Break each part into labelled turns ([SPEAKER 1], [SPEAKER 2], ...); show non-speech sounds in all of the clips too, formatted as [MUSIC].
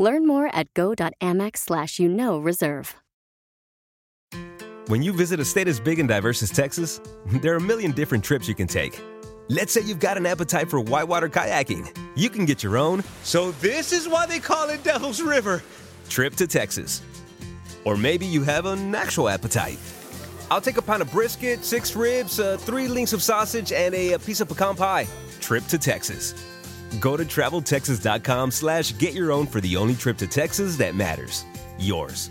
[SPEAKER 1] Learn more at go.amex slash you know reserve.
[SPEAKER 2] When you visit a state as big and diverse as Texas, [LAUGHS] there are a million different trips you can take. Let's say you've got an appetite for whitewater kayaking. You can get your own
[SPEAKER 3] So this is why they call it Devil's River.
[SPEAKER 2] trip to Texas. Or maybe you have an actual appetite. I'll take a pound of brisket, six ribs, uh, three links of sausage, and a, a piece of pecan pie. Trip to Texas. Go to traveltexas.com slash get your own for the only trip to Texas that matters. Yours.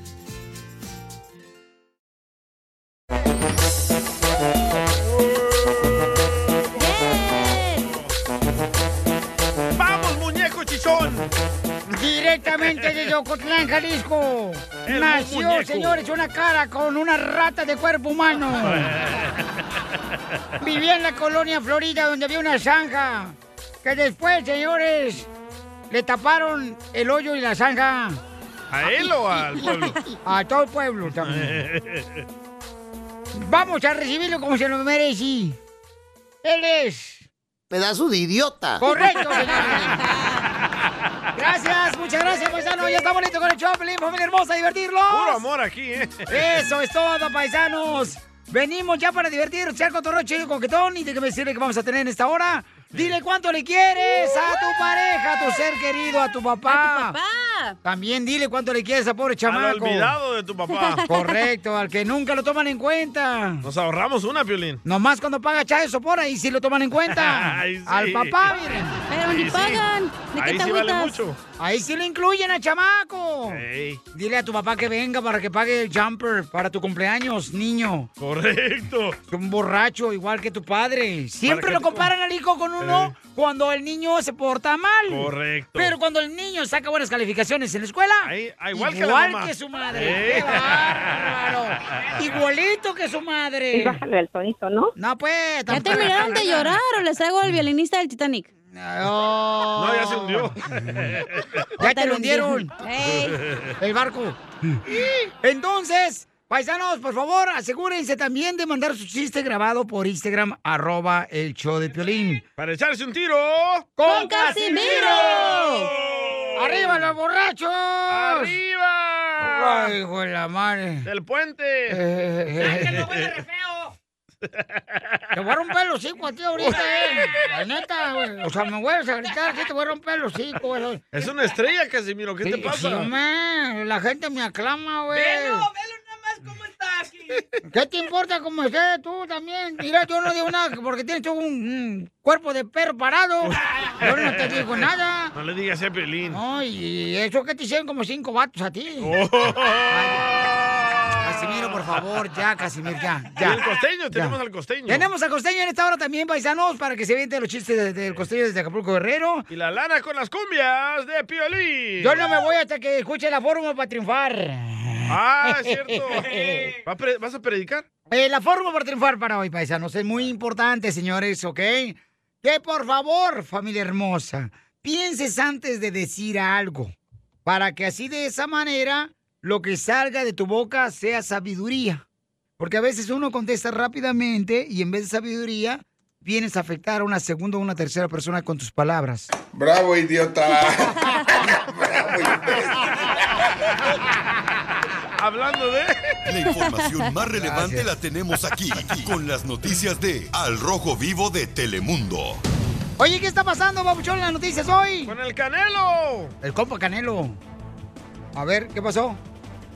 [SPEAKER 4] ¡Vamos, muñeco chichón!
[SPEAKER 5] Directamente desde Ocotlán, Jalisco.
[SPEAKER 4] El
[SPEAKER 5] Nació,
[SPEAKER 4] muñeco.
[SPEAKER 5] señores, una cara con una rata de cuerpo humano.
[SPEAKER 4] [LAUGHS]
[SPEAKER 5] Vivía en la colonia Florida donde había una zanja. Que después, señores, le taparon el hoyo y la zanja.
[SPEAKER 4] ¿A él o
[SPEAKER 5] [LAUGHS]
[SPEAKER 4] al pueblo?
[SPEAKER 5] A todo el pueblo también. Vamos a recibirlo como se lo merece. Él es.
[SPEAKER 6] Pedazo de idiota.
[SPEAKER 5] Correcto,
[SPEAKER 4] [LAUGHS]
[SPEAKER 5] señores. Gracias, muchas gracias, paisano. Ya estamos listos con el show, Pelín, familia hermosa, a divertirlos.
[SPEAKER 4] Puro amor aquí, ¿eh?
[SPEAKER 5] Eso es todo, paisanos. Venimos ya para divertirnos, al cotorreo chido coquetón y de qué me sirve que vamos a tener en esta hora. Dile cuánto le quieres a tu pareja, a tu ser querido, a tu papá.
[SPEAKER 7] papá.
[SPEAKER 5] También dile cuánto le quieres a pobre
[SPEAKER 4] Al
[SPEAKER 5] chamaco.
[SPEAKER 4] olvidado de tu papá.
[SPEAKER 5] [LAUGHS] Correcto, al que nunca lo toman en cuenta.
[SPEAKER 4] Nos ahorramos una, Piolín.
[SPEAKER 5] Nomás cuando paga Chávez Sopor, ahí sí lo toman en
[SPEAKER 4] [LAUGHS]
[SPEAKER 5] cuenta.
[SPEAKER 4] Ay, sí.
[SPEAKER 5] Al papá, miren.
[SPEAKER 7] Pero
[SPEAKER 4] Ahí
[SPEAKER 7] ni
[SPEAKER 4] sí.
[SPEAKER 7] pagan. ¿De qué
[SPEAKER 4] Ahí
[SPEAKER 7] te
[SPEAKER 4] sí vale
[SPEAKER 7] agüitas?
[SPEAKER 4] mucho.
[SPEAKER 5] Ahí sí lo incluyen al chamaco.
[SPEAKER 4] Ey,
[SPEAKER 5] Dile a tu papá que venga para que pague el jumper para tu cumpleaños, niño.
[SPEAKER 4] correcto.
[SPEAKER 5] Que Un borracho, igual que tu padre. Siempre
[SPEAKER 4] que
[SPEAKER 5] lo
[SPEAKER 4] tú-
[SPEAKER 5] comparan al hijo con uno cuando el niño se porta mal.
[SPEAKER 4] Correcto.
[SPEAKER 5] Pero cuando el niño saca buenas calificaciones en la escuela,
[SPEAKER 4] Ahí- ah, igual que la mamá.
[SPEAKER 5] su
[SPEAKER 4] Eh.
[SPEAKER 5] madre. ¡Qué bárbaro! Igualito que su madre.
[SPEAKER 8] Bájale el tonito, ¿no?
[SPEAKER 5] No, pues.
[SPEAKER 7] ¿Ya
[SPEAKER 5] tampoco-
[SPEAKER 7] terminaron de llorar o les hago al violinista del Titanic?
[SPEAKER 5] No.
[SPEAKER 4] No, ya se hundió.
[SPEAKER 5] [LAUGHS] Ya te lo hundieron.
[SPEAKER 7] Ey,
[SPEAKER 5] [LAUGHS] El barco. Entonces, paisanos, por favor, asegúrense también de mandar su chiste grabado por Instagram, arroba el show de Piolín.
[SPEAKER 4] Para echarse un tiro.
[SPEAKER 7] ¡Con Casimiro!
[SPEAKER 4] ¡Oh!
[SPEAKER 5] ¡Arriba los borrachos!
[SPEAKER 4] ¡Arriba!
[SPEAKER 5] ¡Ay, Eh, hijo de la madre!
[SPEAKER 4] ¡Del puente!
[SPEAKER 5] ¡Sáquenlo, huele re feo! Te voy a romper los hocico a ti ahorita, eh. La neta, güey. O sea, me vuelves a gritar que te voy a romper los hocico, güey.
[SPEAKER 4] Es una estrella, Casimiro. ¿Qué te
[SPEAKER 5] Sí, sí,
[SPEAKER 4] pasa?
[SPEAKER 5] hombre, la gente me aclama, güey.
[SPEAKER 9] más cómo está aquí.
[SPEAKER 5] ¿Qué te importa cómo estés tú también? Mira, yo no digo nada porque tienes tú un, un cuerpo de perro parado. Yo no te digo nada.
[SPEAKER 4] No le digas a Pelín.
[SPEAKER 5] No, y eso que te hicieron como cinco vatos a ti.
[SPEAKER 4] Oh.
[SPEAKER 5] Casimiro, por favor, ya, Casimiro, ya,
[SPEAKER 4] Y el
[SPEAKER 5] ya.
[SPEAKER 4] costeño, tenemos al costeño.
[SPEAKER 5] Tenemos al costeño en esta hora también, paisanos, para que se vienten los chistes de- del costeño desde Acapulco Guerrero.
[SPEAKER 4] Y la lana con las cumbias de Piolín.
[SPEAKER 5] Yo no me voy hasta que escuche la fórmula para triunfar.
[SPEAKER 4] Ah, es
[SPEAKER 5] [LAUGHS]
[SPEAKER 4] cierto. ¿Va a pre- ¿Vas a predicar?
[SPEAKER 5] Eh, la fórmula para triunfar para hoy, paisanos, es muy importante, señores, ¿ok? Que por favor, familia hermosa, pienses antes de decir algo, para que así de esa manera lo que salga de tu boca sea sabiduría. Porque a veces uno contesta rápidamente y en vez de sabiduría, vienes a afectar a una segunda o una tercera persona con tus palabras.
[SPEAKER 10] Bravo, idiota. Bravo, imbécil.
[SPEAKER 4] [LAUGHS] Hablando de.
[SPEAKER 11] La información más relevante la tenemos
[SPEAKER 5] [LAUGHS]
[SPEAKER 11] aquí, aquí, con las noticias de Al Rojo Vivo de Telemundo.
[SPEAKER 5] Oye, ¿qué está pasando, Babuchón, en las noticias hoy?
[SPEAKER 4] ¡Con el canelo!
[SPEAKER 5] El compa Canelo. A ver, ¿qué pasó?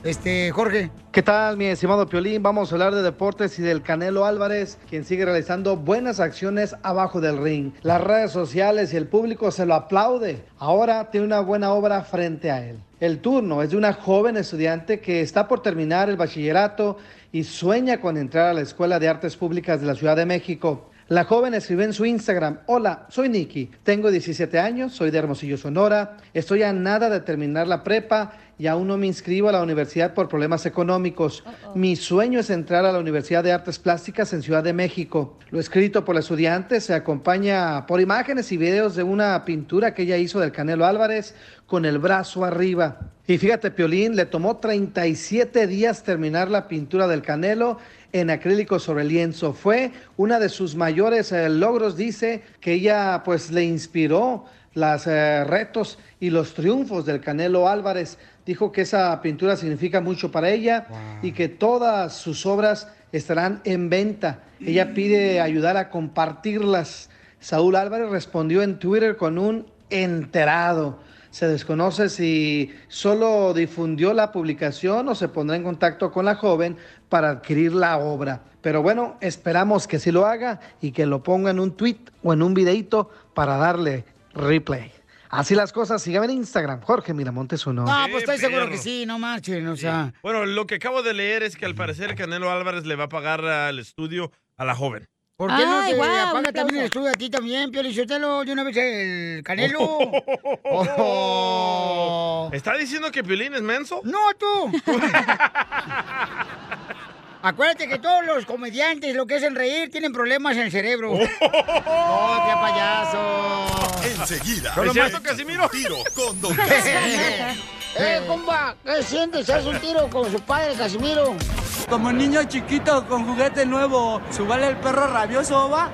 [SPEAKER 5] Este, Jorge.
[SPEAKER 12] ¿Qué tal, mi estimado Piolín? Vamos a hablar de deportes y del Canelo Álvarez, quien sigue realizando buenas acciones abajo del ring. Las redes sociales y el público se lo aplaude. Ahora tiene una buena obra frente a él. El turno es de una joven estudiante que está por terminar el bachillerato y sueña con entrar a la Escuela de Artes Públicas de la Ciudad de México. La joven escribió en su Instagram, hola, soy Nikki, tengo 17 años, soy de Hermosillo, Sonora, estoy a nada de terminar la prepa y aún no me inscribo a la universidad por problemas económicos. Mi sueño es entrar a la Universidad de Artes Plásticas en Ciudad de México. Lo escrito por la estudiante se acompaña por imágenes y videos de una pintura que ella hizo del Canelo Álvarez con el brazo arriba. Y fíjate, Piolín, le tomó 37 días terminar la pintura del Canelo en acrílico sobre lienzo. Fue una de sus mayores eh, logros, dice, que ella pues le inspiró los retos y los triunfos del Canelo Álvarez. Dijo que esa pintura significa mucho para ella y que todas sus obras estarán en venta. Ella pide ayudar a compartirlas. Saúl Álvarez respondió en Twitter con un enterado. Se desconoce si solo difundió la publicación o se pondrá en contacto con la joven para adquirir la obra. Pero bueno, esperamos que sí lo haga y que lo ponga en un tweet o en un videito para darle replay. Así las cosas, síganme en Instagram, Jorge Miramontes uno.
[SPEAKER 5] No, pues estoy seguro
[SPEAKER 4] perro.
[SPEAKER 5] que sí, no marchen, o sea.
[SPEAKER 4] Bueno, lo que acabo de leer es que al parecer Canelo Álvarez le va a pagar al estudio a la joven.
[SPEAKER 5] ¿Por qué no
[SPEAKER 7] Ay,
[SPEAKER 5] te
[SPEAKER 7] guau, un
[SPEAKER 5] apaga también el
[SPEAKER 7] aplauso.
[SPEAKER 5] estudio a ti también, Pio Lizotelo, de una vez el Canelo?
[SPEAKER 4] [LAUGHS] Ah. Oh. ¿Está diciendo que Piolín es menso?
[SPEAKER 5] ¡No, tú! Acuérdate que todos los comediantes lo que hacen reír tienen problemas en el cerebro. ¡Oh, qué payaso!
[SPEAKER 11] Enseguida.
[SPEAKER 5] ¿Es cierto,
[SPEAKER 11] échate un [LAUGHS] Tiro con Don Casimiro.
[SPEAKER 5] [LAUGHS] ¡Eh, compa! ¿Qué sientes? ¿Haz un tiro con su padre, Casimiro?
[SPEAKER 13] Como niño chiquito con juguete nuevo, ¿subale el perro rabioso, va?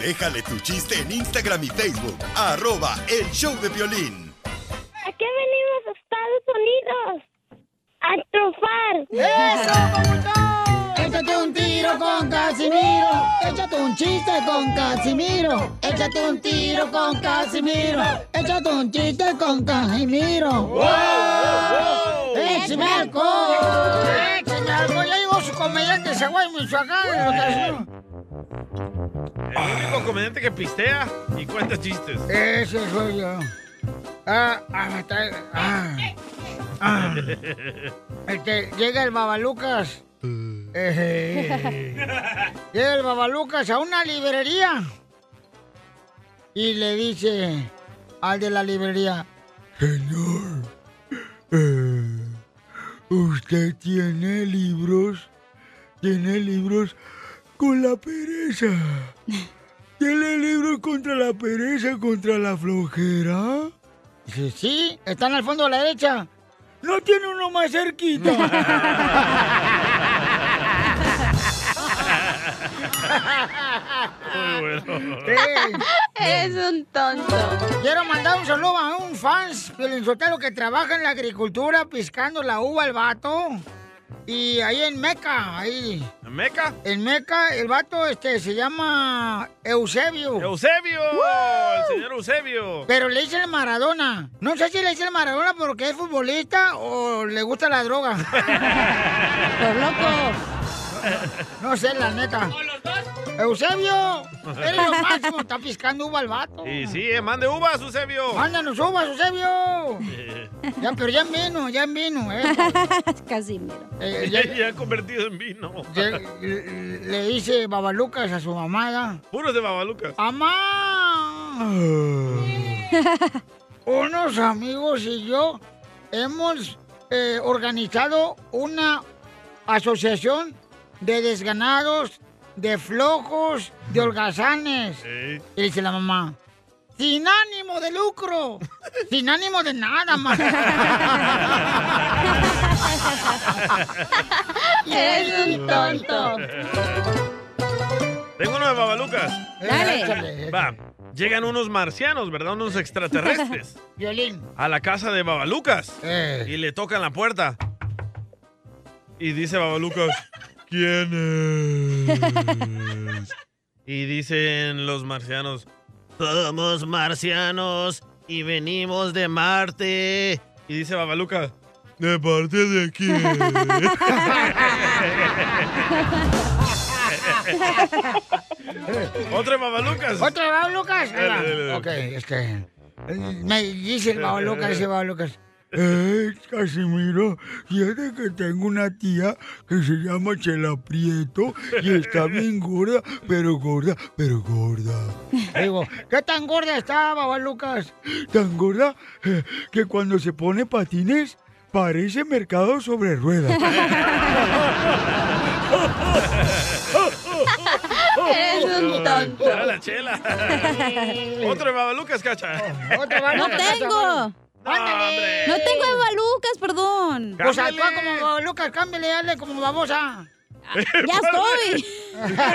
[SPEAKER 11] Déjale tu chiste en Instagram y Facebook. Arroba el show de violín.
[SPEAKER 14] ¿A qué venimos a Estados Unidos? ¡A trofar!
[SPEAKER 5] Échate un tiro con Casimiro. Échate un chiste con Casimiro. Échate un tiro con Casimiro. Échate un chiste con Casimiro. ¡Wow! ¡Échame alcohol! ¡Échame alcohol! Ya llegó su comediante de Zaguay, Michoacán. don Casimiro.
[SPEAKER 4] Eh, El único comediante que pistea y cuenta chistes.
[SPEAKER 5] Ese soy yo. Ah, ah, está- ah. Ah. Este, llega el Babalucas. [LAUGHS] Eh, llega el Babalucas a una librería. Y le dice al de la librería: Señor, eh, usted tiene libros. Tiene libros con la pereza. [LAUGHS] ¿Tiene libros contra la pereza, contra la flojera? Dice, sí, están al fondo a la derecha. No tiene uno más [LAUGHS] cerquita.
[SPEAKER 4] [LAUGHS]
[SPEAKER 7] Es un tonto.
[SPEAKER 5] Quiero mandar un saludo a un fans sotero que trabaja en la agricultura piscando la uva al vato. Y ahí en Meca, ahí.
[SPEAKER 4] ¿En Meca?
[SPEAKER 5] En Meca, el vato este se llama Eusebio.
[SPEAKER 4] Eusebio, el señor Eusebio.
[SPEAKER 5] Pero le dicen el Maradona. No sé si le dicen el Maradona porque es futbolista o le gusta la droga. [LAUGHS] Los locos. No sé, la neta.
[SPEAKER 4] [LAUGHS]
[SPEAKER 5] Eusebio, eres lo máximo. Está piscando uva al vato.
[SPEAKER 4] Y sí, eh, mande uvas, Eusebio.
[SPEAKER 5] Mándanos uvas, Eusebio. Ya, pero ya en vino, ya en vino, [LAUGHS] ¿eh?
[SPEAKER 7] Casimiro.
[SPEAKER 5] Eh,
[SPEAKER 4] [LAUGHS] ya,
[SPEAKER 5] ya-
[SPEAKER 4] ya convertido en vino.
[SPEAKER 5] Le, le dice Babalucas a su mamada.
[SPEAKER 4] Puros de Babalucas.
[SPEAKER 5] ¡Amá! Unos amigos y yo hemos eh, organizado una asociación de desganados, de flojos, de holgazanes. Y dice la mamá, sin ánimo de lucro, sin ánimo de nada más.
[SPEAKER 7] Eres un tonto.
[SPEAKER 4] [LAUGHS] Tengo uno de Babalucas.
[SPEAKER 7] Dale. Échale,
[SPEAKER 4] Va. Llegan unos marcianos, ¿verdad? Unos
[SPEAKER 5] [LAUGHS]
[SPEAKER 4] extraterrestres
[SPEAKER 5] Violín.
[SPEAKER 4] a la casa de Babalucas. Y le tocan la puerta. Y dice Babalucas, ¿quién es? Y dicen los marcianos, somos marcianos y venimos de Marte. Y dice Babalucas, ¿de parte de quién? Otra Babalucas.
[SPEAKER 5] ¿Otra Babalucas? Ahí va.
[SPEAKER 4] Dale, dale, dale.
[SPEAKER 5] Ok, este. Me dice el Babalucas, ese Babalucas. Eh, Casimiro, fíjate que tengo una tía que se llama Chela Prieto y está bien gorda, pero gorda, pero gorda. Digo, ¿qué tan gorda está, Babalucas? Tan gorda eh, que cuando se pone patines, Parece mercado sobre ruedas.
[SPEAKER 7] Eres un tonto.
[SPEAKER 4] Era la chela. Otro de Babalucas, cacha.
[SPEAKER 7] No tengo.
[SPEAKER 4] ¡Ándale!
[SPEAKER 7] No tengo Eva Lucas, perdón.
[SPEAKER 5] O sea, Pues actúa como Lucas, cámbiale, dale como babosa.
[SPEAKER 7] [LAUGHS] Ya estoy.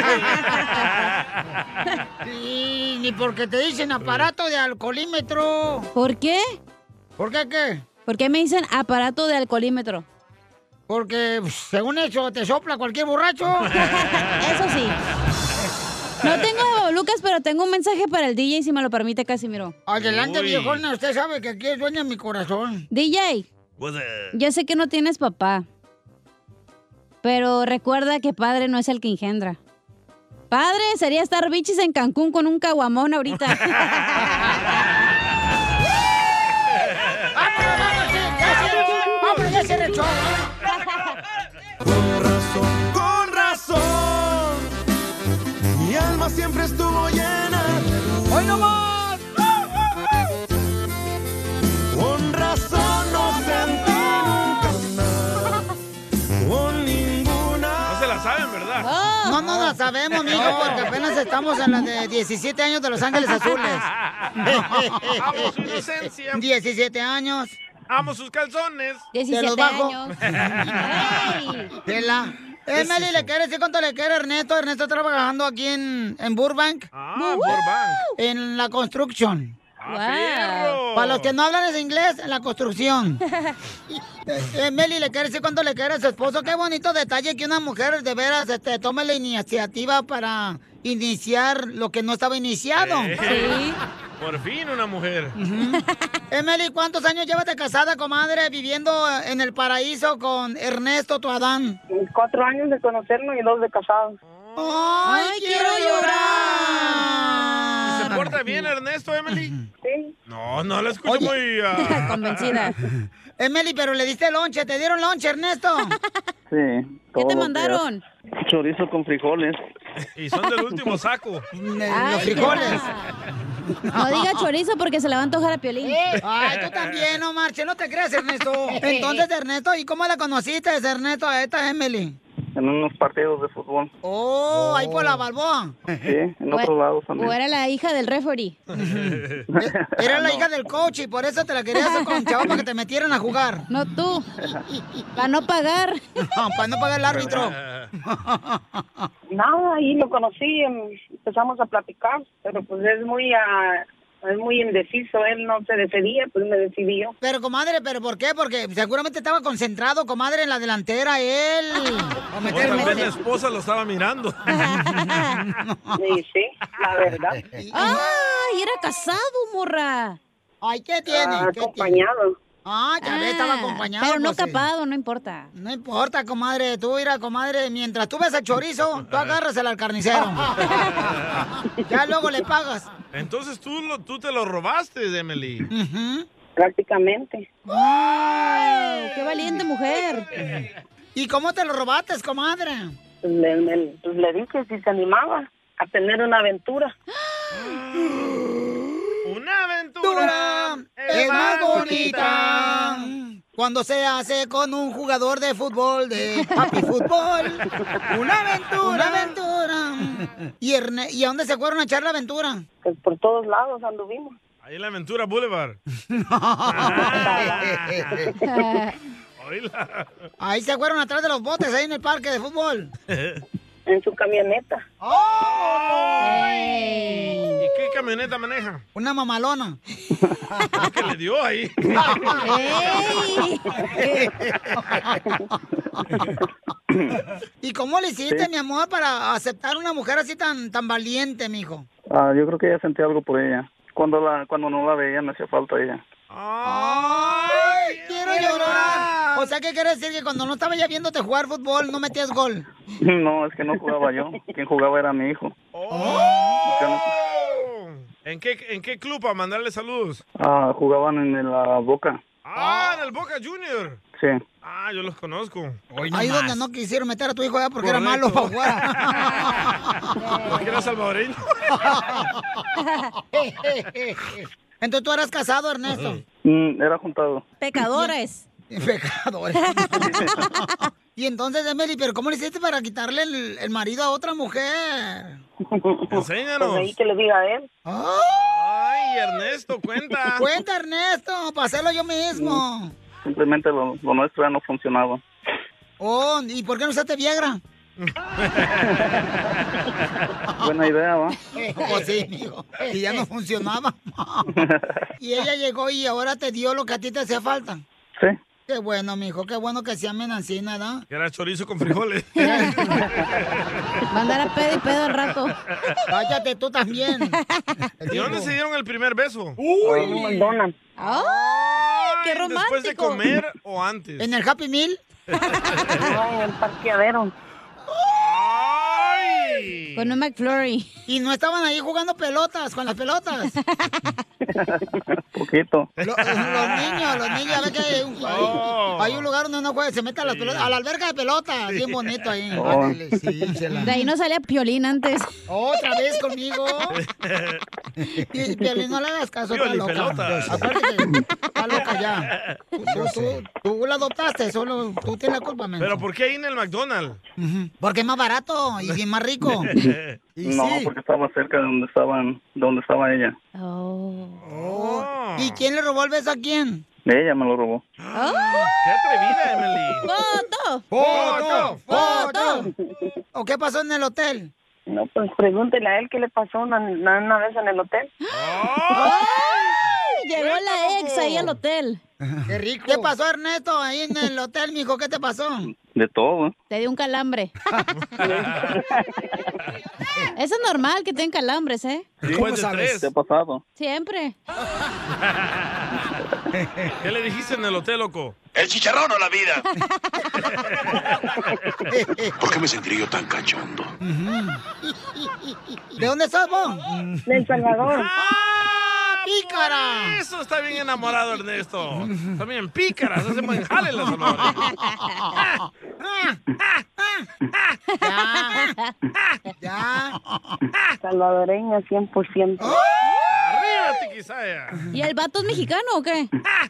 [SPEAKER 5] Y ni porque te dicen aparato de alcoholímetro.
[SPEAKER 7] ¿Por qué?
[SPEAKER 5] ¿Por qué qué?
[SPEAKER 7] ¿Por qué me dicen aparato de alcoholímetro?
[SPEAKER 5] Porque pf, según eso te sopla
[SPEAKER 7] [LAUGHS]
[SPEAKER 5] cualquier borracho.
[SPEAKER 7] [LAUGHS] Eso sí. No tengo Eva Lucas, pero tengo un mensaje para el DJ, si me lo permite, Casimiro.
[SPEAKER 5] Adelante, viejona, usted sabe que aquí es dueña mi corazón.
[SPEAKER 7] DJ, ya sé que no tienes papá. Pero recuerda que padre no es el que engendra. Padre sería estar bichis en Cancún con un caguamón ahorita.
[SPEAKER 5] [LAUGHS] ¡Vamos, ya se rechó!
[SPEAKER 15] Con razón, mi alma siempre estuvo llena.
[SPEAKER 5] ¡Hoy no más!
[SPEAKER 15] Con razón no sentí nunca nada. Con ninguna.
[SPEAKER 4] No se la saben, ¿verdad?
[SPEAKER 5] No,
[SPEAKER 7] Oh.
[SPEAKER 5] no la sabemos, mijo, porque apenas estamos en la de 17 años de Los
[SPEAKER 7] [LAUGHS]
[SPEAKER 5] Ángeles Azules.
[SPEAKER 4] [LAUGHS] Amo su inocencia.
[SPEAKER 5] 17 años.
[SPEAKER 4] Amo sus calzones.
[SPEAKER 5] Te los bajo. Tela.
[SPEAKER 4] ¿Qué
[SPEAKER 5] Eh,
[SPEAKER 4] es
[SPEAKER 5] Meli, ¿le quiere decir cuánto le quiere a Ernesto? Ernesto está trabajando aquí en, en Burbank.
[SPEAKER 4] Ah, Burbank. Ah,
[SPEAKER 5] En la construction.
[SPEAKER 4] fierro.
[SPEAKER 5] Para los que no hablan ese inglés, en la
[SPEAKER 4] [LAUGHS]
[SPEAKER 5] construcción. Eh, eh, Meli, ¿le quiere decir cuánto le quiere a su esposo? Qué bonito detalle que una mujer de veras este, tome la iniciativa para iniciar lo que no estaba iniciado.
[SPEAKER 4] Eh, [LAUGHS] Por fin una mujer.
[SPEAKER 5] Mm. Emily, ¿cuántos años llevas de casada, comadre, viviendo en el paraíso con Ernesto, tu Adán?
[SPEAKER 16] Cuatro años de conocernos y dos de casados.
[SPEAKER 5] ¡Ay, quiero llorar!
[SPEAKER 4] ¿Se porta bien Ernesto, Emily?
[SPEAKER 16] Sí.
[SPEAKER 4] No, no la escucho muy...
[SPEAKER 16] [LAUGHS]
[SPEAKER 4] ah.
[SPEAKER 5] [LAUGHS] Convencida. Emily, pero le diste lonche, ¿te dieron
[SPEAKER 16] [LAUGHS]
[SPEAKER 5] lonche, Ernesto?
[SPEAKER 17] Sí. ¿Qué Chorizo con frijoles.
[SPEAKER 4] Y son del último saco.
[SPEAKER 5] Los frijoles.
[SPEAKER 7] No diga chorizo porque se le va a antojar a Piolín.
[SPEAKER 5] Ay, tú también, no marches, no te creas, Ernesto. Entonces, Ernesto, ¿y cómo la conociste, Ernesto, a esta Emily?
[SPEAKER 17] En unos partidos de fútbol.
[SPEAKER 5] Oh, ahí por la balboa.
[SPEAKER 17] Sí, en otros lados
[SPEAKER 7] O
[SPEAKER 17] también.
[SPEAKER 7] era la hija del referee.
[SPEAKER 5] [LAUGHS] Era la hija del coach y por eso te la querías con chavo para que te metieran a jugar.
[SPEAKER 7] No tú. Para no pagar.
[SPEAKER 5] [LAUGHS] No, para no pagar el árbitro.
[SPEAKER 16] Nada, ahí lo conocí, em, empezamos a platicar, pero pues es muy ah, es muy indeciso, él no se decidía, pues me decidí yo.
[SPEAKER 5] Pero comadre, ¿pero por qué? Porque seguramente estaba concentrado, comadre, en la
[SPEAKER 7] [LAUGHS]
[SPEAKER 5] delantera, él. O
[SPEAKER 4] O tal
[SPEAKER 5] meter
[SPEAKER 4] vez la
[SPEAKER 5] goles.
[SPEAKER 4] esposa lo estaba
[SPEAKER 5] [LAUGHS]
[SPEAKER 4] mirando.
[SPEAKER 16] Sí, sí, la verdad.
[SPEAKER 7] ¡Ay, era casado, morra!
[SPEAKER 5] Ay, ¿qué tiene?
[SPEAKER 16] Ah,
[SPEAKER 5] ¿Qué
[SPEAKER 16] acompañado.
[SPEAKER 5] Ah, ya ve, estaba acompañado.
[SPEAKER 7] Pero no
[SPEAKER 5] pues, sí.
[SPEAKER 7] capado, no importa.
[SPEAKER 5] No importa, comadre. Tú, mira, comadre, mientras tú ves el chorizo,
[SPEAKER 7] [LAUGHS]
[SPEAKER 5] tú agárrasela al carnicero. [LAUGHS] ya luego
[SPEAKER 7] [LAUGHS]
[SPEAKER 5] le pagas.
[SPEAKER 4] Entonces tú, lo- tú te lo robaste, Emily.
[SPEAKER 16] Prácticamente.
[SPEAKER 7] ¡Wow! ¡Qué valiente mujer!
[SPEAKER 5] ¿Y cómo te lo robaste, comadre?
[SPEAKER 16] Pues le, me- pues le dije si se animaba a tener una aventura.
[SPEAKER 4] Una aventura
[SPEAKER 5] es más bonita cuando se hace con un jugador de fútbol, de
[SPEAKER 4] [LAUGHS]
[SPEAKER 5] papi fútbol. Una aventura, una aventura. ¿Y, Erne- ¿Y a dónde se fueron a echar la aventura?
[SPEAKER 16] Pues por todos lados anduvimos.
[SPEAKER 4] Ahí en la aventura Boulevard. Ah.
[SPEAKER 5] [LAUGHS]
[SPEAKER 4] Oíla.
[SPEAKER 5] [LAUGHS]
[SPEAKER 4] [LAUGHS]
[SPEAKER 5] Ahí se fueron atrás de los botes, ahí en el parque de fútbol.
[SPEAKER 16] En su camioneta.
[SPEAKER 4] ¿Y qué camioneta maneja?
[SPEAKER 5] ¡Oh! Una
[SPEAKER 4] [LAUGHS]
[SPEAKER 5] mamalona. [LAUGHS]
[SPEAKER 4] ¿Qué le dio ahí?
[SPEAKER 5] ¿Y cómo le hiciste,
[SPEAKER 17] Sí.
[SPEAKER 5] mi amor, para aceptar una mujer así tan, tan valiente, mijo?
[SPEAKER 17] [LAUGHS] Ah, yo creo que ella sentía algo por ella. Cuando la cuando no la veía, me hacía falta ella. [LAUGHS]
[SPEAKER 5] ¡Ay, quiero llorar! O sea, ¿qué quiere decir? Que cuando no estaba ya viéndote jugar fútbol, no metías gol.
[SPEAKER 17] No, es que no jugaba yo. Quien jugaba era mi hijo.
[SPEAKER 5] Oh.
[SPEAKER 4] ¿En qué, ¿En qué club para mandarle saludos?
[SPEAKER 17] Ah, jugaban en la boca.
[SPEAKER 4] Ah, en el Boca Junior.
[SPEAKER 17] Sí.
[SPEAKER 4] Ah, yo los conozco.
[SPEAKER 5] Ahí donde no quisieron meter a tu hijo allá porque era malo para jugar.
[SPEAKER 4] Porque era salvadoreño.
[SPEAKER 5] [LAUGHS] Entonces tú eras casado, Ernesto.
[SPEAKER 17] Mm, era juntado.
[SPEAKER 5] [LAUGHS]
[SPEAKER 7] Pecadores.
[SPEAKER 5] Pecadores. y entonces, Emily, ¿pero cómo le hiciste para quitarle el, el marido a otra mujer?
[SPEAKER 4] Enséñanos.
[SPEAKER 18] Pues ahí que le diga a él.
[SPEAKER 4] Ay, Ernesto, cuenta.
[SPEAKER 5] [LAUGHS] Cuenta, Ernesto, para hacerlo yo mismo.
[SPEAKER 17] Simplemente lo, lo nuestro ya no funcionaba.
[SPEAKER 5] Oh, ¿y por qué no usaste Viagra?
[SPEAKER 17] Buena idea, ¿va?
[SPEAKER 5] Pues sí, amigo. Y ya no funcionaba. y ella llegó y ahora te dio lo que a ti te hacía falta.
[SPEAKER 17] Sí.
[SPEAKER 5] Qué bueno, mijo. Qué bueno que se amen así, ¿no?
[SPEAKER 4] Era chorizo con frijoles.
[SPEAKER 7] Mandar a pedo y pedo al rato.
[SPEAKER 5] Cállate tú también.
[SPEAKER 4] ¿Y dónde se dieron el primer beso?
[SPEAKER 18] En un McDonald's.
[SPEAKER 7] ¡Ay, qué romántico!
[SPEAKER 4] ¿Después de comer o antes?
[SPEAKER 5] ¿En el Happy Meal?
[SPEAKER 18] No, en el parqueadero.
[SPEAKER 7] Con un McFlurry.
[SPEAKER 5] Y no estaban ahí jugando pelotas, con las pelotas.
[SPEAKER 17] [LAUGHS] Poquito.
[SPEAKER 5] Lo- los niños, los niños, a ver que hay un, hay- hay un lugar donde uno juega, se mete a, las pelotas, a la alberca de pelotas, bien bonito ahí.
[SPEAKER 7] Oh.
[SPEAKER 5] Ándale, sí, chela.
[SPEAKER 7] De ahí no salía Piolín antes.
[SPEAKER 5] Otra vez conmigo. [LAUGHS] Y Piolín, no le hagas caso, está
[SPEAKER 6] Pioli
[SPEAKER 5] loca.
[SPEAKER 6] pelotas.
[SPEAKER 5] Acuérdate, está loca ya. Tú, tú- tú la adoptaste, solo tú tienes la culpa, men.
[SPEAKER 4] ¿Pero por qué ahí en el McDonald's?
[SPEAKER 5] Porque es más barato y bien más
[SPEAKER 4] [LAUGHS]
[SPEAKER 5] rico.
[SPEAKER 17] [LAUGHS]
[SPEAKER 5] Y
[SPEAKER 17] no,
[SPEAKER 5] sí.
[SPEAKER 17] porque estaba cerca de donde estaban, de donde estaba ella.
[SPEAKER 5] Oh, ¿Y quién le robó el beso a quién?
[SPEAKER 17] Ella me lo robó.
[SPEAKER 4] ¡Qué atrevida, Emily!
[SPEAKER 7] ¡Foto!
[SPEAKER 5] ¡Foto! ¡Foto! ¿O qué pasó en el hotel?
[SPEAKER 18] No, pues pregúntele a él qué le pasó una, una- una vez en el hotel.
[SPEAKER 7] Ay, Llegó la ex ahí al hotel.
[SPEAKER 5] Qué rico. ¿Qué pasó, Ernesto, ahí en el hotel, mijo? ¿Qué te pasó?
[SPEAKER 17] De todo. ¿eh?
[SPEAKER 7] Te dio un
[SPEAKER 5] [LAUGHS]
[SPEAKER 7] calambre. Eso es normal que tengan calambres, ¿eh?
[SPEAKER 17] ¿Cómo sabes? ¿Qué ha pasado?
[SPEAKER 7] Siempre.
[SPEAKER 4] ¿Qué le dijiste en el hotel, loco?
[SPEAKER 19] ¿El chicharrón o la
[SPEAKER 5] [LAUGHS]
[SPEAKER 19] vida? ¿Por qué me sentiría yo tan cachondo?
[SPEAKER 5] ¿De dónde sos vos?
[SPEAKER 18] De El Salvador.
[SPEAKER 5] ¡Ah, pícara!
[SPEAKER 4] Eso está bien enamorado, Ernesto. Está bien pícaras, hace buen jale
[SPEAKER 5] [LAUGHS]
[SPEAKER 4] la sonora.
[SPEAKER 5] Ya. Ya.
[SPEAKER 18] Salvadoreña 100%.
[SPEAKER 4] ¡Arriba, tiquisaya!
[SPEAKER 7] ¿Y el vato es mexicano o qué?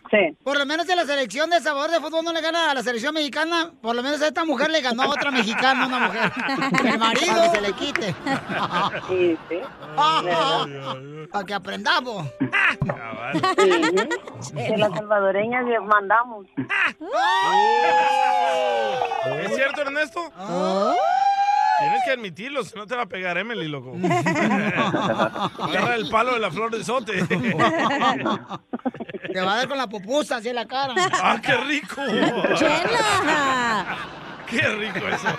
[SPEAKER 18] Sí.
[SPEAKER 5] Por lo menos en la selección de sabor de fútbol no le gana a la selección mexicana. Por lo menos a esta mujer le ganó a otra mexicana, una
[SPEAKER 7] [LAUGHS]
[SPEAKER 5] mujer. El marido. Para que se le quite.
[SPEAKER 18] Sí, sí.
[SPEAKER 5] Para que aprendamos.
[SPEAKER 18] Sí. De las salvadoreñas le mandamos.
[SPEAKER 5] Oh.
[SPEAKER 4] ¿Es cierto, Ernesto? Tienes que admitirlo, si no te va a pegar Emily,
[SPEAKER 5] [LAUGHS]
[SPEAKER 4] loco. Agarra el palo de la flor de sote.
[SPEAKER 5] Te va a dar con la pupusa así en la cara.
[SPEAKER 4] ¡Ah, qué rico!
[SPEAKER 5] ¡Chela!
[SPEAKER 4] ¡Qué rico eso!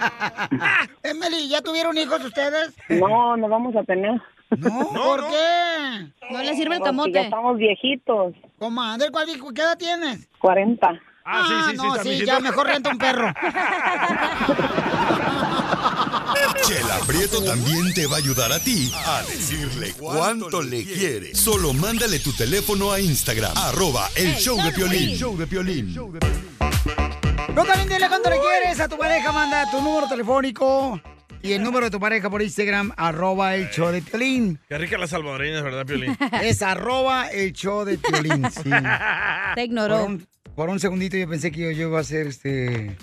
[SPEAKER 5] Emily, ¿ya tuvieron hijos ustedes?
[SPEAKER 18] No, no vamos a tener.
[SPEAKER 5] No, ¿Por qué?
[SPEAKER 7] No le sirve el
[SPEAKER 18] Porque
[SPEAKER 7] camote.
[SPEAKER 18] ya estamos viejitos.
[SPEAKER 5] Comadre, ¿cuál hijo? ¿Qué edad tienes?
[SPEAKER 18] 40.
[SPEAKER 4] Ah,
[SPEAKER 5] sí, sí, sí, no, sí, ya mejor renta un perro.
[SPEAKER 11] Chela Prieto también te va a ayudar a ti a decirle cuánto le quiere. Solo mándale tu teléfono a Instagram, arroba el show de Piolín. Show de Piolín.
[SPEAKER 5] Tú también dile cuánto le quieres a tu pareja, manda tu número telefónico y el número de tu pareja por Instagram, arroba el show de Piolín.
[SPEAKER 4] Qué rica las salvadoreñas, ¿verdad,
[SPEAKER 5] [LAUGHS]
[SPEAKER 4] Piolín?
[SPEAKER 5] Es arroba el show de Piolín, [LAUGHS] sí.
[SPEAKER 7] Te ignoró.
[SPEAKER 5] Por un, por un segundito yo pensé que yo, yo iba a ser este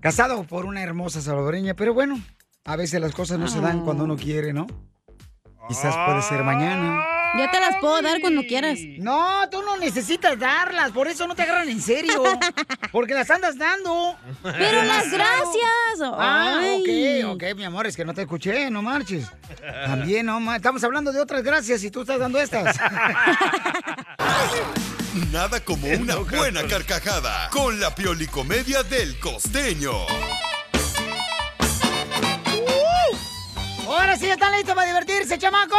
[SPEAKER 5] casado por una hermosa salvadoreña, pero bueno, a veces las cosas no se dan cuando uno quiere, ¿no? Quizás puede ser mañana.
[SPEAKER 7] Yo te las puedo dar cuando quieras.
[SPEAKER 5] No, tú no necesitas darlas, por eso no te agarran en [LAUGHS] serio. Porque las andas dando.
[SPEAKER 7] Pero las gracias.
[SPEAKER 5] Ah,
[SPEAKER 7] Ay.
[SPEAKER 5] ok, ok, mi amor, es que no te escuché, no marches. También, no ma- Estamos hablando de otras gracias y tú estás dando [LAUGHS] estas.
[SPEAKER 11] Nada como una buena carcajada con la piolicomedia del costeño.
[SPEAKER 5] Ahora sí, ¿están listos para divertirse, chamacos?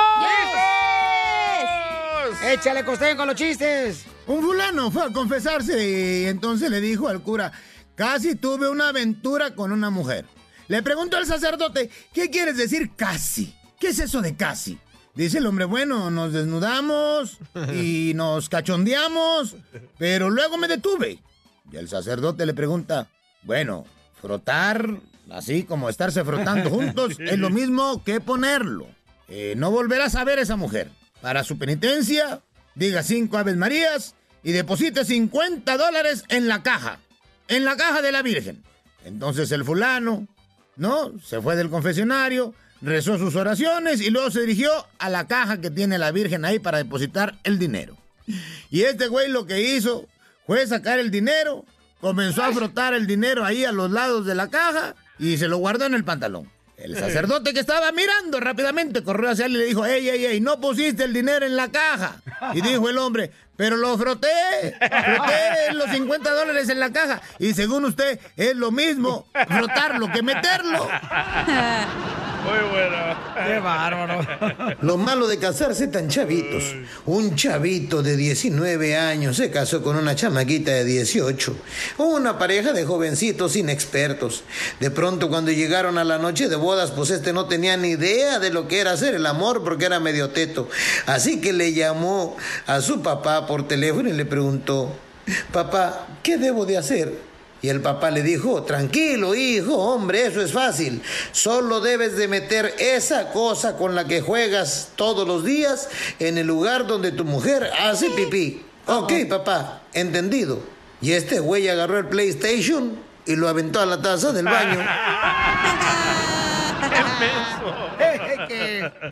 [SPEAKER 5] Échale costeño con los chistes.
[SPEAKER 20] Un fulano fue a confesarse y entonces le dijo al cura, casi tuve una aventura con una mujer. Le preguntó al sacerdote, ¿qué quieres decir casi? ¿Qué es eso de casi? Dice el hombre, bueno, nos desnudamos y nos cachondeamos, pero luego me detuve. Y el sacerdote le pregunta, bueno, frotar, así como estarse frotando juntos, es lo mismo que ponerlo. Eh, no volverás a ver a esa mujer. Para su penitencia, diga cinco Aves Marías
[SPEAKER 10] y deposite 50 dólares en la caja, en la caja de la Virgen. Entonces el fulano, ¿no? Se fue del confesionario, rezó sus oraciones y luego se dirigió a la caja que tiene la Virgen ahí para depositar el dinero. Y este güey lo que hizo fue sacar el dinero, comenzó a frotar el dinero ahí a los lados de la caja y se lo guardó en el pantalón. El sacerdote que estaba mirando rápidamente corrió hacia él y le dijo, ey, ey, ey, no pusiste el dinero en la caja. Y dijo el hombre, pero lo froté, froté los 50 dólares en la caja. Y según usted, es lo mismo frotarlo
[SPEAKER 6] [LAUGHS]
[SPEAKER 10] que meterlo.
[SPEAKER 4] Muy bueno.
[SPEAKER 5] Qué bárbaro.
[SPEAKER 21] Lo malo de casarse tan chavitos. Un chavito de 19 años se casó con una chamaquita de 18. Una pareja de jovencitos inexpertos. De pronto cuando llegaron a la noche de bodas, pues este no tenía ni idea de lo que era hacer el amor porque era medio teto. Así que le llamó a su papá por teléfono y le preguntó, papá, ¿qué debo de hacer? Y el papá le dijo, tranquilo hijo, hombre, eso es fácil. Solo debes de meter esa cosa con la que juegas todos los días en el lugar donde tu mujer hace pipí. Ok, papá, entendido. Y este güey agarró el PlayStation y lo aventó a la taza del baño.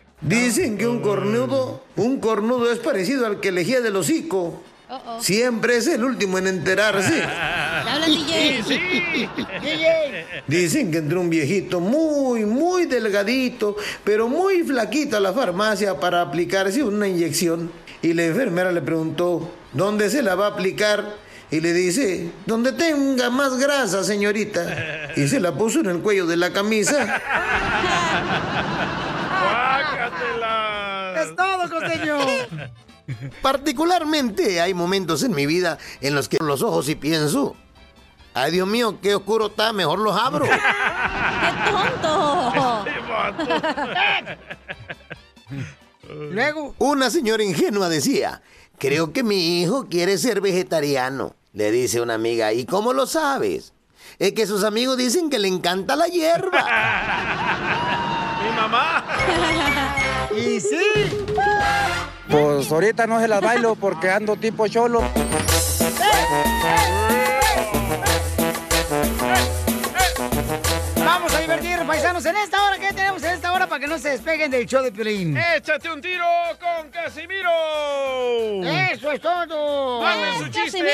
[SPEAKER 21] [LAUGHS] Dicen que un cornudo, un cornudo es parecido al que elegía del hocico. Siempre es el último en enterarse.
[SPEAKER 7] habla DJ.
[SPEAKER 5] [LAUGHS]
[SPEAKER 21] Dicen que entró un viejito muy, muy delgadito, pero muy flaquito a la farmacia para aplicarse una inyección. Y la enfermera le preguntó, ¿dónde se la va a aplicar? Y le dice, donde tenga más grasa, señorita. Y se la puso en el cuello de la camisa.
[SPEAKER 5] Es todo, costeño.
[SPEAKER 21] Particularmente hay momentos en mi vida en los que abro los ojos y pienso, ay Dios mío, qué oscuro está, mejor los abro.
[SPEAKER 7] ¡Tonto!
[SPEAKER 4] Este
[SPEAKER 5] Luego.
[SPEAKER 21] Una señora ingenua decía, creo que mi hijo quiere ser vegetariano. Le dice una amiga, ¿y cómo lo sabes? Es que sus amigos dicen que le encanta la hierba.
[SPEAKER 4] Mi mamá.
[SPEAKER 5] [LAUGHS] Y
[SPEAKER 4] [LAUGHS]
[SPEAKER 5] sí.
[SPEAKER 22] Pues ahorita no se la bailo porque ando tipo cholo.
[SPEAKER 5] Vamos a divertir, paisanos, en esta hora. ¿Qué tenemos en esta hora para que no se despeguen del show de Piolín?
[SPEAKER 4] ¡Échate un tiro con Casimiro!
[SPEAKER 5] ¡Eso es todo!
[SPEAKER 4] ¡Manden su chiste!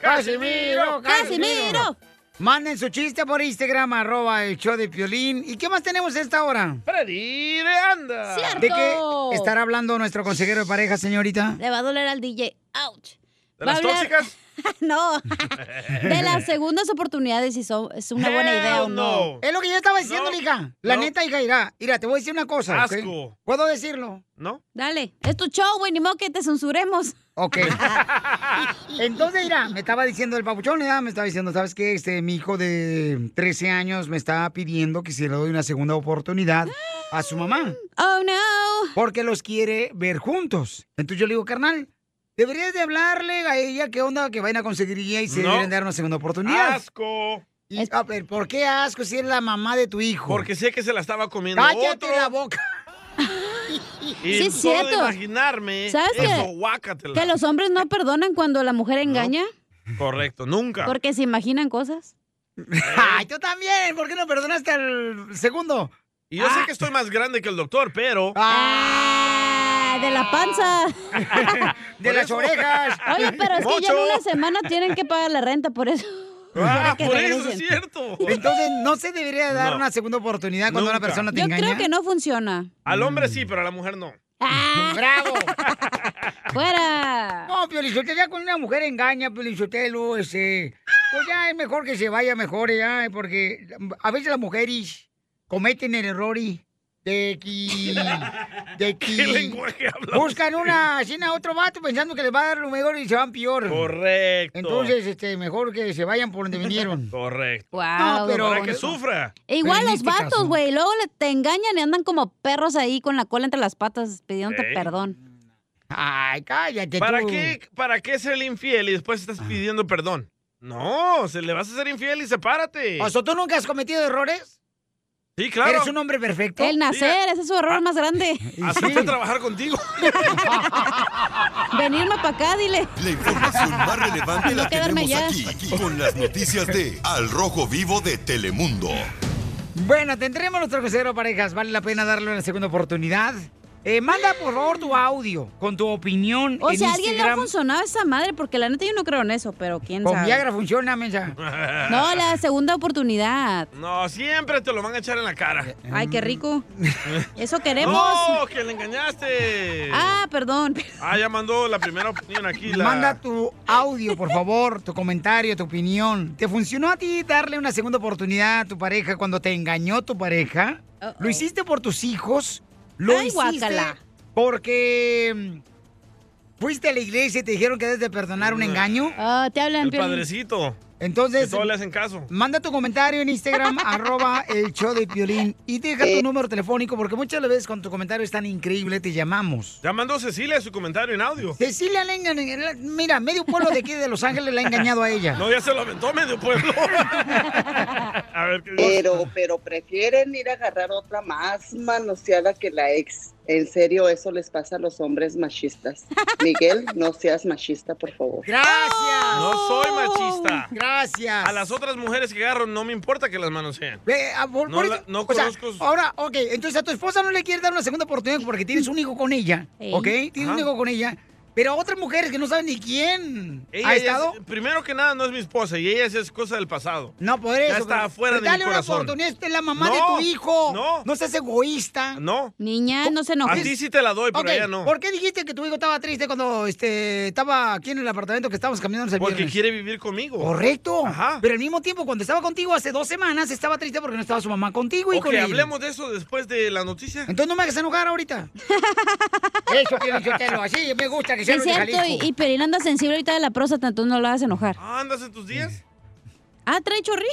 [SPEAKER 7] ¡Casimiro!
[SPEAKER 5] ¡Casimiro! ¡Casimiro! Manden su chiste por Instagram, arroba el show de Piolín. ¿Y qué más tenemos a esta hora?
[SPEAKER 4] ¡Freddy de eh, Anda!
[SPEAKER 7] ¡Cierto!
[SPEAKER 5] ¿De qué estará hablando nuestro consejero de pareja, señorita?
[SPEAKER 7] Le va a doler al DJ. ¡Ouch!
[SPEAKER 4] ¿De
[SPEAKER 7] Va
[SPEAKER 4] las
[SPEAKER 7] a hablar-
[SPEAKER 4] tóxicas?
[SPEAKER 7] [LAUGHS]
[SPEAKER 4] [LAUGHS]
[SPEAKER 7] no. De las segundas oportunidades, si son, es una buena
[SPEAKER 4] Hell
[SPEAKER 7] idea o no.
[SPEAKER 4] no.
[SPEAKER 5] Es lo que yo estaba diciendo,
[SPEAKER 4] No,
[SPEAKER 5] hija. La
[SPEAKER 4] no.
[SPEAKER 5] neta, hija, irá. Mira, te voy a decir una cosa. ¿ok?
[SPEAKER 4] Asco.
[SPEAKER 5] ¿Puedo decirlo?
[SPEAKER 4] ¿No?
[SPEAKER 7] Dale. Es tu show, güey. Ni modo que te censuremos.
[SPEAKER 4] [LAUGHS]
[SPEAKER 5] Ok. Entonces, mira, me estaba diciendo el papuchón, ¿verdad? me estaba diciendo, ¿sabes qué? Este, mi hijo de 13 años me estaba pidiendo que si le doy una segunda oportunidad a su mamá.
[SPEAKER 7] Oh, no.
[SPEAKER 5] Porque los quiere ver juntos. Entonces yo le digo, carnal, deberías de hablarle a ella qué onda que vayan a conseguir guía y se
[SPEAKER 4] No.
[SPEAKER 5] deben dar una segunda oportunidad.
[SPEAKER 4] ¡Asco!
[SPEAKER 5] Y, a ver, ¿por qué asco si es la mamá de tu hijo?
[SPEAKER 4] Porque sé que se la estaba comiendo
[SPEAKER 5] Cállate
[SPEAKER 4] otro.
[SPEAKER 5] la boca.
[SPEAKER 4] Y
[SPEAKER 7] Sí, es
[SPEAKER 4] solo de
[SPEAKER 7] cierto.
[SPEAKER 4] imaginarme
[SPEAKER 7] ¿Sabes
[SPEAKER 4] eso,
[SPEAKER 7] qué?
[SPEAKER 4] guácatela.
[SPEAKER 7] Que los hombres no perdonan cuando la mujer engaña
[SPEAKER 4] Correcto, nunca.
[SPEAKER 7] porque se imaginan cosas.
[SPEAKER 5] [LAUGHS] Ay, tú también, ¿por qué no perdonaste al segundo? Ah.
[SPEAKER 4] Y yo sé que estoy más grande que el doctor, pero... [LAUGHS]
[SPEAKER 7] Ah, de la panza.
[SPEAKER 5] [LAUGHS] De las orejas.
[SPEAKER 7] [LAUGHS] Oye, pero es que ya en
[SPEAKER 4] Mocho.
[SPEAKER 7] una semana tienen que pagar la renta, por eso.
[SPEAKER 4] [LAUGHS] Ah,
[SPEAKER 7] Para que
[SPEAKER 4] por eso es
[SPEAKER 7] regresen.
[SPEAKER 4] cierto.
[SPEAKER 5] Entonces, ¿no se debería dar
[SPEAKER 4] No.
[SPEAKER 5] una segunda oportunidad cuando
[SPEAKER 4] Nunca.
[SPEAKER 5] una persona te
[SPEAKER 7] Yo
[SPEAKER 5] engaña? Mm.
[SPEAKER 7] creo que no funciona.
[SPEAKER 4] Al hombre sí, pero a la mujer no.
[SPEAKER 7] Ah.
[SPEAKER 4] [LAUGHS]
[SPEAKER 5] ¡Bravo!
[SPEAKER 7] ¡Fuera!
[SPEAKER 5] No, Piolichotelo, ya con una mujer engaña, Piolichotelo, ese... Pues ya es mejor que se vaya mejor, ya, porque a veces las mujeres cometen el error y... De
[SPEAKER 4] [LAUGHS]
[SPEAKER 5] que... De que...
[SPEAKER 4] ¿Qué lenguaje habla?
[SPEAKER 5] Buscan una cena a otro vato pensando que les va a dar lo mejor y se van peor.
[SPEAKER 4] Correcto.
[SPEAKER 5] Entonces, este, mejor que se vayan por donde
[SPEAKER 4] [LAUGHS]
[SPEAKER 5] vinieron.
[SPEAKER 4] Correcto.
[SPEAKER 7] Wow.
[SPEAKER 5] No, pero-
[SPEAKER 4] Para que sufra.
[SPEAKER 7] E Igual
[SPEAKER 5] Pero en
[SPEAKER 7] los
[SPEAKER 5] este caso-
[SPEAKER 7] vatos, güey. Luego le- te engañan y andan como perros ahí con la cola entre las patas pidiéndote
[SPEAKER 4] Ey.
[SPEAKER 7] perdón.
[SPEAKER 5] Ay, cállate
[SPEAKER 4] ¿Para
[SPEAKER 5] tú. Ah.
[SPEAKER 4] qué, ¿Para qué ser infiel y después estás pidiendo perdón? No, se le vas a ser infiel y sepárate.
[SPEAKER 5] O sea, ¿tú nunca has cometido errores?
[SPEAKER 4] Sí, claro.
[SPEAKER 5] Eres un hombre perfecto.
[SPEAKER 4] [LAUGHS]
[SPEAKER 7] El nacer, ese es su error más grande.
[SPEAKER 4] Acepté Ah. trabajar contigo.
[SPEAKER 7] [LAUGHS] Venirme para acá, dile.
[SPEAKER 11] La información más relevante la
[SPEAKER 7] No quedarme
[SPEAKER 11] tenemos
[SPEAKER 7] ya.
[SPEAKER 11] aquí, aquí, con las noticias de Al Rojo Vivo de Telemundo.
[SPEAKER 5] Bueno, tendremos nuestro crucero, parejas. Vale la pena darle una segunda oportunidad. Eh, manda, por favor, tu audio con tu opinión
[SPEAKER 7] O
[SPEAKER 5] en
[SPEAKER 7] sea, a alguien le ha
[SPEAKER 5] Instagram.
[SPEAKER 7] funcionado esa madre, porque la neta yo no creo en eso, pero quién
[SPEAKER 5] Con
[SPEAKER 7] sabe.
[SPEAKER 5] Viagra funciona, mensa.
[SPEAKER 7] No, la segunda oportunidad.
[SPEAKER 4] No, siempre te lo van a echar en la cara.
[SPEAKER 7] Eh, Ay, qué
[SPEAKER 5] [LAUGHS]
[SPEAKER 7] rico. Eso queremos.
[SPEAKER 5] Oh,
[SPEAKER 4] No, que le engañaste.
[SPEAKER 7] Ah, perdón.
[SPEAKER 4] Ah, ya mandó la primera opinión aquí. La...
[SPEAKER 5] Manda tu audio, por favor, tu comentario, tu opinión. ¿Te funcionó a ti darle una segunda oportunidad a tu pareja cuando te engañó tu pareja?
[SPEAKER 7] Uh-oh.
[SPEAKER 5] ¿Lo hiciste por tus hijos? ¿Lo
[SPEAKER 7] Ay,
[SPEAKER 5] hiciste
[SPEAKER 7] guácala.
[SPEAKER 5] porque mm, fuiste a la iglesia y te dijeron que debes de perdonar un engaño?
[SPEAKER 7] Ah, te hablan,
[SPEAKER 4] El padrecito.
[SPEAKER 5] Entonces,
[SPEAKER 4] Que todos le hacen caso.
[SPEAKER 5] Manda tu comentario
[SPEAKER 4] [LAUGHS]
[SPEAKER 5] en Instagram, arroba el show de Piolín. Y deja
[SPEAKER 23] Eh.
[SPEAKER 5] tu número telefónico, porque muchas veces cuando tu comentario es tan increíble, te llamamos.
[SPEAKER 4] Ya mandó Cecilia su comentario en audio.
[SPEAKER 5] Cecilia le enga- la- Mira, medio pueblo de aquí de Los Ángeles la ha engañado
[SPEAKER 4] [LAUGHS]
[SPEAKER 5] a ella.
[SPEAKER 4] No, ya se lo aventó medio pueblo.
[SPEAKER 7] [LAUGHS]
[SPEAKER 4] a ver qué
[SPEAKER 23] Pero, pero prefieren ir a agarrar otra más manoseada que la ex. En serio, eso les pasa a los hombres machistas. Miguel, no seas machista, por favor.
[SPEAKER 5] Gracias.
[SPEAKER 4] No soy machista.
[SPEAKER 5] Gracias.
[SPEAKER 4] A las otras mujeres que agarro no me importa que las manosean.
[SPEAKER 5] Ve, a- Eh, ah, por-
[SPEAKER 4] No
[SPEAKER 5] por
[SPEAKER 4] la-
[SPEAKER 5] eso-
[SPEAKER 4] no
[SPEAKER 5] o sea,
[SPEAKER 4] conozco su-
[SPEAKER 5] ahora, ok, entonces a tu esposa no le quieres dar una segunda oportunidad porque tienes un hijo con ella,
[SPEAKER 4] Ey.
[SPEAKER 5] ¿ok? Tienes un
[SPEAKER 4] Ajá.
[SPEAKER 5] hijo con ella, pero a otras mujeres que no saben ni quién
[SPEAKER 4] Ella ya
[SPEAKER 5] ha
[SPEAKER 4] es-
[SPEAKER 5] estado.
[SPEAKER 4] primero que nada no es mi esposa y ella sí es cosa del pasado.
[SPEAKER 5] No, por eso.
[SPEAKER 4] Ya está
[SPEAKER 5] pero-
[SPEAKER 4] afuera de
[SPEAKER 5] pero
[SPEAKER 4] mi
[SPEAKER 5] Dale una
[SPEAKER 4] corazón.
[SPEAKER 5] oportunidad, usted es la mamá de
[SPEAKER 4] No,
[SPEAKER 5] tu hijo.
[SPEAKER 4] no.
[SPEAKER 5] No seas egoísta.
[SPEAKER 4] No.
[SPEAKER 7] Niña, no se
[SPEAKER 4] A
[SPEAKER 7] enojes.
[SPEAKER 4] ti sí te la doy, pero
[SPEAKER 5] Ok,
[SPEAKER 4] a ella no.
[SPEAKER 5] ¿Por qué dijiste que tu hijo estaba triste cuando este, estaba aquí en el apartamento que estábamos caminando el
[SPEAKER 4] Porque
[SPEAKER 5] viernes?
[SPEAKER 4] quiere vivir conmigo.
[SPEAKER 5] Correcto. Pero al mismo tiempo, cuando estaba contigo hace dos semanas, estaba triste porque no estaba su mamá contigo y
[SPEAKER 4] Ok,
[SPEAKER 5] con él.
[SPEAKER 4] hablemos de eso después de la noticia.
[SPEAKER 5] Entonces no me hagas enojar ahorita. Eso, Piolín Sotelo, así me gusta que
[SPEAKER 7] Es
[SPEAKER 5] sea lo de
[SPEAKER 7] cierto, y,
[SPEAKER 5] Jalisco.
[SPEAKER 7] y Pelín anda sensible ahorita de la próstata, entonces no la hagas enojar.
[SPEAKER 4] Ah, ¿Andas en tus días?
[SPEAKER 7] Ah, trae chorrillo.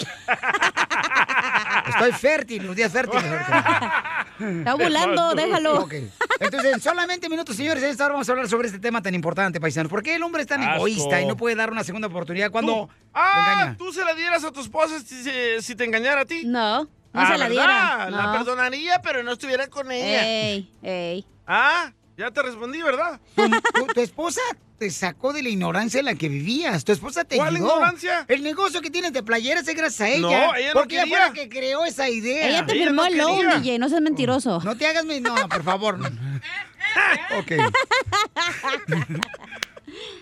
[SPEAKER 5] [LAUGHS]
[SPEAKER 4] [LAUGHS]
[SPEAKER 5] Estoy fértil, los días fértiles.
[SPEAKER 7] Está volando, déjalo.
[SPEAKER 5] Ok. Entonces, en solamente minutos, señores, en esta hora vamos a hablar sobre este tema tan importante, paisanos. ¿Por qué el hombre es tan
[SPEAKER 4] Asco.
[SPEAKER 5] egoísta y no puede dar una segunda oportunidad
[SPEAKER 4] Tú.
[SPEAKER 5] cuando te
[SPEAKER 4] Ah,
[SPEAKER 5] engaña?
[SPEAKER 4] ¿tú se la dieras a tu esposa si, si- si te engañara a ti?
[SPEAKER 7] No, no
[SPEAKER 4] Ah,
[SPEAKER 7] se la
[SPEAKER 4] ¿verdad?
[SPEAKER 7] diera.
[SPEAKER 4] La
[SPEAKER 7] No.
[SPEAKER 4] perdonaría, pero no estuviera con ella.
[SPEAKER 7] Ey, ey.
[SPEAKER 4] Ah, ya te respondí, ¿verdad?
[SPEAKER 5] Tu, tu esposa te sacó de la ignorancia en la que vivías. Tu esposa te
[SPEAKER 4] ¿Cuál
[SPEAKER 5] ayudó.
[SPEAKER 4] ignorancia?
[SPEAKER 5] El negocio que tienes de playeras es gracias a ella.
[SPEAKER 4] No, ella no
[SPEAKER 5] porque ella fue la
[SPEAKER 4] quería.
[SPEAKER 5] que creó esa idea.
[SPEAKER 7] Ella te firmó el loan, DJ, no seas mentiroso.
[SPEAKER 5] No te hagas... mi- No,
[SPEAKER 7] [LAUGHS]
[SPEAKER 5] por favor. ok.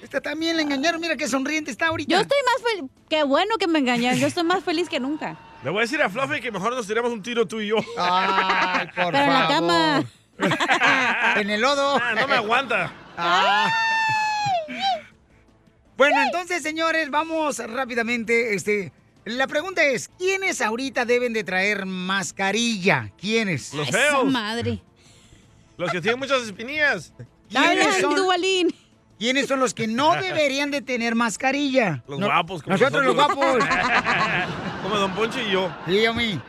[SPEAKER 5] Esta también la engañaron. Mira qué sonriente está ahorita.
[SPEAKER 7] Yo estoy más feliz. Qué bueno que me engañaron. Yo estoy más feliz que nunca.
[SPEAKER 4] Le voy a decir a Fluffy que mejor nos tiramos un tiro tú y yo.
[SPEAKER 5] Ay, por
[SPEAKER 7] Pero en la cama.
[SPEAKER 4] [LAUGHS]
[SPEAKER 5] En el lodo.
[SPEAKER 4] Ah, no me
[SPEAKER 5] [LAUGHS]
[SPEAKER 4] aguanta.
[SPEAKER 5] Ah. Bueno, entonces, señores, vamos rápidamente. Este, la pregunta es, ¿quiénes ahorita deben de traer mascarilla? ¿Quiénes?
[SPEAKER 4] Los Esa feos.
[SPEAKER 7] madre.
[SPEAKER 4] Los que tienen muchas espinillas.
[SPEAKER 5] ¿Quiénes son, ¿Quiénes son los
[SPEAKER 4] [LAUGHS]
[SPEAKER 5] que no deberían de tener mascarilla?
[SPEAKER 4] Los
[SPEAKER 5] No-
[SPEAKER 4] guapos. como
[SPEAKER 5] Nosotros, los guapos.
[SPEAKER 4] como Don Poncho y yo.
[SPEAKER 5] Y a mí.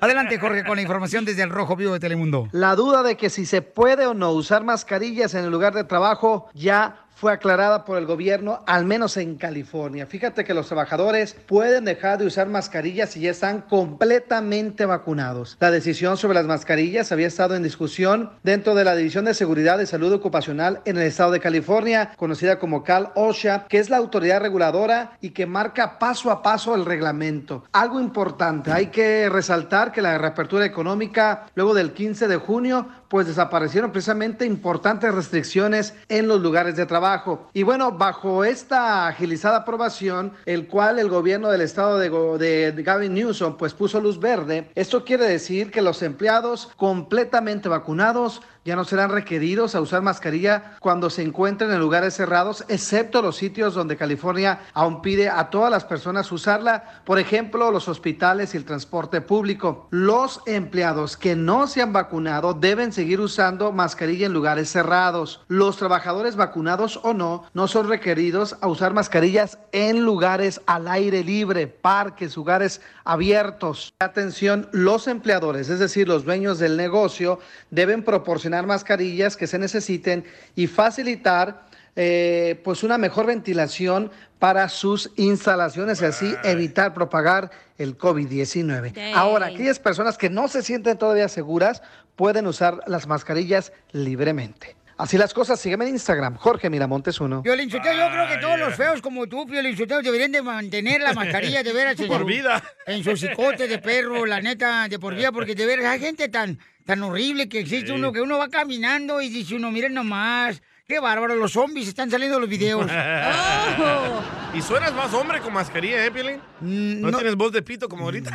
[SPEAKER 5] Adelante, Jorge, con la información desde el Rojo Vivo de Telemundo.
[SPEAKER 12] La duda de que si se puede o no usar mascarillas en el lugar de trabajo ya fue aclarada por el gobierno, al menos en California. Fíjate que los trabajadores pueden dejar de usar mascarillas si ya están completamente vacunados. La decisión sobre las mascarillas había estado en discusión dentro de la División de Seguridad y Salud Ocupacional en el estado de California, conocida como Cal OSHA, que es la autoridad reguladora y que marca paso a paso el reglamento. Algo importante, hay que resaltar que la reapertura económica luego del 15 de junio, pues desaparecieron precisamente importantes restricciones en los lugares de trabajo. Y bueno, bajo esta agilizada aprobación, el cual el gobierno del estado de, Go- de Gavin Newsom pues puso luz verde, esto quiere decir que los empleados completamente vacunados ya no serán requeridos a usar mascarilla cuando se encuentren en lugares cerrados, excepto los sitios donde California aún pide a todas las personas usarla, por ejemplo, los hospitales y el transporte público. Los empleados que no se han vacunado deben seguir usando mascarilla en lugares cerrados. Los trabajadores vacunados o no no son requeridos a usar mascarillas en lugares al aire libre, parques, lugares abiertos. Atención, los empleadores, es decir, los dueños del negocio, deben proporcionar mascarillas que se necesiten y facilitar eh, pues una mejor ventilación para sus instalaciones y así evitar propagar el COVID-19. Ahora, aquellas personas que no se sienten todavía seguras pueden usar las mascarillas libremente. Así las cosas, sígueme en Instagram, Jorge Miramontes 1.
[SPEAKER 5] Piolín Sotelo, yo creo que todos los feos como tú, Piolín Sotelo, deberían de mantener la mascarilla de
[SPEAKER 4] [LAUGHS]
[SPEAKER 5] veras. en
[SPEAKER 4] Por
[SPEAKER 5] su-
[SPEAKER 4] vida.
[SPEAKER 5] En su cicote de perro, la neta, de por vida, porque de veras hay gente tan, tan horrible que existe
[SPEAKER 4] Sí.
[SPEAKER 5] uno que uno va caminando y dice uno, miren nomás, qué bárbaro, los zombies están saliendo en los [LAUGHS] videos. Oh.
[SPEAKER 4] [LAUGHS] Y suenas más hombre con mascarilla, ¿eh, Piolín? No,
[SPEAKER 5] Mm, no.
[SPEAKER 4] tienes voz de pito como ahorita.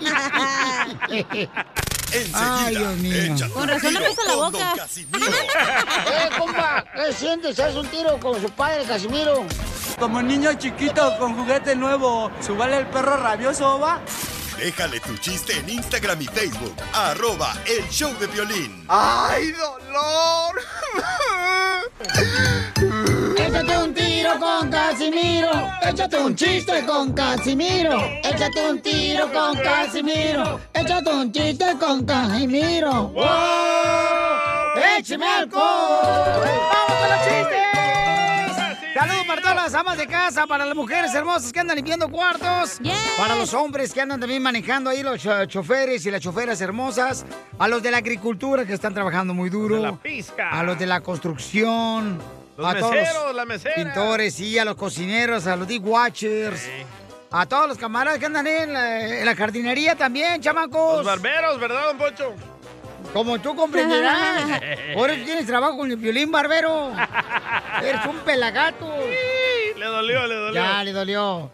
[SPEAKER 11] Enseguida, échate
[SPEAKER 5] Con
[SPEAKER 11] un
[SPEAKER 5] razón no
[SPEAKER 11] tiro
[SPEAKER 5] me hizo la
[SPEAKER 11] con
[SPEAKER 5] boca.
[SPEAKER 11] Don Casimiro.
[SPEAKER 5] ¡Eh, compa! ¿Qué sientes? ¿Haz un tiro con su padre, Casimiro?
[SPEAKER 13] Como niño chiquito con juguete nuevo, ¿subale el perro rabioso va?
[SPEAKER 11] Déjale tu chiste en Instagram y Facebook, arroba el show de violín.
[SPEAKER 15] ¡Ay, dolor!
[SPEAKER 5] Échate un tiro con Casimiro. Échate un chiste con Casimiro. Échate un tiro con Casimiro. Échate un chiste con Casimiro. ¡Wow! ¡Échame alcohol! ¡Vamos con los chistes! Saludos para todas las amas de casa, para las mujeres hermosas que andan limpiando cuartos, para los hombres que andan también manejando ahí los eh, choferes y las choferas hermosas, a los de la agricultura que están trabajando muy duro,
[SPEAKER 4] la pizca.
[SPEAKER 5] a los de la construcción,
[SPEAKER 4] Los
[SPEAKER 5] a todos los
[SPEAKER 4] meseros, las meseras.
[SPEAKER 5] pintores, sí, a los cocineros, a los dick watchers, a todos los camaradas que andan en la, en la jardinería también, chamacos.
[SPEAKER 4] Los barberos, ¿verdad, don Poncho?
[SPEAKER 5] Como
[SPEAKER 4] [LAUGHS]
[SPEAKER 5] tú comprenderás. Por eso tienes trabajo con el violín barbero. Eres un pelagato.
[SPEAKER 4] Le dolió, le dolió.
[SPEAKER 5] Ya, le dolió.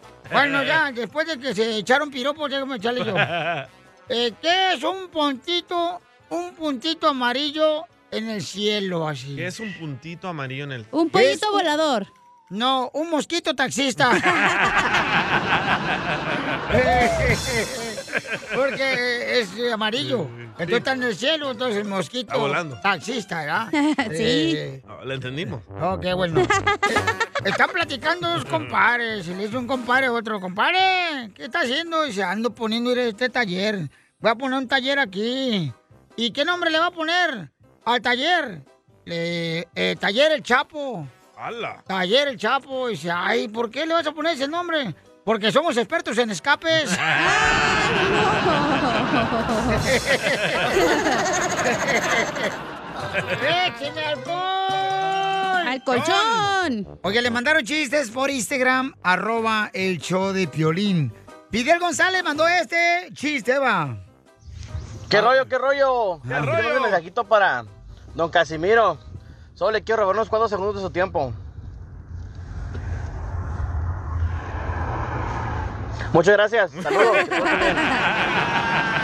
[SPEAKER 4] [LAUGHS]
[SPEAKER 5] Bueno, ya, después de que se echaron piropos, déjame echarle yo. Eh, ¿Qué es un puntito, un puntito amarillo en el cielo, así?
[SPEAKER 4] ¿Qué es un puntito amarillo en el...
[SPEAKER 5] ¿Un pollito [LAUGHS] volador? No, un mosquito [LAUGHS] taxista. Porque eh, es eh, amarillo. Entonces está en el cielo, entonces el mosquito.
[SPEAKER 4] Está volando.
[SPEAKER 5] Taxista, ¿verdad? [LAUGHS]
[SPEAKER 4] Sí.
[SPEAKER 5] Eh,
[SPEAKER 4] Ah, ¿La entendimos?
[SPEAKER 5] Ok, Oh, [LAUGHS] bueno. Están platicando dos compares. Y le dice un compadre a otro, compadre, ¿qué está haciendo? Dice, ando poniendo ir a este taller. Voy a poner un taller aquí. ¿Y qué nombre le va a poner al taller? Le- eh, taller El Chapo.
[SPEAKER 4] ¡Hala!
[SPEAKER 5] Taller El Chapo. Dice, ay, ¿por qué le vas a poner ese nombre? Porque somos expertos en escapes. ¡Écheme
[SPEAKER 7] [LAUGHS]
[SPEAKER 5] alcohol!
[SPEAKER 7] ¡Al colchón!
[SPEAKER 5] Oye, le mandaron chistes por Instagram, arroba el show de Piolín. Fidel González mandó este chiste, va. Ah.
[SPEAKER 24] ¿Qué rollo, qué rollo? ¿Qué rollo? Un mensajito para don Casimiro. Solo le quiero robar unos cuantos segundos de su tiempo. Muchas
[SPEAKER 13] [LAUGHS]
[SPEAKER 24] gracias. Saludos.
[SPEAKER 5] Ah.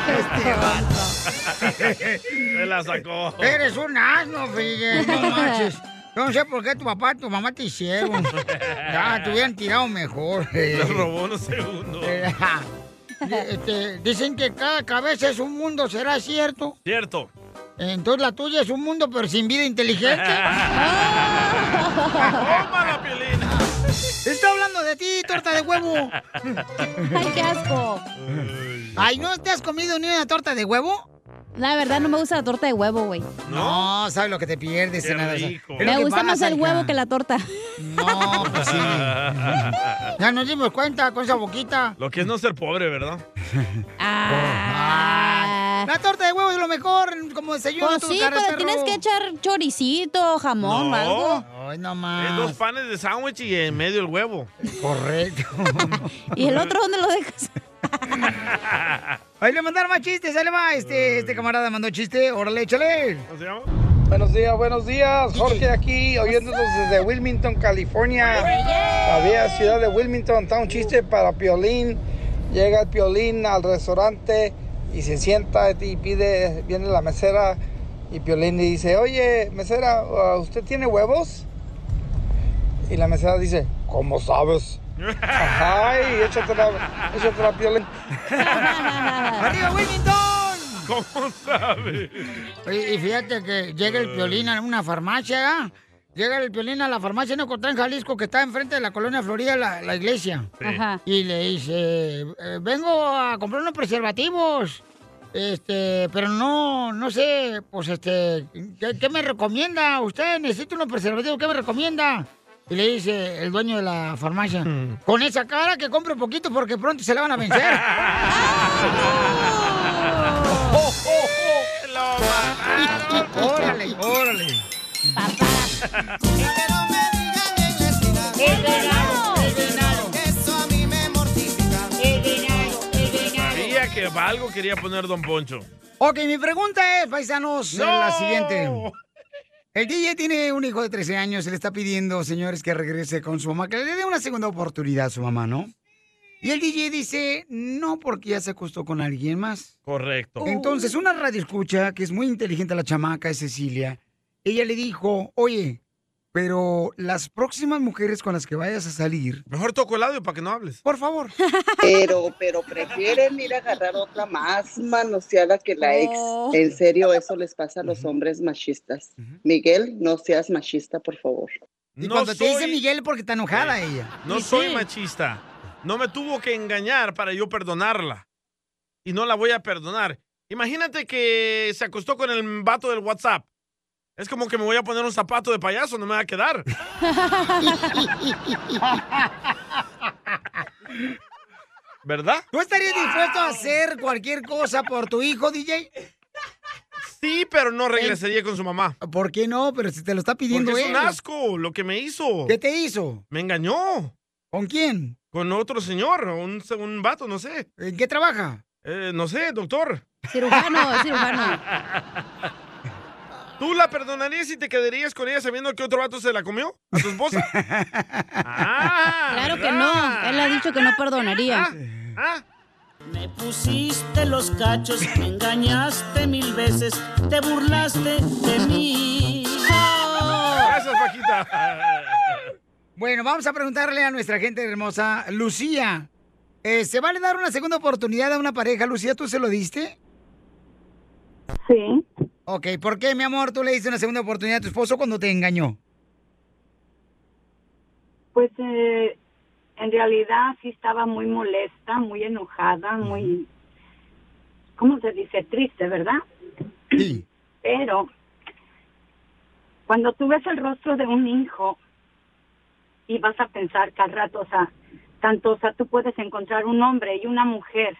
[SPEAKER 4] Se la sacó.
[SPEAKER 5] [LAUGHS] Eres un asno, Fidel, no manches. Yo no sé por qué tu papá y tu mamá te hicieron. Ya, te hubieran tirado mejor. [LAUGHS]
[SPEAKER 4] Le robó unos segundos.
[SPEAKER 5] Este, dicen que cada cabeza es un mundo, ¿será cierto?
[SPEAKER 4] Cierto.
[SPEAKER 5] Entonces la tuya es un mundo, pero sin vida inteligente. [LAUGHS]
[SPEAKER 4] ¡Tómala, Piolín!
[SPEAKER 5] Estoy hablando de ti, torta de huevo.
[SPEAKER 7] Ay, qué asco.
[SPEAKER 5] Ay, ¿no te has comido ni una torta de huevo?
[SPEAKER 7] La verdad no me gusta la torta de huevo, güey.
[SPEAKER 5] No, sabes lo que te pierdes.
[SPEAKER 7] Qué
[SPEAKER 5] nada, o sea,
[SPEAKER 7] rico.
[SPEAKER 5] es lo
[SPEAKER 7] Me
[SPEAKER 5] que
[SPEAKER 7] gusta más
[SPEAKER 5] pasa,
[SPEAKER 7] el
[SPEAKER 5] hija.
[SPEAKER 7] huevo que la torta.
[SPEAKER 5] No, pues sí. Ya nos dimos cuenta con esa boquita.
[SPEAKER 4] [LAUGHS] Lo que es no ser pobre, ¿verdad?
[SPEAKER 7] Ah.
[SPEAKER 5] La torta de huevo es lo mejor, como desayuno.
[SPEAKER 7] Pues
[SPEAKER 5] tú,
[SPEAKER 7] sí,
[SPEAKER 5] cara de
[SPEAKER 7] pero
[SPEAKER 5] perro.
[SPEAKER 7] tienes que echar choricito, jamón,
[SPEAKER 4] No.
[SPEAKER 7] algo.
[SPEAKER 5] Ay, no
[SPEAKER 4] Es dos panes de sándwich y en medio el huevo.
[SPEAKER 5] Correcto.
[SPEAKER 7] ¿Y el otro dónde lo dejas?
[SPEAKER 5] [LAUGHS] Ahí le mandaron más chistes, ahí le va. Este, este camarada mandó chiste, órale, échale.
[SPEAKER 22] Buenos días, buenos días. Jorge aquí, oyéndonos desde Wilmington, California. La bella ciudad de Wilmington. Está un chiste para Piolín. Llega el Piolín al restaurante y se sienta y pide, viene la mesera y Piolín le dice, oye, mesera, ¿ah, ¿usted tiene huevos? Y la mesera dice, ¿cómo sabes? Ay, échatela, échatela, Piolín.
[SPEAKER 5] ¡Arriba, Wilmington!
[SPEAKER 4] ¿Cómo sabe?
[SPEAKER 5] Oye, y fíjate que llega el piolín a una farmacia, ¿ah? Llega el piolín a la farmacia en Ocotlán, Jalisco, que está enfrente de la colonia Florida, la, la iglesia.
[SPEAKER 15] Sí. Ajá.
[SPEAKER 5] Y le dice, eh, vengo a comprar unos preservativos. Este, pero no, no sé, pues este, ¿qué, qué me recomienda? Usted necesita unos preservativos, ¿qué me recomienda? Y le dice el dueño de la farmacia, con esa cara que compre poquito porque pronto se la van a vencer. [LAUGHS] ¡Oh! órale, órale.
[SPEAKER 6] El venado, el venado. Eso a mí me mortifica. El venado, el venado.
[SPEAKER 4] Sabía que algo quería poner Don Poncho.
[SPEAKER 5] Ok, mi pregunta es, paisanos, eh, la
[SPEAKER 4] ¡No!
[SPEAKER 5] siguiente. El DJ tiene un hijo de 13 años y le está pidiendo, señores, que regrese con su mamá, que le dé una segunda oportunidad a su mamá, ¿no? Y el DJ dice, no, porque ya se acostó con alguien más.
[SPEAKER 4] Correcto.
[SPEAKER 5] Uh. Entonces, una radio escucha, que es muy inteligente la chamaca, es Cecilia, ella le dijo, oye, pero las próximas mujeres con las que vayas a salir...
[SPEAKER 4] Mejor toco el audio para que no hables.
[SPEAKER 5] Por favor.
[SPEAKER 23] [LAUGHS] Pero, pero prefieren ir a agarrar otra más manoseada que la ex.
[SPEAKER 5] Oh.
[SPEAKER 23] En serio, eso les pasa a los hombres machistas. Miguel, no seas machista, por favor.
[SPEAKER 5] Y cuando te dice Miguel porque está enojada ella.
[SPEAKER 4] Eh, No
[SPEAKER 5] Y
[SPEAKER 4] soy
[SPEAKER 5] sí.
[SPEAKER 4] machista. No me tuvo que engañar para yo perdonarla. Y no la voy a perdonar. Imagínate que se acostó con el vato del WhatsApp. Es como que me voy a poner un zapato de payaso, no me va a
[SPEAKER 5] [LAUGHS]
[SPEAKER 4] quedar. ¿Verdad?
[SPEAKER 5] ¿Tú estarías dispuesto a hacer cualquier cosa por tu hijo, DJ?
[SPEAKER 4] Sí, pero no regresaría con su mamá.
[SPEAKER 5] ¿Por qué no? Pero si te lo está pidiendo
[SPEAKER 4] Porque es un
[SPEAKER 5] él.
[SPEAKER 4] asco lo que me hizo.
[SPEAKER 5] ¿Qué te hizo?
[SPEAKER 4] Me engañó.
[SPEAKER 5] ¿Con quién?
[SPEAKER 4] Con otro señor, un, se- un vato, no sé. Eh,
[SPEAKER 5] ¿En qué trabaja?
[SPEAKER 4] no sé, doctor.
[SPEAKER 7] Cirujano, cirujano.
[SPEAKER 4] [LAUGHS] ¿Tú la perdonarías y te quedarías con ella sabiendo que otro vato se la comió? ¿A tu esposa?
[SPEAKER 7] [LAUGHS] Claro que no. Él ha dicho que no perdonaría.
[SPEAKER 20] Me pusiste los cachos, me engañaste mil veces, te burlaste de mí.
[SPEAKER 4] Gracias, Paquita.
[SPEAKER 5] ¡Oh! Bueno, vamos a preguntarle a nuestra gente hermosa, Lucía. eh, ¿Se vale dar una segunda oportunidad a una pareja? Lucía, ¿tú se lo diste?
[SPEAKER 18] Sí.
[SPEAKER 5] Ok, ¿por qué, mi amor, tú le diste una segunda oportunidad a tu esposo cuando te engañó?
[SPEAKER 18] Pues eh, en realidad sí estaba muy molesta, muy enojada, muy, ¿cómo se dice? Triste, ¿verdad? [CLEARS THROAT] Pero cuando tú ves el rostro de un hijo y vas a pensar que al rato, o sea, tanto, o sea, tú puedes encontrar un hombre y una mujer,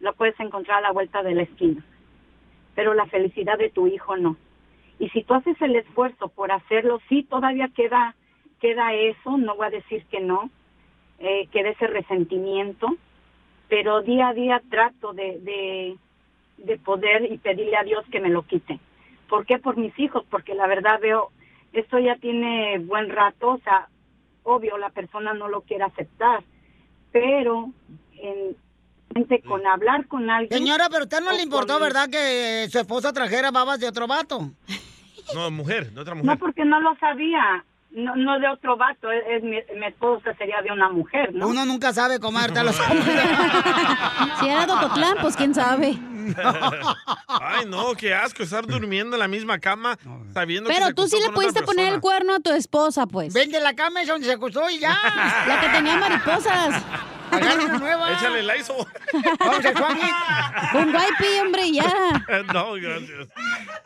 [SPEAKER 18] lo puedes encontrar a la vuelta de la esquina, pero la felicidad de tu hijo no. Y si tú haces el esfuerzo por hacerlo, sí, todavía queda queda eso, no voy a decir que no, eh, queda ese resentimiento, pero día a día trato de, de, de poder y pedirle a Dios que me lo quite. ¿Por qué? Por mis hijos, porque la verdad veo, esto ya tiene buen rato, o sea, obvio la persona no lo quiere aceptar, pero en, gente con hablar con alguien...
[SPEAKER 5] Señora, pero a usted no
[SPEAKER 18] o
[SPEAKER 5] le importó,
[SPEAKER 18] con-
[SPEAKER 5] ¿verdad, que su esposa trajera babas de otro vato?
[SPEAKER 4] No, mujer, de otra mujer.
[SPEAKER 18] No, porque no lo sabía. No, no de otro vato, es, es mi, mi esposa sería de una mujer, ¿no?
[SPEAKER 5] Uno nunca sabe comer, tal los hombres.
[SPEAKER 7] Si era Docotlán, pues quién sabe.
[SPEAKER 4] [LAUGHS] Ay, no, qué asco estar durmiendo en la misma cama sabiendo que
[SPEAKER 7] Pero
[SPEAKER 4] se
[SPEAKER 7] tú
[SPEAKER 4] acostó
[SPEAKER 7] sí le
[SPEAKER 4] con
[SPEAKER 7] pudiste
[SPEAKER 4] otra
[SPEAKER 7] poner el
[SPEAKER 4] persona.
[SPEAKER 7] cuerno a tu esposa, pues.
[SPEAKER 5] Vende la cama esa donde se acostó y ya.
[SPEAKER 7] La que tenía mariposas.
[SPEAKER 5] Agarra una
[SPEAKER 4] [LAUGHS]
[SPEAKER 5] nueva.
[SPEAKER 4] Échale el
[SPEAKER 7] [LAUGHS]
[SPEAKER 4] ISO.
[SPEAKER 5] Vamos a Juan.
[SPEAKER 7] Un guaypi, hombre, ya.
[SPEAKER 4] [LAUGHS] No, gracias.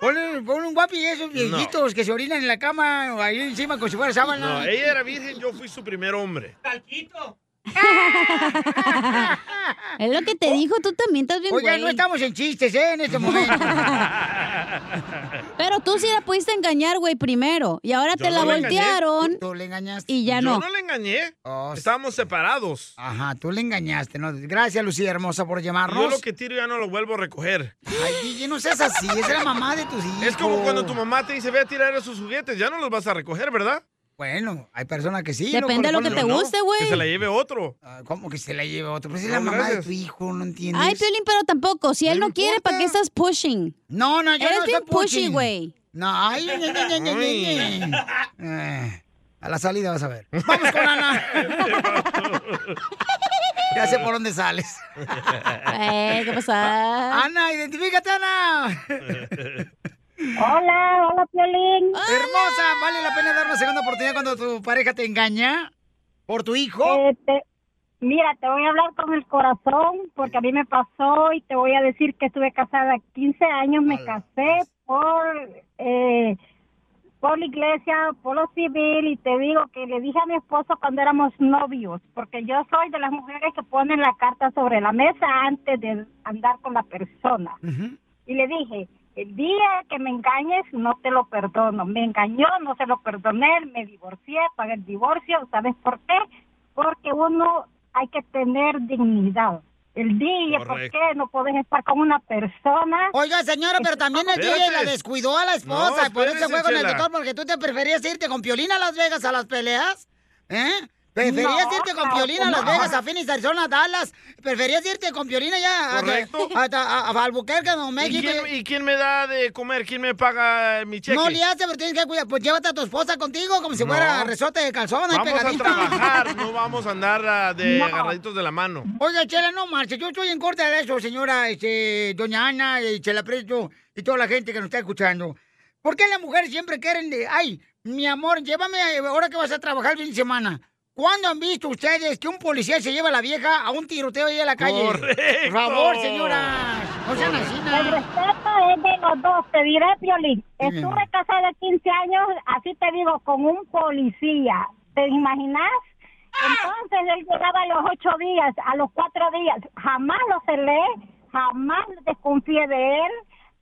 [SPEAKER 5] Ponle, ponle un guapi de esos viejitos que se orinan en la cama o ahí encima como si fuera sábana.
[SPEAKER 4] No, ella era virgen, yo fui su primer hombre.
[SPEAKER 6] Talquito.
[SPEAKER 7] [LAUGHS] Es lo que te dijo, tú también estás bien
[SPEAKER 5] Oiga,
[SPEAKER 7] güey.
[SPEAKER 5] no estamos en chistes, ¿eh? En este momento.
[SPEAKER 7] [LAUGHS] Pero tú sí la pudiste engañar, güey, primero. Y ahora
[SPEAKER 4] Yo
[SPEAKER 7] te la
[SPEAKER 4] no la engañé.
[SPEAKER 7] voltearon.
[SPEAKER 5] Tú le engañaste.
[SPEAKER 7] Y ya
[SPEAKER 4] yo
[SPEAKER 7] no.
[SPEAKER 4] no le engañé. Estábamos separados.
[SPEAKER 5] Oh, Ajá, tú le engañaste, ¿no? Gracias, Lucía hermosa, por
[SPEAKER 4] Y Yo
[SPEAKER 5] llamarnos.
[SPEAKER 4] lo que tiro ya no lo vuelvo a recoger.
[SPEAKER 5] Ay,
[SPEAKER 4] [LAUGHS]
[SPEAKER 5] DJ, no seas así. Es la mamá de tus hijos.
[SPEAKER 4] Es como cuando tu mamá te dice, ve a tirar esos juguetes, ya no los vas a recoger, ¿verdad?
[SPEAKER 5] Bueno, hay personas que sí.
[SPEAKER 7] Depende de lo que te
[SPEAKER 4] Yo no,
[SPEAKER 7] guste, güey.
[SPEAKER 4] Que se la lleve otro.
[SPEAKER 5] Ah, ¿Cómo que se la lleve otro? Pues es
[SPEAKER 4] No,
[SPEAKER 5] la mamá
[SPEAKER 4] gracias.
[SPEAKER 5] de tu hijo, no entiendes.
[SPEAKER 7] Ay, Piolín, pero tampoco. Si él no quiere, ¿para qué estás pushing?
[SPEAKER 5] No, no, yo
[SPEAKER 7] Eres
[SPEAKER 5] no
[SPEAKER 7] bien
[SPEAKER 5] estoy
[SPEAKER 7] pushy,
[SPEAKER 5] pushing.
[SPEAKER 7] güey.
[SPEAKER 5] No, ay, ay, ay, ay, ay, ay, ay. Eh, a la salida vas a ver. Vamos
[SPEAKER 6] [LAUGHS]
[SPEAKER 5] con Ana. ya sé por dónde sales.
[SPEAKER 6] Eh, ¿qué
[SPEAKER 7] pasa?
[SPEAKER 5] Ana, identifícate, Ana.
[SPEAKER 6] [LAUGHS] Hola, hola, Piolín.
[SPEAKER 5] Hermosa,
[SPEAKER 6] Este,
[SPEAKER 5] ¿vale la pena dar una segunda oportunidad cuando tu pareja te engaña? ¿Por tu hijo?
[SPEAKER 8] Mira, te voy a hablar con el corazón porque a mí me pasó y te voy a decir que estuve casada 15 años, me casé por eh, por la iglesia, por lo civil y te digo que le dije a mi esposo cuando éramos novios, porque yo soy de las mujeres que ponen la carta sobre la mesa antes de andar con la persona. Y le dije, el día que me engañes no te lo perdono. Me engañó, no se lo perdoné, me divorcié, pagué el divorcio. ¿Sabes por qué? Porque uno hay que tener dignidad. El día, ¿por
[SPEAKER 5] Correcto.
[SPEAKER 8] qué no puedes estar con una persona?
[SPEAKER 5] Oiga, señora, pero también el DJ la descuidó a la esposa
[SPEAKER 8] No,
[SPEAKER 5] y por eso fue
[SPEAKER 8] espérese,
[SPEAKER 5] con el
[SPEAKER 8] Chela.
[SPEAKER 5] doctor, porque tú te preferías irte con Piolina a Las Vegas a las peleas, ¿eh? Preferías
[SPEAKER 8] No,
[SPEAKER 5] irte con
[SPEAKER 8] claro
[SPEAKER 5] Piolina
[SPEAKER 8] que
[SPEAKER 5] a Las
[SPEAKER 8] no.
[SPEAKER 5] Vegas, a Phoenix, Arizona, a Dallas. Preferías irte con Piolina ya a,
[SPEAKER 4] Correcto.
[SPEAKER 5] a, a- a Albuquerque, Nuevo México.
[SPEAKER 4] quién- y quién me da de comer? ¿Quién me paga mi cheque?
[SPEAKER 5] No le hace, pero tienes que cuidar. Pues llévate a tu esposa contigo como si
[SPEAKER 4] No.
[SPEAKER 5] fuera resorte de calzón. ahí
[SPEAKER 4] Vamos a
[SPEAKER 5] pegadito. [LAUGHS]
[SPEAKER 4] trabajar, no vamos a andar ah, de
[SPEAKER 5] No.
[SPEAKER 4] agarraditos de la mano.
[SPEAKER 5] Oiga, Chela, no marche. Yo estoy en contra de eso, señora este, doña Ana y Chela Preto y toda la gente que nos está escuchando. ¿Por qué las mujeres siempre quieren de, ay, mi amor, llévame eh, ahora que vas a trabajar el fin de semana? ¿Cuándo han visto ustedes que un policía se lleva a la vieja a un tiroteo ahí a la calle?
[SPEAKER 6] Correcto.
[SPEAKER 5] Por favor, señoras. No sean así,
[SPEAKER 8] El respeto es de los dos, te diré, Piolín. Estuve casada 15 años, así te digo, con un policía. ¿Te imaginas? Entonces él llegaba a los ocho días, a los cuatro días. Jamás lo celé, jamás desconfié de él.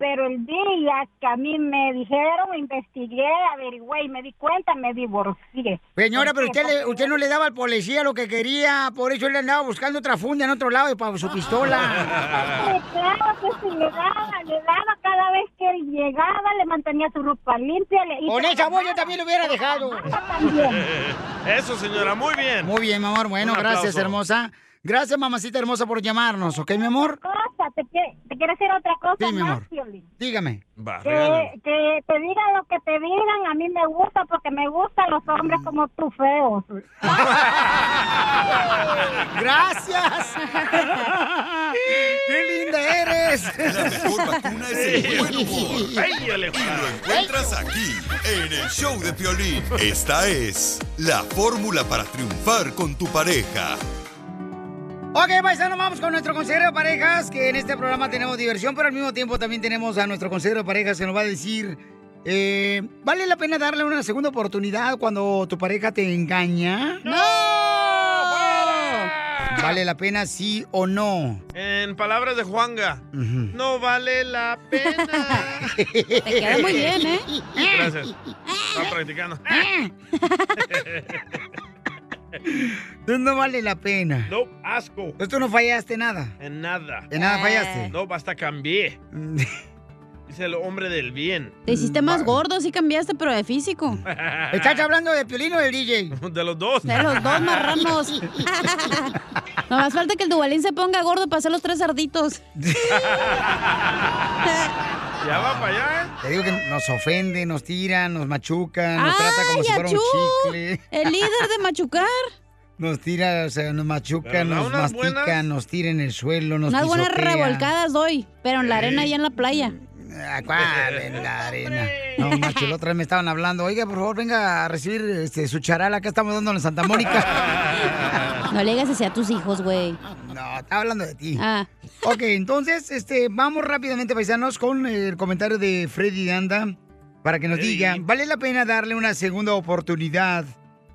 [SPEAKER 8] Pero el día que a mí me dijeron, investigué, averigüé y me di cuenta, me divorcié.
[SPEAKER 5] Señora, pero
[SPEAKER 8] ¿Por qué?
[SPEAKER 5] usted, le- usted no le daba al policía lo que quería, por eso él andaba buscando otra funda en otro lado y para su pistola.
[SPEAKER 8] [LAUGHS] Sí, claro que sí, le daba, le daba cada vez que él llegaba, le mantenía su ropa limpia. Le,
[SPEAKER 5] Con esa voz yo también lo hubiera dejado.
[SPEAKER 4] Eso, señora, muy bien.
[SPEAKER 5] Muy bien, mi amor. Bueno,
[SPEAKER 4] Un aplauso.
[SPEAKER 5] gracias, hermosa. Gracias, mamacita hermosa, por llamarnos, ¿ok, mi amor?
[SPEAKER 8] Cosa, te, quie- te quiero decir otra cosa
[SPEAKER 5] Sí, mi
[SPEAKER 8] más,
[SPEAKER 5] amor. Ah,
[SPEAKER 8] Piolín.
[SPEAKER 5] Dígame.
[SPEAKER 8] Que, que te digan lo que te digan, a mí me gusta porque me gustan los hombres como tú feos.
[SPEAKER 5] Gracias. ¡Qué linda eres!
[SPEAKER 11] Una es el buen humor.
[SPEAKER 4] Ay, yo le-
[SPEAKER 11] Lo encuentras aquí, en el show de Piolín. Esta es la fórmula para triunfar con tu pareja.
[SPEAKER 5] Ok, paisano, vamos con nuestro consejero de parejas, que en este programa tenemos diversión, pero al mismo tiempo también tenemos a nuestro consejero de parejas que nos va a decir, eh, ¿vale la pena darle una segunda oportunidad cuando tu pareja te engaña? ¡No! ¿Vale la pena sí o no?
[SPEAKER 4] En palabras de Juanga, no vale la pena.
[SPEAKER 5] Te
[SPEAKER 4] queda muy bien,
[SPEAKER 5] ¿eh?
[SPEAKER 4] [LAUGHS] Gracias.
[SPEAKER 5] [LAUGHS]
[SPEAKER 4] Está practicando.
[SPEAKER 5] No vale la pena. Pues
[SPEAKER 4] No, asco.
[SPEAKER 5] Tú no fallaste nada.
[SPEAKER 4] En nada.
[SPEAKER 5] En nada fallaste.
[SPEAKER 4] No, basta,
[SPEAKER 5] [LAUGHS]
[SPEAKER 4] cambié. Es el hombre del bien.
[SPEAKER 7] Te
[SPEAKER 5] Mm,
[SPEAKER 7] hiciste más gordo, sí cambiaste, pero de físico.
[SPEAKER 4] ¿Estás
[SPEAKER 5] hablando de Piolín o del DJ?
[SPEAKER 4] [LAUGHS] De los dos.
[SPEAKER 7] De los
[SPEAKER 4] [LAUGHS]
[SPEAKER 7] dos
[SPEAKER 5] [LAUGHS]
[SPEAKER 7] marranos. No más falta que el Dubalín se ponga gordo para hacer los tres sarditos.
[SPEAKER 4] Ya va para allá, ¿eh?
[SPEAKER 5] Te digo que nos ofende, nos tira, nos machuca, nos
[SPEAKER 7] Ay,
[SPEAKER 5] trata como si fuera
[SPEAKER 7] achú,
[SPEAKER 5] un chicle.
[SPEAKER 7] El líder de machucar.
[SPEAKER 5] Nos tira, o sea, nos machuca,
[SPEAKER 7] Pero da
[SPEAKER 5] nos
[SPEAKER 7] unas
[SPEAKER 5] mastica,
[SPEAKER 7] buenas-
[SPEAKER 5] nos tira en el suelo, [LAUGHS] nos
[SPEAKER 7] Unas buenas
[SPEAKER 5] pisotea. Eh.
[SPEAKER 7] revolcadas doy, pero en la arena
[SPEAKER 5] Ey.
[SPEAKER 7] y en la playa.
[SPEAKER 5] Ah, ¿Cuál en la arena? No, macho, la otra vez me estaban hablando. Oiga, por favor, venga a recibir este, su charal. Acá estamos dándole en
[SPEAKER 4] [LAUGHS]
[SPEAKER 5] Santa Mónica.
[SPEAKER 7] No le digas así a tus hijos, güey. Ah.
[SPEAKER 5] No, estaba hablando de ti. Ok, entonces, este, vamos rápidamente, paisanos, con el comentario de Freddy de Anda para que nos diga, ¿vale la pena darle una segunda oportunidad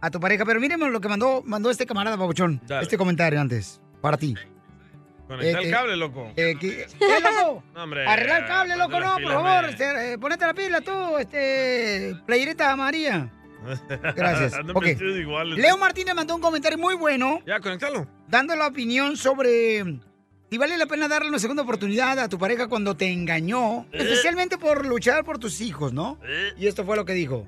[SPEAKER 5] a tu pareja? Pero miremos lo que mandó, mandó este camarada, babuchón,
[SPEAKER 4] Dale.
[SPEAKER 5] este comentario antes, para ti.
[SPEAKER 4] Conecta
[SPEAKER 5] Eh,
[SPEAKER 4] el
[SPEAKER 5] eh,
[SPEAKER 4] cable, loco.
[SPEAKER 5] Eh, ¿qué- eh, loco?
[SPEAKER 4] No, [LAUGHS] hombre.
[SPEAKER 5] Arregla el cable, loco,
[SPEAKER 4] ponte las
[SPEAKER 5] no, por
[SPEAKER 4] pilas,
[SPEAKER 5] favor,
[SPEAKER 4] hombre.
[SPEAKER 5] este, eh, ponete la pila tú, este, playerita María. Gracias.
[SPEAKER 4] Andan
[SPEAKER 5] Ok.
[SPEAKER 4] vestidos iguales.
[SPEAKER 5] Leo Martínez mandó un comentario muy bueno.
[SPEAKER 4] Ya, conéctalo.
[SPEAKER 5] Dando la opinión sobre si vale la pena darle una segunda oportunidad a tu pareja cuando te engañó,
[SPEAKER 4] Eh.
[SPEAKER 5] especialmente por luchar por tus hijos, ¿no? Y esto fue lo que dijo.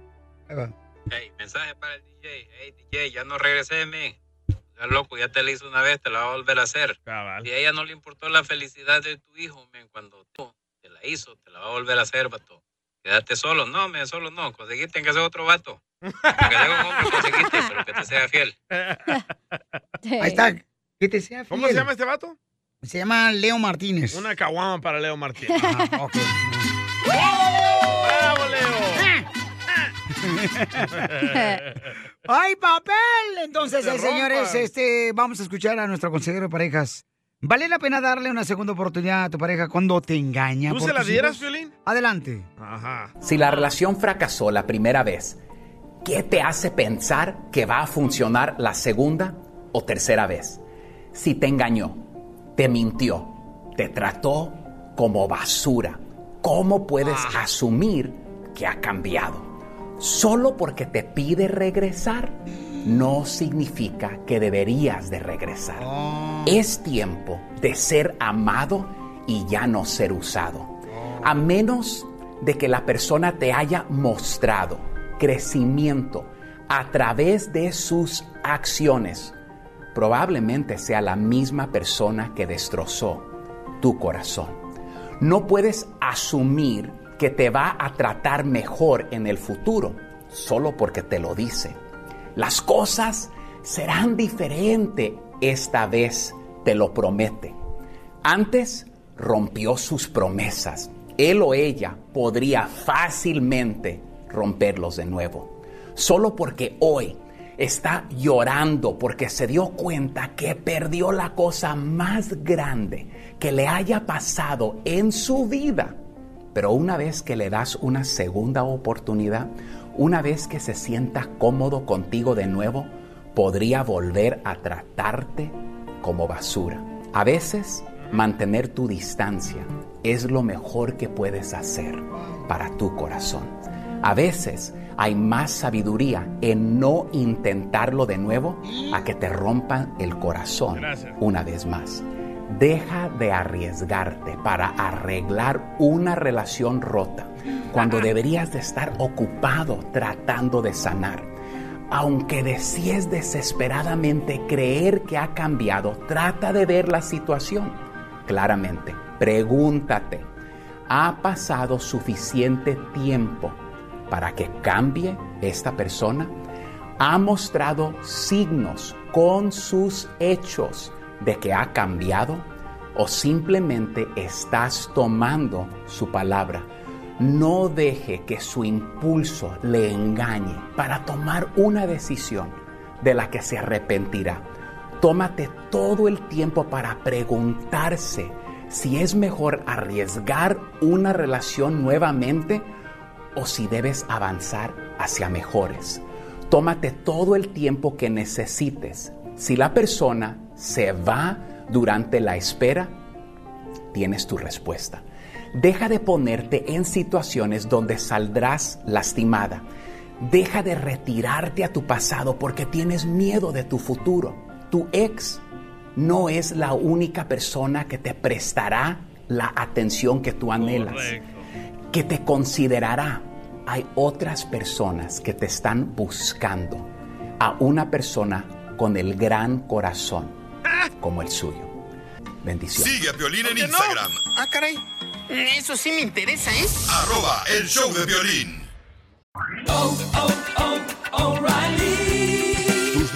[SPEAKER 5] Ahí va.
[SPEAKER 25] Hey, mensaje para el DJ. Hey, DJ, ya no regresé, men. Ya loco, ya te la hice una vez, te la va a volver a hacer. Si a ella no le importó la felicidad de tu hijo, men, cuando tú te la hizo, te la va a volver a hacer, vato. Quédate solo, no, men, solo no. Conseguiste que sea otro vato. Que sea un hombre, conseguiste, pero que te sea fiel.
[SPEAKER 5] Ahí está. Que te sea
[SPEAKER 4] ¿Cómo se
[SPEAKER 5] fiel.
[SPEAKER 4] llama este vato?
[SPEAKER 5] Se llama Leo Martínez. [LAUGHS]
[SPEAKER 4] Una caguama para [LAUGHS] Leo Martínez.
[SPEAKER 5] Ah, ok.
[SPEAKER 4] ¡Bravo, Leo!
[SPEAKER 5] [LAUGHS]
[SPEAKER 4] [LAUGHS]
[SPEAKER 5] ¡Ay, papel! Entonces,
[SPEAKER 6] Que
[SPEAKER 5] eh, señores,
[SPEAKER 6] rompan.
[SPEAKER 5] este, vamos a escuchar a nuestro consejero de parejas. ¿Vale la pena darle una segunda oportunidad a tu pareja cuando te engaña?
[SPEAKER 4] ¿Tú
[SPEAKER 5] por
[SPEAKER 4] se la
[SPEAKER 5] tus
[SPEAKER 4] dieras,
[SPEAKER 5] hijos?
[SPEAKER 4] Violín?
[SPEAKER 5] Adelante.
[SPEAKER 4] Ajá.
[SPEAKER 26] Si la relación fracasó la primera vez, ¿qué te hace pensar que va a funcionar la segunda o tercera vez? Si te engañó, te mintió, te trató como basura, ¿cómo puedes asumir que ha cambiado? Solo porque te pide regresar no significa que deberías de regresar. Es tiempo de ser amado y ya no ser usado. A menos de que la persona te haya mostrado crecimiento a través de sus acciones, probablemente sea la misma persona que destrozó tu corazón. No puedes asumir que te va a tratar mejor en el futuro solo porque te lo dice. Las cosas serán diferentes esta vez, te lo promete. Antes rompió sus promesas. Él o ella podría fácilmente romperlos de nuevo. Solo porque hoy está llorando porque se dio cuenta que perdió la cosa más grande que le haya pasado en su vida. Pero una vez que le das una segunda oportunidad, una vez que se sienta cómodo contigo de nuevo, podría volver a tratarte como basura. A veces, mantener tu distancia es lo mejor que puedes hacer para tu corazón. A veces hay más sabiduría en no intentarlo de nuevo a que te rompan el corazón
[SPEAKER 6] Gracias.
[SPEAKER 26] una vez más. Deja de arriesgarte para arreglar una relación rota cuando deberías de estar ocupado tratando de sanar. Aunque desees desesperadamente creer que ha cambiado, trata de ver la situación claramente. Pregúntate, ¿ha pasado suficiente tiempo para que cambie esta persona? ha mostrado signos con sus hechos de que ha cambiado o simplemente estás tomando su palabra. No deje que su impulso le engañe para tomar una decisión de la que se arrepentirá. Tómate todo el tiempo para preguntarse si es mejor arriesgar una relación nuevamente o si debes avanzar hacia mejores. Tómate todo el tiempo que necesites. Si la persona se va durante la espera, tienes tu respuesta. Deja de ponerte en situaciones donde saldrás lastimada. Deja de retirarte a tu pasado porque tienes miedo de tu futuro. Tu ex no es la única persona que te prestará la atención que tú anhelas que te considerará. Hay otras personas que te están buscando a una persona con el gran corazón como el suyo. Bendiciones.
[SPEAKER 11] Sigue a Piolín en Instagram,
[SPEAKER 6] Ah, caray. Eso sí me interesa, ¿eh?
[SPEAKER 11] arroba el show de violín.
[SPEAKER 14] ¿Tus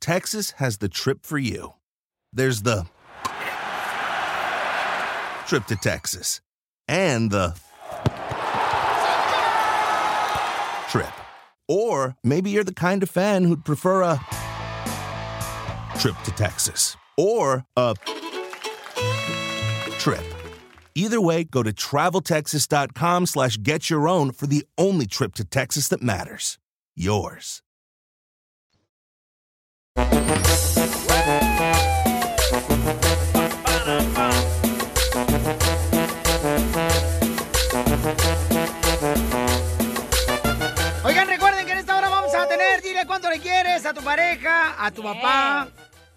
[SPEAKER 27] Texas has the trip for you. There's the trip to Texas and the trip. Or maybe you're the kind of fan who'd prefer a trip to Texas or a trip. Either way, go to traveltexas.com slash get your own for the only trip to Texas that matters. Yours.
[SPEAKER 5] Oigan, recuerden que en esta hora vamos a tener, dile cuánto le quieres a tu pareja, a tu papá.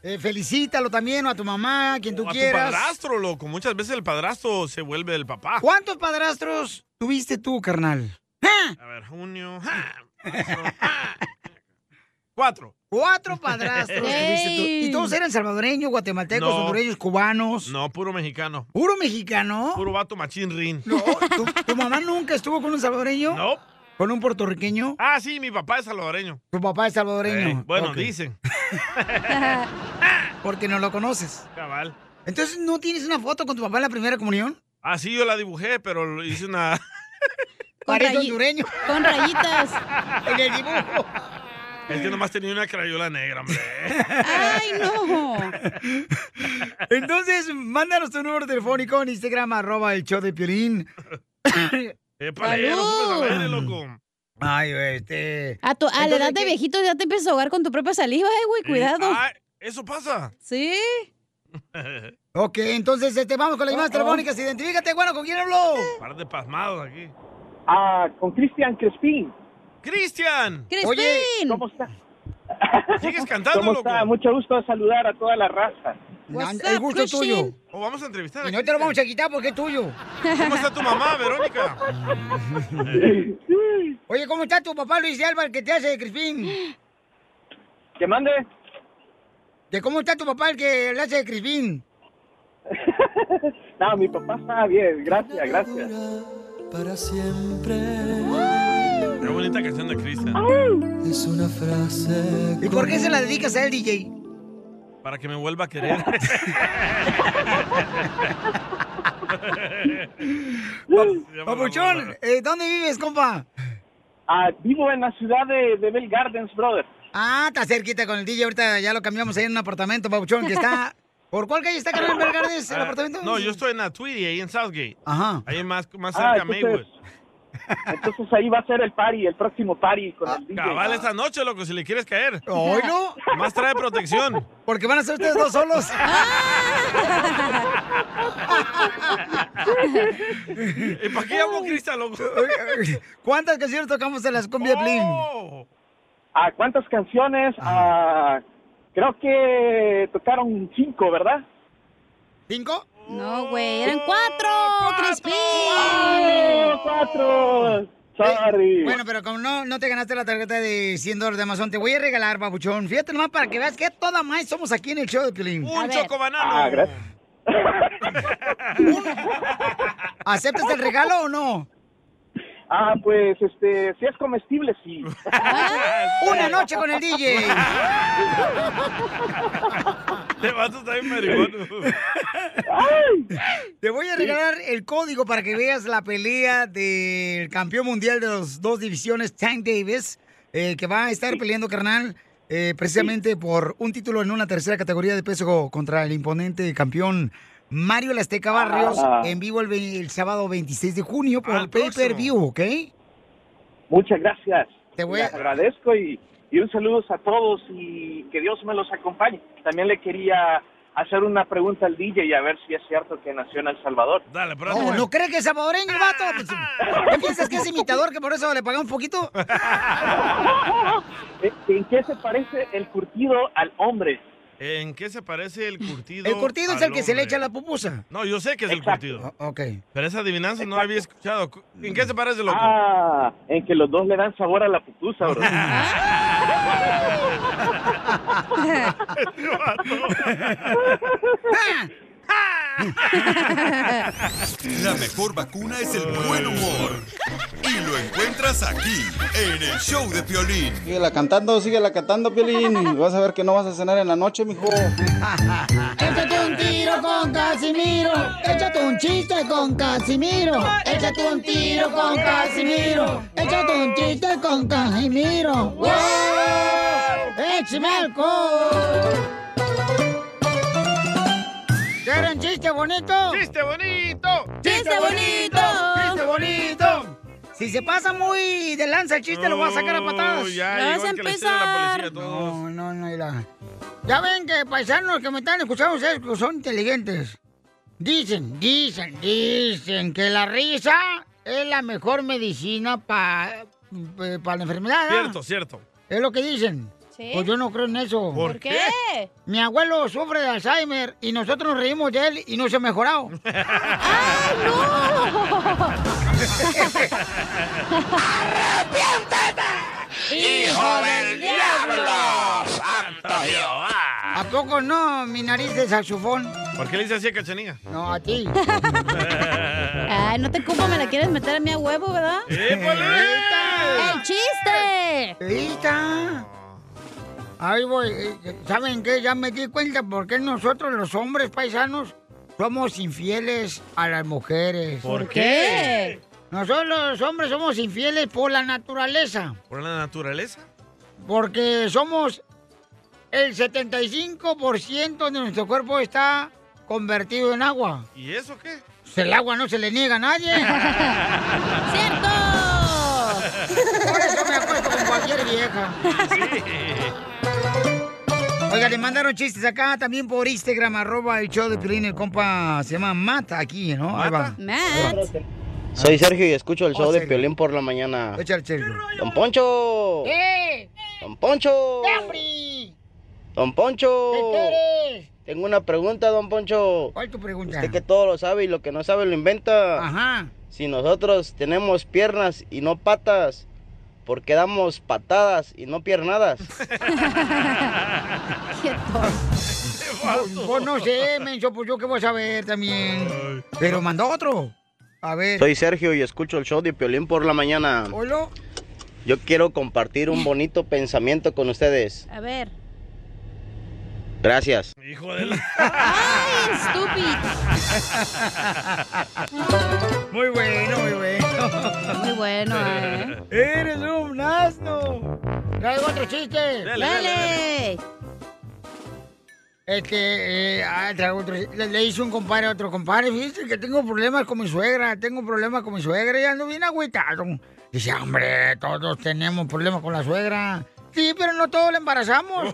[SPEAKER 5] Eh, felicítalo también, o a tu mamá, a quien tú
[SPEAKER 4] a
[SPEAKER 5] quieras.
[SPEAKER 4] tu padrastro, Ah. loco. Muchas veces el padrastro se vuelve el papá.
[SPEAKER 5] ¿Cuántos padrastros
[SPEAKER 7] Ah.
[SPEAKER 5] tuviste tú, carnal?
[SPEAKER 4] A ver, junio. Ah, Cuatro. [LAUGHS]
[SPEAKER 5] Cuatro padrastros. tuviste tú.
[SPEAKER 4] Ey.
[SPEAKER 5] Y todos eran salvadoreños, guatemaltecos,
[SPEAKER 4] No.
[SPEAKER 5] hondureños, cubanos.
[SPEAKER 4] No, puro mexicano.
[SPEAKER 5] ¿Puro mexicano?
[SPEAKER 4] Puro vato machín rin.
[SPEAKER 5] ¿Tu, tu mamá nunca estuvo con un salvadoreño?
[SPEAKER 4] No.
[SPEAKER 5] ¿Con un puertorriqueño?
[SPEAKER 4] Ah, sí, mi papá es salvadoreño.
[SPEAKER 5] Tu papá es salvadoreño.
[SPEAKER 4] Eh, bueno,
[SPEAKER 5] Ok.
[SPEAKER 4] [LAUGHS] dicen.
[SPEAKER 5] Porque no lo conoces.
[SPEAKER 4] Cabal.
[SPEAKER 5] Entonces, ¿no tienes una foto con tu papá en la primera comunión?
[SPEAKER 4] Ah, sí, yo la dibujé, pero lo hice
[SPEAKER 5] [LAUGHS]
[SPEAKER 4] una...
[SPEAKER 5] Parece hondureño.
[SPEAKER 7] Con rayitas.
[SPEAKER 5] [LAUGHS] en el dibujo.
[SPEAKER 4] [LAUGHS] Es que nomás tenía una crayola negra, hombre.
[SPEAKER 5] ¡Ay, no! [LAUGHS] Entonces, mándanos tu número telefónico en Instagram, arroba el show de
[SPEAKER 4] [LAUGHS]
[SPEAKER 5] Piolín.
[SPEAKER 4] Épale, no subes al aire, loco.
[SPEAKER 5] Ay, güey, este...
[SPEAKER 7] A, tu, a la
[SPEAKER 5] Entonces,
[SPEAKER 7] edad de
[SPEAKER 5] ¿qué?
[SPEAKER 7] viejito ya te empiezas a ahogar con tu propia saliva, eh, güey, cuidado.
[SPEAKER 4] Ah, eso [LAUGHS] pasa.
[SPEAKER 7] Sí.
[SPEAKER 5] Ok, entonces este, vamos con las llamadas
[SPEAKER 4] Uh-oh.
[SPEAKER 5] telefónicas. Identifícate, bueno, ¿con quién habló?
[SPEAKER 4] Par de pasmados aquí.
[SPEAKER 13] Ah, con Cristian Crespín.
[SPEAKER 4] ¡Cristian!
[SPEAKER 5] Oye,
[SPEAKER 13] ¿cómo está?
[SPEAKER 4] ¿Sigues cantando,
[SPEAKER 13] ¿Cómo
[SPEAKER 4] loco?
[SPEAKER 13] está? Mucho gusto de saludar a toda la raza.
[SPEAKER 5] Anda, el gusto es tuyo.
[SPEAKER 4] O Oh, vamos a entrevistar
[SPEAKER 5] Y no te lo vamos a quitar porque es tuyo.
[SPEAKER 4] ¿Cómo está tu mamá,
[SPEAKER 5] [LAUGHS]
[SPEAKER 4] Verónica?
[SPEAKER 5] Oye, ¿cómo está tu papá Luis de Alba, el que te hace de Crispín?
[SPEAKER 13] ¿Que mande?
[SPEAKER 5] ¿De cómo está tu papá el que le hace de Crispín?
[SPEAKER 13] [LAUGHS] No, mi papá está bien. Gracias, gracias.
[SPEAKER 28] Para
[SPEAKER 5] [LAUGHS]
[SPEAKER 28] siempre.
[SPEAKER 4] Qué bonita canción de Cristian.
[SPEAKER 28] Es una frase.
[SPEAKER 5] ¿Y por qué se la dedicas a él, DJ?
[SPEAKER 4] Para que me vuelva a querer. [LAUGHS]
[SPEAKER 5] Papuchón, eh, ¿dónde vives, compa?
[SPEAKER 13] Ah, vivo en la ciudad de, de Bell Gardens, brother.
[SPEAKER 5] Ah, está cerquita con el DJ. Ahorita ya lo cambiamos ahí en un apartamento, Papuchón, que
[SPEAKER 13] [LAUGHS]
[SPEAKER 5] está... ¿Por cuál calle está, Carmen Vergardes, el
[SPEAKER 4] Ah,
[SPEAKER 5] apartamento?
[SPEAKER 4] No, yo estoy en Atwitty, ahí en Southgate.
[SPEAKER 5] Ajá.
[SPEAKER 4] Ahí más, más cerca
[SPEAKER 13] Ah,
[SPEAKER 4] a
[SPEAKER 13] entonces-
[SPEAKER 4] Maywood.
[SPEAKER 13] Entonces ahí va a ser el party, el próximo party
[SPEAKER 5] Ah,
[SPEAKER 13] con el DJ.
[SPEAKER 4] Cabal esta noche, loco, si le quieres caer.
[SPEAKER 5] ¿Oílo?
[SPEAKER 4] Más trae protección.
[SPEAKER 5] Porque van a ser ustedes
[SPEAKER 4] [LAUGHS]
[SPEAKER 5] dos solos.
[SPEAKER 4] ¿Y para qué llamo Cristian, loco?
[SPEAKER 5] [LAUGHS] ¿Cuántas canciones tocamos en las cumbias,
[SPEAKER 4] Oh,
[SPEAKER 5] Blin?
[SPEAKER 13] ¿A Ah, cuántas canciones? Ah, creo que tocaron cinco, ¿verdad?
[SPEAKER 5] ¿Cinco?
[SPEAKER 7] No, güey,
[SPEAKER 5] Oh,
[SPEAKER 7] eran cuatro, Crispín.
[SPEAKER 13] ¡Cuatro! ¡Sorry!
[SPEAKER 5] Bueno, pero como no, no te ganaste la tarjeta de 100 dólares de Amazon, te voy a regalar, papuchón. Fíjate nomás para que veas que toda más somos aquí en el show de Pilín.
[SPEAKER 4] Un chocobanano.
[SPEAKER 13] Ah, gracias.
[SPEAKER 5] ¿Aceptas el regalo o no?
[SPEAKER 13] Ah, pues, este, si es comestible,
[SPEAKER 5] [LAUGHS]
[SPEAKER 13] sí.
[SPEAKER 5] Una noche con el DJ.
[SPEAKER 4] [LAUGHS] Te vas a estar en marihuana.
[SPEAKER 5] Te voy a regalar el código para que veas la pelea del campeón mundial de las dos divisiones, Tank Davis, eh, que va a estar peleando, carnal, eh, precisamente por un título en una tercera categoría de peso contra el imponente campeón Mario La Azteca Barrios
[SPEAKER 13] Ah.
[SPEAKER 5] en vivo el, ve- el sábado 26 de junio por
[SPEAKER 13] Al
[SPEAKER 5] pay-per-view, ¿ok?
[SPEAKER 13] Muchas gracias.
[SPEAKER 5] Te voy a-
[SPEAKER 13] Les agradezco y, y un saludo a todos y que Dios me los acompañe. También le quería hacer una pregunta al DJ y a ver si es cierto que nació en El Salvador.
[SPEAKER 4] Dale,
[SPEAKER 5] Oh,
[SPEAKER 13] [LAUGHS]
[SPEAKER 5] ¿No crees que es salvadoreño, vato? Pues, ¿No piensas que es imitador, que por eso le pagamos poquito?
[SPEAKER 13] ¿En qué se parece el curtido al hombre?
[SPEAKER 4] ¿En qué se parece el curtido?
[SPEAKER 5] El curtido es
[SPEAKER 4] al
[SPEAKER 5] el que se le
[SPEAKER 4] hombre?
[SPEAKER 5] echa la pupusa.
[SPEAKER 4] No, yo sé que es el curtido.
[SPEAKER 5] Ok.
[SPEAKER 4] Pero esa adivinanza no la había escuchado. ¿En qué se parece, loco?
[SPEAKER 13] Ah, en que los dos le dan sabor a la pupusa, bro.
[SPEAKER 11] [LAUGHS] La mejor vacuna es el buen humor. Y lo encuentras aquí, en el show de Piolín.
[SPEAKER 10] [LAUGHS] Síguela cantando, síguela cantando, Piolín. Vas a ver que no vas a cenar en la noche, mijo.
[SPEAKER 6] Échate un tiro con Casimiro. Échate un chiste con Casimiro. Échate un tiro con Casimiro. Échate un chiste con Casimiro. ¡Wow!
[SPEAKER 5] ¡Échame alcohol! ¿Quieren chiste bonito?
[SPEAKER 4] ¡Chiste bonito!
[SPEAKER 6] ¡Chiste bonito!
[SPEAKER 5] ¡Chiste bonito! Si se pasa muy de lanza el chiste, lo voy a sacar a patadas.
[SPEAKER 6] ya Ya llegó vas a el que le sirve a la empezar. policía a todos.
[SPEAKER 5] No, no, no, mira. Ya ven que paisanos que me están escuchando ustedes que son inteligentes. Dicen, dicen, dicen que la risa es la mejor medicina para la enfermedad. ¿ah?
[SPEAKER 4] Cierto, cierto. [LAUGHS]
[SPEAKER 5] Es lo que dicen.
[SPEAKER 4] Sí.
[SPEAKER 5] Pues yo no creo en eso.
[SPEAKER 4] ¿Por ¿Por qué? qué?
[SPEAKER 5] Mi abuelo sufre de Alzheimer y nosotros nos reímos de él y no se ha mejorado.
[SPEAKER 6] ¡Ay,
[SPEAKER 5] no! [LAUGHS]
[SPEAKER 4] [LAUGHS]
[SPEAKER 6] ¡Hijo del diablo!
[SPEAKER 5] poco no, mi nariz de saxofón?
[SPEAKER 4] ¿Por qué le dices así a Cachanilla?
[SPEAKER 5] No, a ti.
[SPEAKER 7] Ay, no te culpo, me la quieres meter a mí a huevo, ¿verdad? ¡El chiste!
[SPEAKER 5] ¡Lista! Ahí voy. Eh, ¿Saben qué? Ya me di cuenta por qué nosotros los hombres paisanos somos infieles a las mujeres.
[SPEAKER 4] ¿Por qué?
[SPEAKER 5] Nosotros los hombres somos infieles por la naturaleza.
[SPEAKER 4] ¿Por la naturaleza?
[SPEAKER 5] Porque somos el 75% de nuestro cuerpo está convertido en agua.
[SPEAKER 4] ¿Y eso qué?
[SPEAKER 5] Pues El agua no se le niega a nadie.
[SPEAKER 15] [LAUGHS]
[SPEAKER 5] ¡Cierto! Por eso me acuesto con cualquier vieja. Oiga, le mandaron chistes acá también por Instagram, arroba el show de Pilín, el compa se llama Mata aquí, ¿no? Ahí va.
[SPEAKER 7] Matt.
[SPEAKER 24] Soy Sergio y escucho el
[SPEAKER 5] Oh,
[SPEAKER 24] show de
[SPEAKER 5] Sergio.
[SPEAKER 24] Piolín por la mañana.
[SPEAKER 5] Échale, Sergio.
[SPEAKER 24] Don Poncho,
[SPEAKER 5] ¡Eh!
[SPEAKER 24] Don Poncho,
[SPEAKER 5] ¡Hombre!
[SPEAKER 24] Don Poncho.
[SPEAKER 5] Oh. [LAUGHS] ¿Qué
[SPEAKER 24] Tengo una pregunta, Don Poncho.
[SPEAKER 5] ¿Cuál es tu pregunta?
[SPEAKER 24] Usted que todo lo sabe y lo que no sabe lo inventa.
[SPEAKER 5] Ajá.
[SPEAKER 24] Si nosotros tenemos piernas y no patas, ¿por qué damos patadas y no piernadas?
[SPEAKER 5] Pues, pues no sé, menso, pues yo qué voy a saber también. Pero mandó otro. A ver.
[SPEAKER 24] Soy Sergio y escucho el show de Piolín por la mañana.
[SPEAKER 5] Hola.
[SPEAKER 24] Yo quiero compartir un bonito pensamiento con ustedes.
[SPEAKER 7] A ver.
[SPEAKER 24] Gracias.
[SPEAKER 4] Hijo de la...
[SPEAKER 7] ¡Ay, estúpido!
[SPEAKER 5] Muy bueno, muy bueno.
[SPEAKER 7] Muy bueno, ¿eh?
[SPEAKER 5] ¡Eres un asno! Traigo otro chiste. Dale.
[SPEAKER 7] dale,
[SPEAKER 5] Este, eh, ah, traigo otro chiste. le, le hice un compadre a otro compadre. Fíjate que tengo problemas con mi suegra. Tengo problemas con mi suegra y ando bien agüitado. Dice, hombre, todos tenemos problemas con la [LAUGHS] suegra. Sí, pero no todos la embarazamos.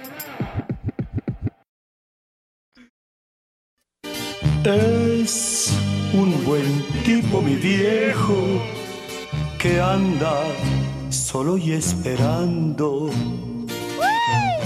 [SPEAKER 11] Es un buen tipo, mi viejo, que anda solo y esperando.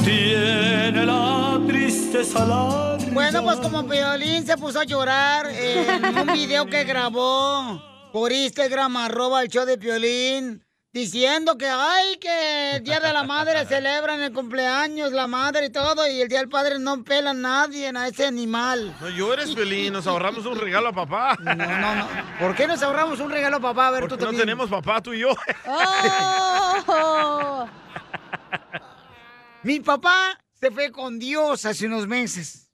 [SPEAKER 11] Tiene la tristeza larga.
[SPEAKER 5] Bueno, pues como Piolín se puso a llorar en un video que grabó por Instagram, arroba el show de Piolín, diciendo que, ay, que el Día de la Madre celebran el cumpleaños, la madre y todo, y el Día del Padre no pela a nadie, a ese animal.
[SPEAKER 4] No llores, Piolín, nos ahorramos un regalo a papá. No, no,
[SPEAKER 5] no. ¿Por qué nos ahorramos un regalo a papá? A ver, tú
[SPEAKER 4] No tenemos papá, tú y yo.
[SPEAKER 5] ¡Oh! Mi papá se fue con Dios hace unos meses,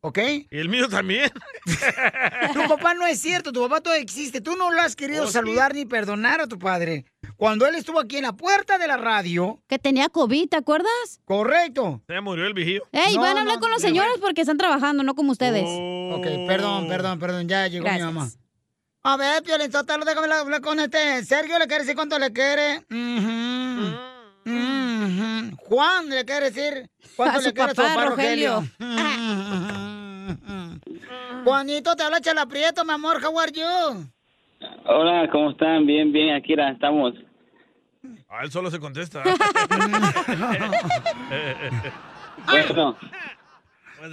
[SPEAKER 5] ¿ok?
[SPEAKER 4] Y el mío también.
[SPEAKER 5] [LAUGHS] Tu papá no es cierto, tu papá todavía existe. Tú no lo has querido
[SPEAKER 4] Oh, sí.
[SPEAKER 5] saludar ni perdonar a tu padre. Cuando él estuvo aquí en la puerta de la radio.
[SPEAKER 7] Que tenía COVID, ¿te acuerdas?
[SPEAKER 5] Correcto.
[SPEAKER 4] Se murió el vigío.
[SPEAKER 7] ¡Ey, van a hablar con los señores porque están trabajando, no como ustedes!
[SPEAKER 5] Ok, perdón, perdón, perdón, Oh, ya llegó mi
[SPEAKER 7] Gracias.
[SPEAKER 5] mamá. A ver, Piolín Sotelo, déjame hablar con este. Sergio le quiere decir cuánto le quiere. Ujú. Ujú. Juan le quiere decir cuánto
[SPEAKER 6] A su
[SPEAKER 5] le quiere
[SPEAKER 6] papá,
[SPEAKER 5] a su papá, Rogelio.
[SPEAKER 6] Rogelio.
[SPEAKER 5] Ujú. Juanito, te habla Chela Prieto, mi amor, how are
[SPEAKER 4] [LAUGHS]
[SPEAKER 5] you?
[SPEAKER 10] Hola, ¿cómo están? Bien, bien, aquí
[SPEAKER 4] [LAUGHS]
[SPEAKER 10] la estamos.
[SPEAKER 4] Ah, él solo se
[SPEAKER 5] [LAUGHS]
[SPEAKER 4] contesta.
[SPEAKER 10] Bueno,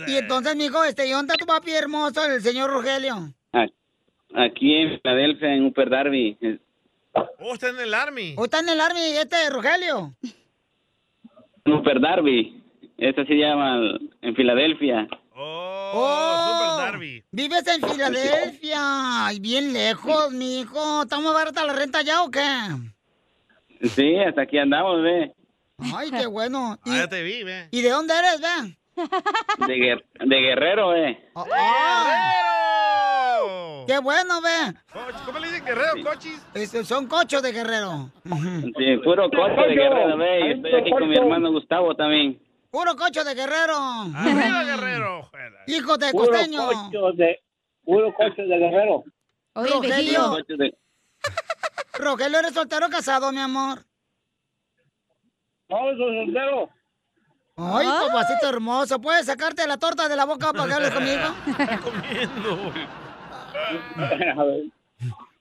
[SPEAKER 5] Y entonces, mijo, este, ¿y dónde está tu papi hermoso, el señor Rogelio?
[SPEAKER 10] aquí en Filadelfia, en Upper Darby.
[SPEAKER 4] Oh, está en el Army.
[SPEAKER 5] ¿O está en el army este, Rogelio?
[SPEAKER 10] En Upper Darby. Esta se llama en Filadelfia.
[SPEAKER 5] ¡Oh!
[SPEAKER 4] Barbie.
[SPEAKER 5] Vives en Filadelfia y bien lejos, mijo. ¿Está muy barata la renta ya o qué?
[SPEAKER 10] Sí, hasta aquí andamos, ve.
[SPEAKER 5] Ay,
[SPEAKER 4] [LAUGHS]
[SPEAKER 5] qué bueno.
[SPEAKER 4] Ah, ya te vi, ve.
[SPEAKER 5] ¿Y de dónde eres, ve?
[SPEAKER 10] De, guer- de guerrero, ve.
[SPEAKER 5] ¡Guerrero! ¡Qué bueno, ve!
[SPEAKER 4] ¿Cómo le dicen guerrero, cochis?
[SPEAKER 5] son cochos de guerrero.
[SPEAKER 4] Mm.
[SPEAKER 10] Sí, puro coche de guerrero, ve. Y estoy aquí con mi hermano Gustavo
[SPEAKER 4] [LAUGHS]
[SPEAKER 10] también.
[SPEAKER 5] ¡Puro cocho de guerrero!
[SPEAKER 4] ¡Arriba, guerrero!
[SPEAKER 5] [LAUGHS] ¡Hijo [LAUGHS] de
[SPEAKER 10] Puro
[SPEAKER 5] costeño!
[SPEAKER 10] cocho
[SPEAKER 13] de, puro coche de guerrero.
[SPEAKER 5] Oye,
[SPEAKER 10] Puro
[SPEAKER 5] Rogelio.
[SPEAKER 10] coche de-
[SPEAKER 5] Rogelio, ¿eres soltero o casado, mi amor?
[SPEAKER 13] No, soy soltero.
[SPEAKER 5] Ay, papacito hermoso, ¿puedes sacarte la torta de la boca para que hables
[SPEAKER 7] [LAUGHS]
[SPEAKER 5] conmigo?
[SPEAKER 13] A ver.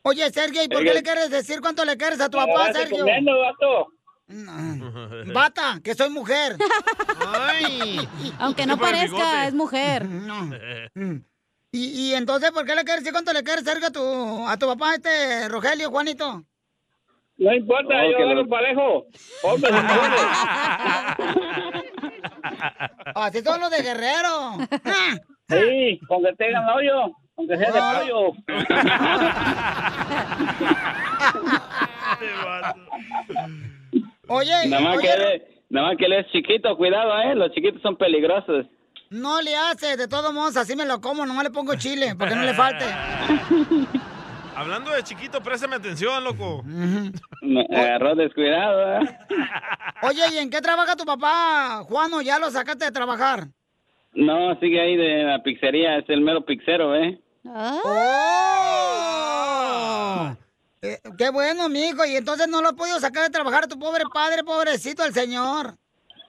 [SPEAKER 5] Oye, Sergio, ¿y por qué
[SPEAKER 13] Oiga.
[SPEAKER 5] le quieres decir cuánto le quieres a tu
[SPEAKER 13] Me
[SPEAKER 5] papá,
[SPEAKER 13] agarraste
[SPEAKER 5] Sergio?
[SPEAKER 13] comiendo, vato.
[SPEAKER 5] Mm. Bata, que soy mujer.
[SPEAKER 7] Aunque no Tipo de parezca, bigote. es mujer.
[SPEAKER 5] [LAUGHS] No. Y, y entonces, ¿por qué le quieres decir cuánto le quieres, Sergio, a tu, a tu papá, este Rogelio, Juanito?
[SPEAKER 13] No importa,
[SPEAKER 5] Oh,
[SPEAKER 13] yo
[SPEAKER 5] que lo-
[SPEAKER 13] lo... parejo. [LAUGHS] Hombre,
[SPEAKER 5] Así son los de Guerrero.
[SPEAKER 13] sí, aunque tengan hoyo, aunque sea de
[SPEAKER 5] Ah.
[SPEAKER 13] pollo.
[SPEAKER 5] Oye,
[SPEAKER 10] Nada más, que
[SPEAKER 5] oye,
[SPEAKER 10] él, es- nada más que él es chiquito, cuidado, eh. Los chiquitos son peligrosos.
[SPEAKER 5] no le hace, de todos modos, así me lo como, nomás le pongo chile, para que no le falte.
[SPEAKER 4] [LAUGHS] Hablando de chiquito, préstame atención, loco. Oh.
[SPEAKER 10] Me agarró descuidado, eh.
[SPEAKER 5] Oye, ¿y en qué trabaja tu papá, Juano? Ya lo sacaste de trabajar.
[SPEAKER 10] No, sigue ahí de la pizzería, es el mero pizzero, eh.
[SPEAKER 5] ¡Oh! Eh, qué bueno, mijo. Y entonces no lo has podido sacar de trabajar a tu pobre padre, pobrecito el señor.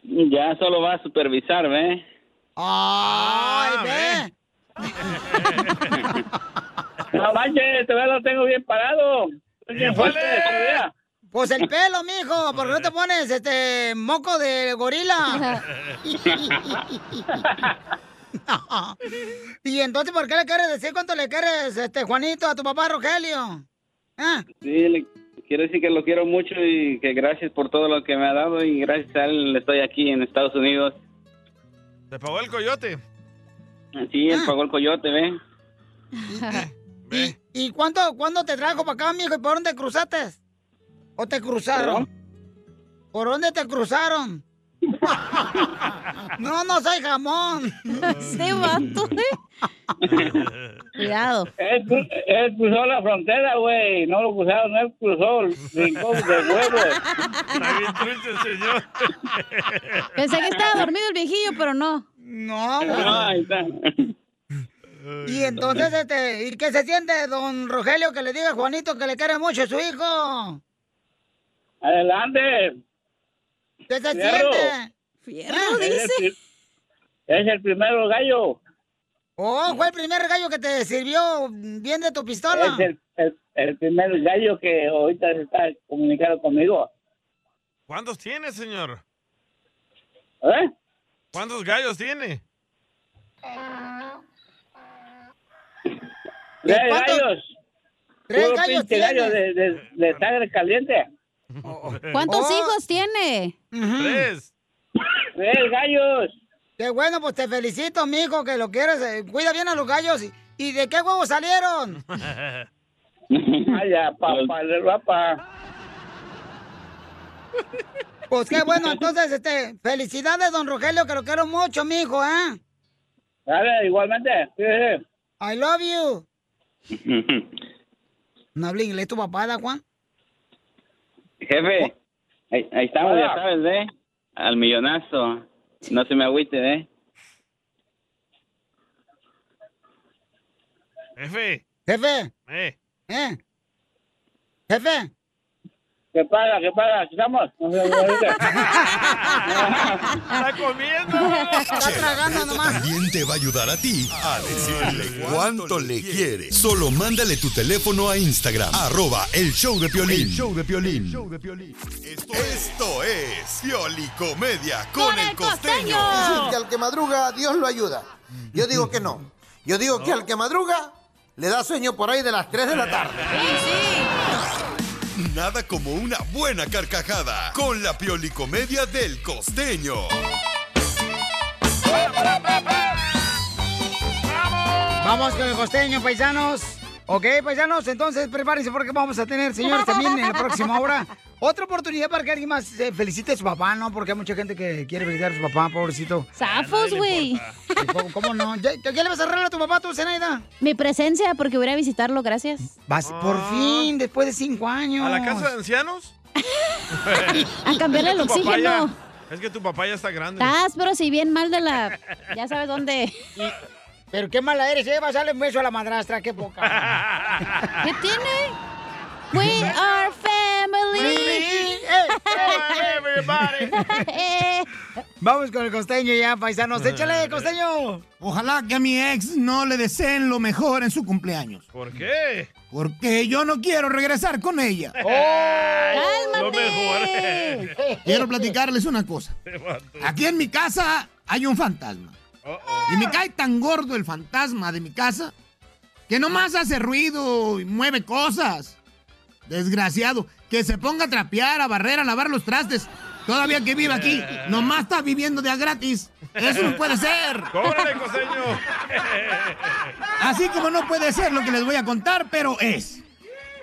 [SPEAKER 10] Ya solo va a supervisar, ve.
[SPEAKER 5] Ah. ¡Ay, ve!
[SPEAKER 13] [LAUGHS] No manches, todavía lo tengo bien parado. Estoy bien fuerte este todavía.
[SPEAKER 5] Pues el pelo, mijo, porque no te pones este moco de gorila. [LAUGHS] y entonces, ¿por qué le quieres decir cuánto le quieres, este Juanito, a tu papá Rogelio? Ah,
[SPEAKER 10] Sí, le quiero decir que lo quiero mucho y que gracias por todo lo que me ha dado y gracias a él estoy aquí en Estados Unidos.
[SPEAKER 4] Te pagó el coyote.
[SPEAKER 10] Sí,
[SPEAKER 5] Ah.
[SPEAKER 10] él pagó el coyote, ve. [LAUGHS]
[SPEAKER 5] ¿Y cuánto, cuándo te trajo para acá, mijo? ¿Y por dónde cruzaste? ¿O te cruzaron? ¿Por dónde te cruzaron? no, no soy jamón.
[SPEAKER 7] Este vato, Cuidado.
[SPEAKER 13] Él, cru- él cruzó la frontera, güey. No lo cruzaron, él cruzó el rincón de
[SPEAKER 5] [LAUGHS]
[SPEAKER 13] huevos.
[SPEAKER 4] Está bien triste el señor.
[SPEAKER 7] Pensé que estaba dormido el viejillo, pero no.
[SPEAKER 5] No,
[SPEAKER 13] No, ahí está.
[SPEAKER 5] Y entonces, este, ¿y qué se siente, don Rogelio, que le diga a Juanito que le quiere mucho a su hijo?
[SPEAKER 13] Adelante.
[SPEAKER 5] ¿Qué se
[SPEAKER 13] Fierro.
[SPEAKER 5] siente? Fierro,
[SPEAKER 13] Es el, pri- es el primero gallo.
[SPEAKER 5] Oh, fue el primer gallo que te sirvió bien de tu pistola.
[SPEAKER 13] Es el, el- el primer gallo que ahorita se está comunicando conmigo.
[SPEAKER 4] ¿Cuántos tiene, señor?
[SPEAKER 13] ¿Eh?
[SPEAKER 4] ¿Cuántos gallos tiene?
[SPEAKER 13] Tres
[SPEAKER 4] cuántos?
[SPEAKER 13] gallos.
[SPEAKER 7] Tres
[SPEAKER 13] Puro
[SPEAKER 7] gallos
[SPEAKER 13] pinche gallo
[SPEAKER 7] tiene.
[SPEAKER 13] de, de, de sangre caliente.
[SPEAKER 7] [LAUGHS] ¿Cuántos
[SPEAKER 13] Oh.
[SPEAKER 7] hijos
[SPEAKER 13] [LAUGHS]
[SPEAKER 7] tiene?
[SPEAKER 4] Tres.
[SPEAKER 13] Tres gallos.
[SPEAKER 5] Qué bueno, pues te felicito, mijo, que lo quieres. eh, cuida bien a los gallos. ¿Y- ¿Y de qué huevos salieron?
[SPEAKER 13] Vaya, papá, papá.
[SPEAKER 5] Pues qué bueno, entonces, este, felicidades, don Rogelio, que lo quiero mucho, mijo, ¿eh?
[SPEAKER 13] Dale, igualmente. Sí, sí.
[SPEAKER 5] I love you. ¿No habla inglés tu papá, da, Juan?
[SPEAKER 10] Jefe, ahí, ahí estamos,
[SPEAKER 5] Hola.
[SPEAKER 10] ya sabes, ve. Al millonazo. No se me agüite, ¿eh? ve.
[SPEAKER 4] Jefe.
[SPEAKER 5] Jefe.
[SPEAKER 4] Eh.
[SPEAKER 5] ¿Eh? Jefe.
[SPEAKER 13] ¿Qué pasa? ¿Qué pasa? ¿Aquí estamos? No sé,
[SPEAKER 14] [LAUGHS]
[SPEAKER 4] ¡Está comiendo!
[SPEAKER 5] Está tragando nomás.
[SPEAKER 11] También te va a ayudar a ti a decirle cuánto le quiere. Solo mándale tu teléfono a Instagram, arroba el show de Piolín.
[SPEAKER 29] El
[SPEAKER 11] show de Piolín. [LAUGHS] Esto es Piolicomedia con el costeño.
[SPEAKER 21] Dicen que al que madruga, Dios lo ayuda. Yo digo que no. Yo digo que al que madruga, le da sueño por ahí de las 3 de la tarde.
[SPEAKER 11] Nada como una buena carcajada con la Piolicomedia del costeño.
[SPEAKER 4] ¡Vamos!
[SPEAKER 5] Vamos con el costeño, paisanos. Ok, paisanos, entonces prepárense porque vamos a tener, señores, también en la próxima hora otra oportunidad para que alguien más eh, felicite a su papá, ¿no? Porque hay mucha gente que quiere felicitar a su papá, pobrecito.
[SPEAKER 7] Zafos, güey.
[SPEAKER 5] ¿Cómo, cómo no? ¿Ya- ya- ¿Qué le vas a arreglar a tu papá, tú, Zenaida?
[SPEAKER 7] Mi presencia, porque voy a ir a visitarlo, gracias.
[SPEAKER 5] Vas por
[SPEAKER 7] Ah.
[SPEAKER 5] fin, después de cinco años.
[SPEAKER 4] Ah. ¿A la casa de
[SPEAKER 5] [LAUGHS]
[SPEAKER 4] ancianos?
[SPEAKER 7] A cambiarle
[SPEAKER 4] Es que
[SPEAKER 7] el
[SPEAKER 4] tu papá ya-
[SPEAKER 7] oxígeno.
[SPEAKER 4] es que tu papá ya está grande.
[SPEAKER 7] Estás, pero si bien mal de la. Ya sabes dónde.
[SPEAKER 5] Pero qué mala eres, ¿eh? Vas a darle un beso a la madrastra, qué poca.
[SPEAKER 7] [LAUGHS] ¿Qué tiene? We are family.
[SPEAKER 5] eh. Vamos con el costeño ya, paisanos. Échale, costeño.
[SPEAKER 20] Ojalá que a mi ex no le deseen lo mejor en su cumpleaños.
[SPEAKER 4] ¿Por qué?
[SPEAKER 20] Porque yo no quiero regresar con
[SPEAKER 5] [LAUGHS]
[SPEAKER 20] ella.
[SPEAKER 4] Lo mejor.
[SPEAKER 20] Quiero platicarles una cosa. Aquí en mi casa hay un fantasma. Y me cae tan gordo el fantasma de mi casa que nomás hace ruido y mueve cosas. Desgraciado, que se ponga a trapear, a barrer, a lavar los trastes. Todavía que vive aquí, nomás está viviendo de a gratis. Eso no puede ser.
[SPEAKER 4] ¡Cóbrale, [LAUGHS] costeño!
[SPEAKER 20] Así como no puede ser lo que les voy a contar, pero es.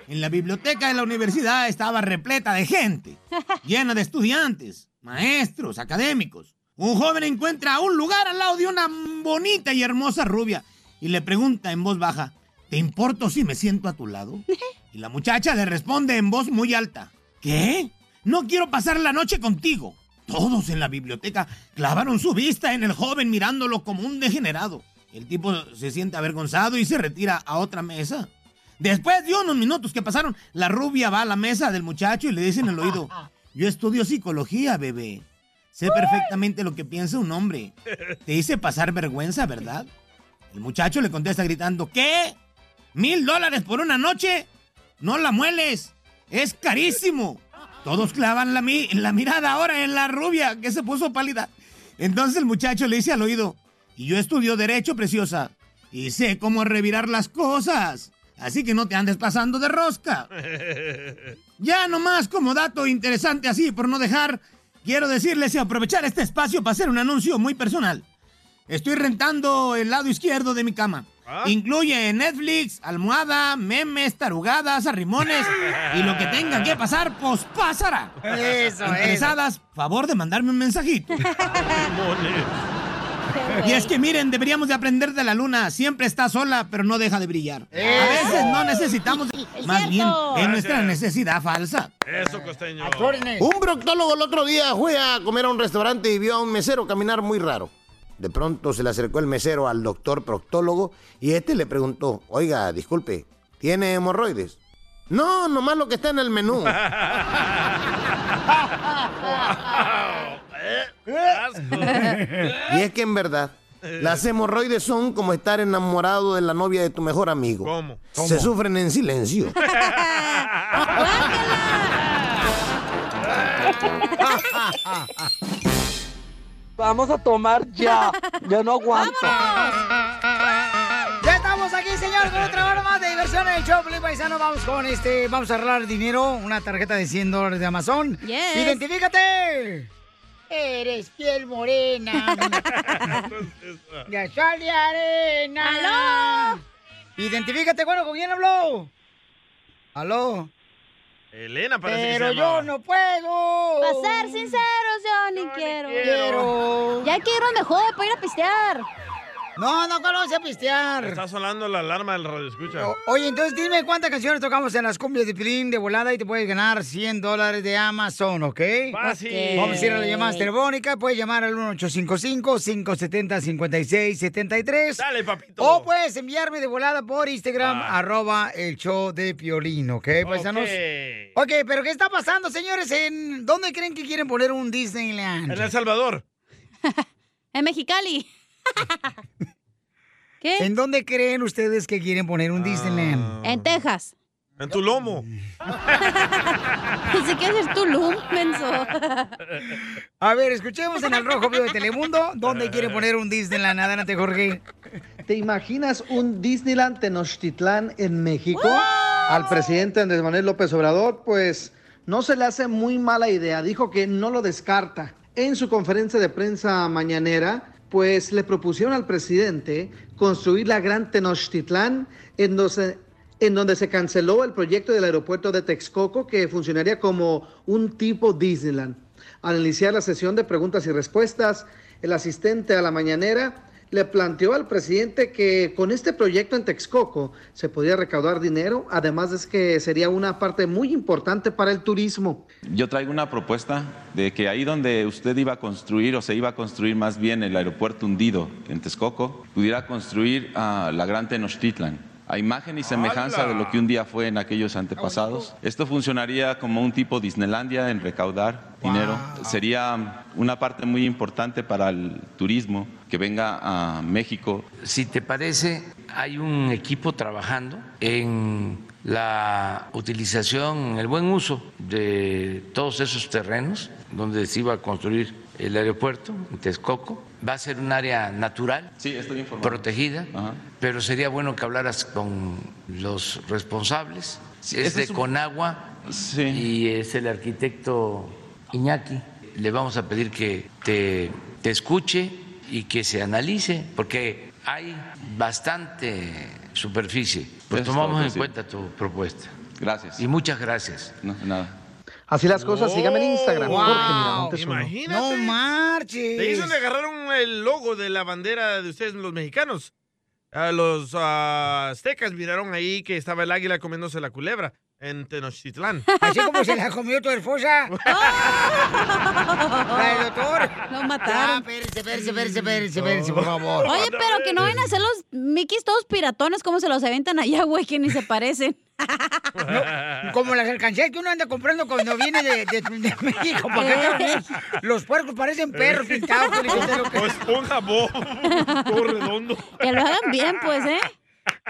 [SPEAKER 20] En la biblioteca de la universidad estaba repleta de gente, llena de estudiantes, maestros, académicos. Un joven encuentra un lugar al lado de una bonita y hermosa rubia y le pregunta en voz baja, ¿te importo si me siento a tu lado? Y la muchacha le responde en voz muy alta, ¿qué? No quiero pasar la noche contigo. Todos en la biblioteca clavaron su vista en el joven mirándolo como un degenerado. El tipo se siente avergonzado y se retira a otra mesa. Después de unos minutos que pasaron, la rubia va a la mesa del muchacho y le dice en el oído, yo estudio psicología, bebé. Sé perfectamente lo que piensa un hombre. Te hice pasar vergüenza, ¿verdad? El muchacho le contesta gritando, ¿qué? ¿Mil dólares por una noche? No la mueles. Es carísimo. Todos clavan la, mi- la mirada ahora en la rubia que se puso pálida. Entonces el muchacho le dice al oído, y yo estudio derecho, preciosa, y sé cómo revirar las cosas. Así que no te andes pasando de rosca. Ya nomás como dato interesante así, por no dejar, quiero decirles y aprovechar este espacio para hacer un anuncio muy personal. Estoy rentando el lado izquierdo de mi cama. Incluye Netflix, almohada, memes, tarugadas, arrimones y lo que tenga que pasar, pues pasará.
[SPEAKER 5] Eso, eso.
[SPEAKER 20] Interesadas, favor de mandarme un
[SPEAKER 5] [LAUGHS]
[SPEAKER 20] mensajito. Y es que miren, deberíamos de aprender de la luna. Siempre está sola, pero no deja de brillar. A veces no necesitamos, más bien es nuestra necesidad falsa.
[SPEAKER 4] Eso, costeño.
[SPEAKER 21] Uh.
[SPEAKER 22] Un proctólogo el otro día fue a comer a un restaurante y vio a un mesero caminar muy raro. De pronto se le acercó el mesero al doctor proctólogo y este le preguntó, oiga, disculpe, ¿tiene hemorroides? No, nomás lo que está en el menú. y es que en verdad, las hemorroides son como estar enamorado de la novia de tu mejor amigo. Se sufren en silencio.
[SPEAKER 15] Vamos a tomar ya. Yo no aguanto.
[SPEAKER 5] Ya estamos aquí, señor, con otra hora más de diversión en el show, Pelín Paisano. Vamos con este, vamos a arreglar dinero, una tarjeta de 100 dólares de Amazon.
[SPEAKER 6] Yes.
[SPEAKER 5] ¡Identifícate! Eres piel morena. [LAUGHS] de sal de arena. ¡Aló! Identifícate, bueno, ¿con quién habló? ¿Aló?
[SPEAKER 4] Elena parece que se
[SPEAKER 5] Pero yo
[SPEAKER 4] llamaba.
[SPEAKER 5] no puedo.
[SPEAKER 7] Para ser sinceros, yo ni quiero.
[SPEAKER 5] quiero.
[SPEAKER 7] Ya quiero mejor para ir a pistear.
[SPEAKER 5] No, no, ¿cuál vamos a pistear?
[SPEAKER 4] Está sonando la alarma del radio escucha.
[SPEAKER 5] Oye, entonces dime cuántas canciones tocamos en las cumbias de Pilín de volada y te puedes ganar 100 dólares de Amazon, ¿ok?
[SPEAKER 4] Fácil.
[SPEAKER 5] Vamos a ir a las llamadas telefónicas. Puedes llamar al 1855-570-5673.
[SPEAKER 4] Dale, papito.
[SPEAKER 5] O puedes enviarme de volada por Instagram, arroba el show de Piolín, ¿ok, paisanos? Ok, pero ¿qué está pasando, señores? ¿En dónde creen que quieren poner un Disneyland?
[SPEAKER 4] En El Salvador.
[SPEAKER 7] En Mexicali. ¿Qué?
[SPEAKER 5] ¿En dónde creen ustedes que quieren poner un Disneyland?
[SPEAKER 7] En Texas.
[SPEAKER 4] En tu
[SPEAKER 7] [LAUGHS]
[SPEAKER 4] lomo.
[SPEAKER 7] Así que es Tulum,
[SPEAKER 15] [LAUGHS]
[SPEAKER 7] menso.
[SPEAKER 5] A ver, escuchemos en el Rojo Vivo de Telemundo dónde quieren poner un Disneyland. Adelante, Jorge.
[SPEAKER 23] ¿Te imaginas un Disneyland Tenochtitlán en México? Al presidente Andrés Manuel López Obrador, pues no se le hace muy mala idea. Dijo que no lo descarta. En su conferencia de prensa mañanera,
[SPEAKER 12] pues le propusieron al presidente construir la Gran Tenochtitlán, en donde, se- en donde se canceló el proyecto del aeropuerto de Texcoco, que funcionaría como un tipo Disneyland. Al iniciar la sesión de preguntas y respuestas, el asistente a la mañanera le planteó al presidente que con este proyecto en Texcoco se podía recaudar dinero, además es que sería una parte muy importante para el turismo.
[SPEAKER 30] Yo traigo una propuesta de que ahí donde usted iba a construir o se iba a construir más bien el aeropuerto hundido en Texcoco, pudiera construir ah, la Gran Tenochtitlan. A imagen y semejanza de lo que un día fue en aquellos antepasados. Esto funcionaría como un tipo Disneylandia en recaudar dinero. Sería una parte muy importante para el turismo que venga a México.
[SPEAKER 25] Si te parece, hay un equipo trabajando en la utilización, en el buen uso de todos esos terrenos donde se iba a construir el aeropuerto en Texcoco. Va a ser un área natural, protegida, pero sería bueno que hablaras con los responsables.
[SPEAKER 30] Sí,
[SPEAKER 25] es
[SPEAKER 30] ese
[SPEAKER 25] de
[SPEAKER 30] es un-
[SPEAKER 25] Conagua y es el arquitecto Iñaki. Le vamos a pedir que te, te escuche y que se analice, porque hay bastante superficie. Pues
[SPEAKER 30] Eso es
[SPEAKER 25] tomamos
[SPEAKER 30] todo,
[SPEAKER 25] en
[SPEAKER 30] sí.
[SPEAKER 25] cuenta tu propuesta.
[SPEAKER 30] Gracias.
[SPEAKER 25] Y muchas gracias.
[SPEAKER 30] No, nada.
[SPEAKER 12] Así las cosas, síganme en Instagram.
[SPEAKER 25] Wow.
[SPEAKER 12] Jorge Miramontes uno.
[SPEAKER 5] No marches.
[SPEAKER 4] De ahí es donde agarraron el logo de la bandera de ustedes, los mexicanos. A los ah, aztecas miraron ahí que estaba el águila comiéndose la culebra en Tenochtitlán.
[SPEAKER 5] [LAUGHS] Así como se la comió tu esposa. La del doctor.
[SPEAKER 7] ¡Oh! Lo mataron.
[SPEAKER 5] Ya, espérense, espérense, espérense, espérense, espérense, por favor.
[SPEAKER 7] Oye, pero que no vayan a ser los Mickeys todos piratones como se los aventan allá, güey, que ni se parecen.
[SPEAKER 5] Como las alcancías que uno anda comprando cuando viene de, de- de [LAUGHS] México para acá, cabrón. Los puercos parecen
[SPEAKER 4] Eh.
[SPEAKER 5] perros pintados.
[SPEAKER 4] [LAUGHS] O esponja, bo. Pues, Todo redondo.
[SPEAKER 5] Que lo hagan bien, pues, ¿eh?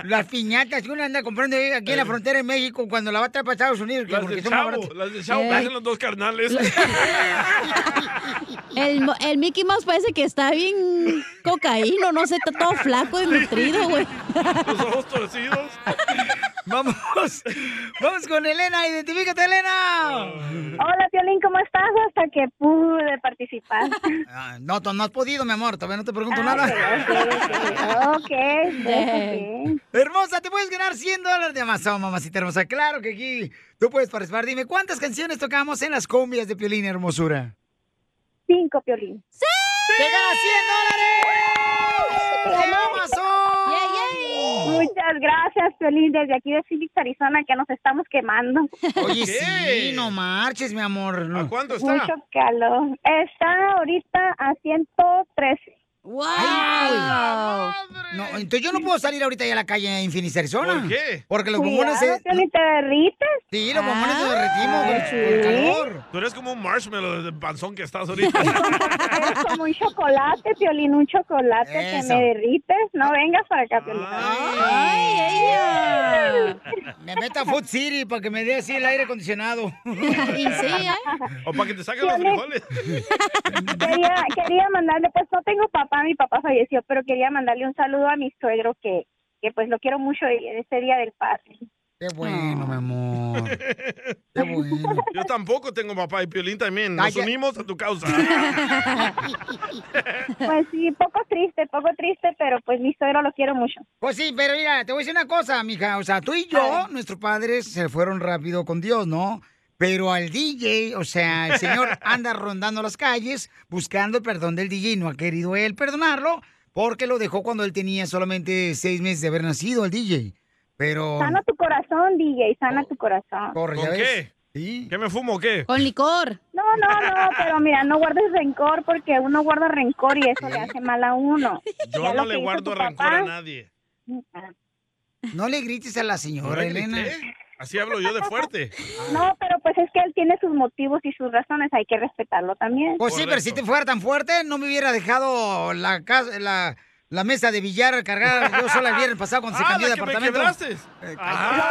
[SPEAKER 5] Las piñatas que uno anda comprando aquí en la frontera de México cuando la va a traer para Estados Unidos. que
[SPEAKER 4] Eh. Las
[SPEAKER 5] porque
[SPEAKER 4] de
[SPEAKER 5] son
[SPEAKER 4] [LAUGHS]
[SPEAKER 5] más
[SPEAKER 4] Chavo,
[SPEAKER 5] baratas.
[SPEAKER 4] las de Chavo,
[SPEAKER 5] Eh.
[SPEAKER 4] que hacen
[SPEAKER 5] [LAUGHS]
[SPEAKER 4] los dos carnales. [LAUGHS]
[SPEAKER 7] El, mo- el Mickey Mouse parece que está bien cocaíno, no sé, está todo flaco y nutrido, güey.
[SPEAKER 4] Los ojos torcidos.
[SPEAKER 5] [LAUGHS] Vamos, vamos con Elena, identifícate,
[SPEAKER 4] Ah.
[SPEAKER 5] Elena.
[SPEAKER 8] [LAUGHS] Hola, Piolín, ¿cómo estás? Hasta que pude participar.
[SPEAKER 5] Ah, No, to- no has podido, mi amor, todavía no te pregunto
[SPEAKER 8] Ah,
[SPEAKER 5] nada.
[SPEAKER 8] ok, ok, ok, ok.
[SPEAKER 5] Hermosa, te puedes ganar 100 dólares de Amazon, mamacita hermosa. Claro que aquí tú puedes participar. Dime, ¿cuántas canciones tocamos en las cumbias de Piolín, hermosura?
[SPEAKER 8] Cinco, Piolín.
[SPEAKER 5] ¡Sí! ¡Te ganas 100 dólares! ¡De Amazon!
[SPEAKER 8] Muchas gracias, Piolín, desde aquí de Phoenix, Arizona, que nos estamos quemando.
[SPEAKER 5] Oye, sí, no marches, mi amor. no.
[SPEAKER 8] Mucho calor. Está ahorita a 113.
[SPEAKER 5] ¡Wow! No, entonces yo no puedo salir ahorita ya a la calle en Phoenix, Arizona.
[SPEAKER 8] ¿Por
[SPEAKER 4] qué?
[SPEAKER 5] Porque los
[SPEAKER 8] Cuidado,
[SPEAKER 5] bombones se...
[SPEAKER 8] Piolín, te derrites. Ah,
[SPEAKER 5] Sí, los bombones se derretimos
[SPEAKER 8] Ay,
[SPEAKER 5] por el- por el
[SPEAKER 8] sí.
[SPEAKER 5] calor.
[SPEAKER 4] Tú eres como un marshmallow de panzón que estás ahorita.
[SPEAKER 5] [LAUGHS]
[SPEAKER 8] Es como un chocolate, Piolín, un chocolate
[SPEAKER 4] Eso.
[SPEAKER 8] que me derrites. No vengas para acá, Piolín.
[SPEAKER 4] Ah.
[SPEAKER 5] ella! Me meto a Food City para que me dé así el aire acondicionado.
[SPEAKER 8] [LAUGHS] Y sí, ¿eh?
[SPEAKER 4] O para que te saquen los frijoles.
[SPEAKER 8] quería, quería mandarle, pues no tengo papá, mi papá falleció, pero quería mandarle un saludo a mi suegro que, que pues lo quiero mucho y en este día del padre.
[SPEAKER 5] Qué bueno, mi amor.
[SPEAKER 4] Ah. [LAUGHS] Yo tampoco tengo papá y Piolín también. Nos
[SPEAKER 8] Ay, ya-
[SPEAKER 4] unimos a tu causa.
[SPEAKER 5] [LAUGHS]
[SPEAKER 8] Pues sí, poco triste, poco triste, pero pues mi suegro lo quiero mucho.
[SPEAKER 5] Pues sí, pero mira, te voy a decir una cosa, mija. O sea, tú y yo, nuestros padres se fueron rápido con Dios, ¿no? Pero al DJ, o sea,
[SPEAKER 4] [LAUGHS]
[SPEAKER 5] el señor anda rondando las calles buscando el perdón del DJ. No ha querido él perdonarlo porque lo dejó cuando él tenía solamente seis meses de haber nacido, el DJ. Pero...
[SPEAKER 8] Sana tu corazón, DJ, sana tu corazón.
[SPEAKER 5] Corre, ya
[SPEAKER 4] ¿Con
[SPEAKER 5] ves.
[SPEAKER 4] qué? ¿Qué me fumo o qué?
[SPEAKER 7] Con licor.
[SPEAKER 8] No, no, no, pero mira, no guardes rencor porque uno guarda rencor y eso le hace mal a uno.
[SPEAKER 4] Yo
[SPEAKER 8] Ya
[SPEAKER 4] no
[SPEAKER 8] lo
[SPEAKER 4] le
[SPEAKER 8] que hizo
[SPEAKER 4] guardo
[SPEAKER 8] tu papá-
[SPEAKER 4] rencor a nadie.
[SPEAKER 5] No le grites a la señora,
[SPEAKER 4] le
[SPEAKER 5] Elena.
[SPEAKER 4] grité. Así hablo yo de fuerte.
[SPEAKER 8] No, pero pues es que él tiene sus motivos y sus razones, hay que respetarlo también.
[SPEAKER 5] Pues sí, pero si te fuera tan fuerte, no me hubiera dejado la casa, la, la mesa de billar cargada yo sola el viernes pasado cuando se
[SPEAKER 8] [LAUGHS] Ah,
[SPEAKER 5] cambió de
[SPEAKER 8] la que me
[SPEAKER 5] apartamento.
[SPEAKER 8] quebraste.
[SPEAKER 5] Eh,
[SPEAKER 8] Lo,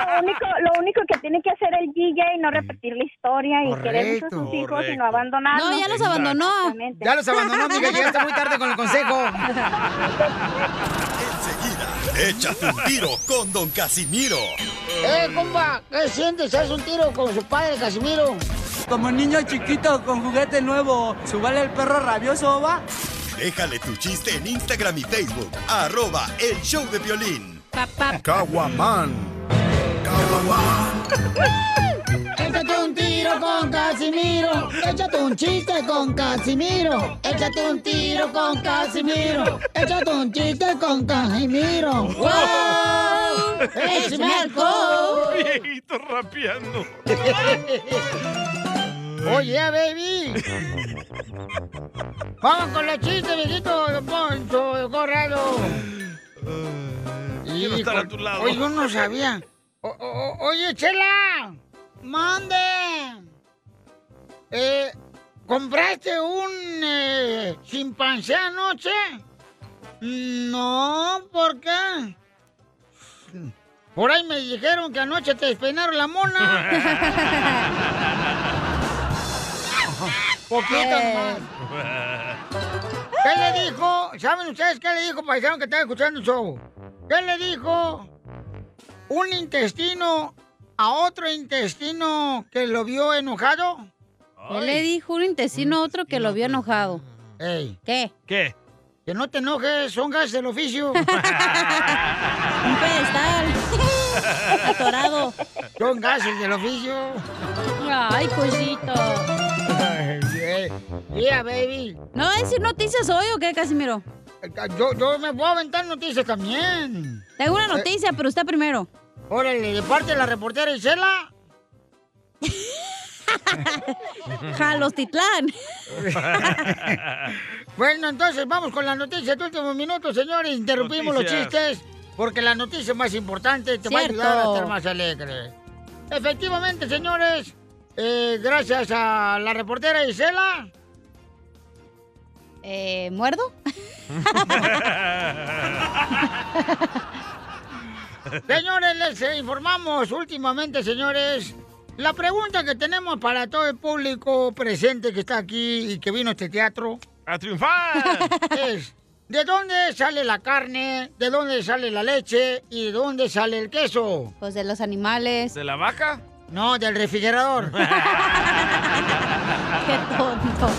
[SPEAKER 8] lo único, lo único que tiene que hacer el DJ es no repetir la historia y querer mucho a sus
[SPEAKER 5] Correcto.
[SPEAKER 8] hijos y no abandonarlos.
[SPEAKER 5] No, ya los abandonó.
[SPEAKER 8] Exactamente.
[SPEAKER 5] Ya los abandonó, amiga, llegaste
[SPEAKER 8] [LAUGHS]
[SPEAKER 5] muy tarde con el [LAUGHS] consejo.
[SPEAKER 11] Échate un tiro con Don Casimiro.
[SPEAKER 31] ¡Eh, compa! ¿Qué sientes? ¿Haz un tiro con su padre, Casimiro?
[SPEAKER 6] Como niño chiquito con juguete nuevo, ¿subale el perro rabioso, va?
[SPEAKER 11] Déjale tu chiste en Instagram y Facebook. Arroba el show de violín.
[SPEAKER 26] Caguaman.
[SPEAKER 6] Échate un tiro con Casimiro. Échate un chiste con Casimiro. Échate un tiro con Casimiro. Échate un chiste con Casimiro. ¡Wow! ¡Échame alcohol!
[SPEAKER 4] Viejito rapeando.
[SPEAKER 5] [LAUGHS] Oh, yeah, baby. Vamos con los chistes, viejito, don Poncho, Corrado.
[SPEAKER 4] Quiero estar a tu lado.
[SPEAKER 5] Oye, yo no sabía. O- o- o- oye, Chela. Mande. Eh, ¿Compraste un eh, chimpancé anoche? No, ¿por qué? Por ahí me dijeron que anoche te despeinaron la [LAUGHS] mona. Poquito nomás. [LAUGHS] ¿Qué le dijo? ¿Saben ustedes qué le dijo paisano que estaba escuchando el show? ¿Qué le dijo un intestino a otro intestino que lo vio enojado?
[SPEAKER 7] Él le dijo un intestino a otro que lo vio enojado. ¿Qué?
[SPEAKER 4] ¿Qué?
[SPEAKER 5] Que no te enojes, son gases
[SPEAKER 7] [LAUGHS]
[SPEAKER 5] del oficio. un pedestal. [LAUGHS] Atorado. Son gases del oficio.
[SPEAKER 7] Ay, cosito.
[SPEAKER 5] Mira, baby. Eh,
[SPEAKER 7] ¿No va a decir noticias hoy o qué, Casimiro?
[SPEAKER 5] Yo, yo me voy a aventar noticias también. Eh,
[SPEAKER 7] Tengo una noticia, pero usted primero.
[SPEAKER 5] Órale, de parte de la reportera Isela.
[SPEAKER 7] [LAUGHS] Jalostitlán.
[SPEAKER 5] Bueno, entonces vamos con las noticias de último minuto, señores. Interrumpimos los
[SPEAKER 6] Noticias.
[SPEAKER 5] chistes porque la noticia más importante te va a
[SPEAKER 6] Cierto.
[SPEAKER 5] ayudar a estar más alegre. Efectivamente, señores, eh, gracias a la reportera Isela.
[SPEAKER 7] Eh, ¿Muerdo?
[SPEAKER 5] [LAUGHS] Señores, les eh, informamos últimamente, señores. La pregunta que tenemos para todo el público presente que está aquí y que vino a este teatro.
[SPEAKER 4] ¡A triunfar!
[SPEAKER 5] [LAUGHS] Es, ¿de dónde sale la carne? ¿De dónde sale la leche? ¿Y de dónde sale el queso?
[SPEAKER 7] Pues de los animales.
[SPEAKER 4] ¿De la vaca?
[SPEAKER 5] No, del refrigerador.
[SPEAKER 7] Qué tonto.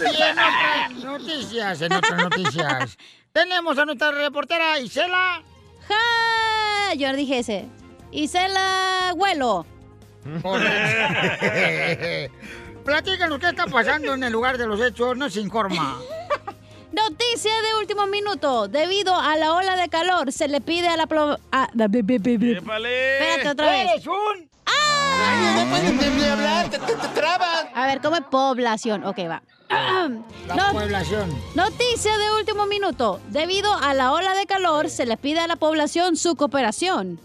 [SPEAKER 5] Y en otras noticias, en otras
[SPEAKER 7] [LAUGHS]
[SPEAKER 5] noticias.
[SPEAKER 4] [LAUGHS]
[SPEAKER 5] Tenemos [LAUGHS] a nuestra reportera Isela.
[SPEAKER 7] ¡Ja! Yo dije ese. Y se la huelo.
[SPEAKER 5] Platícanos qué está pasando en el lugar de los hechos, nos informa.
[SPEAKER 7] [LAUGHS] Noticia de último minuto. Debido a la ola de calor, se le pide a la... pro- a- Espérate otra vez.
[SPEAKER 5] ¡Eres un!
[SPEAKER 7] te, A ver, ¿cómo es población? Ok, va. [CLEARS THROAT]
[SPEAKER 5] La
[SPEAKER 7] No-
[SPEAKER 5] población.
[SPEAKER 7] Noticia de último minuto. Debido a la ola de calor, se le pide a la población su cooperación.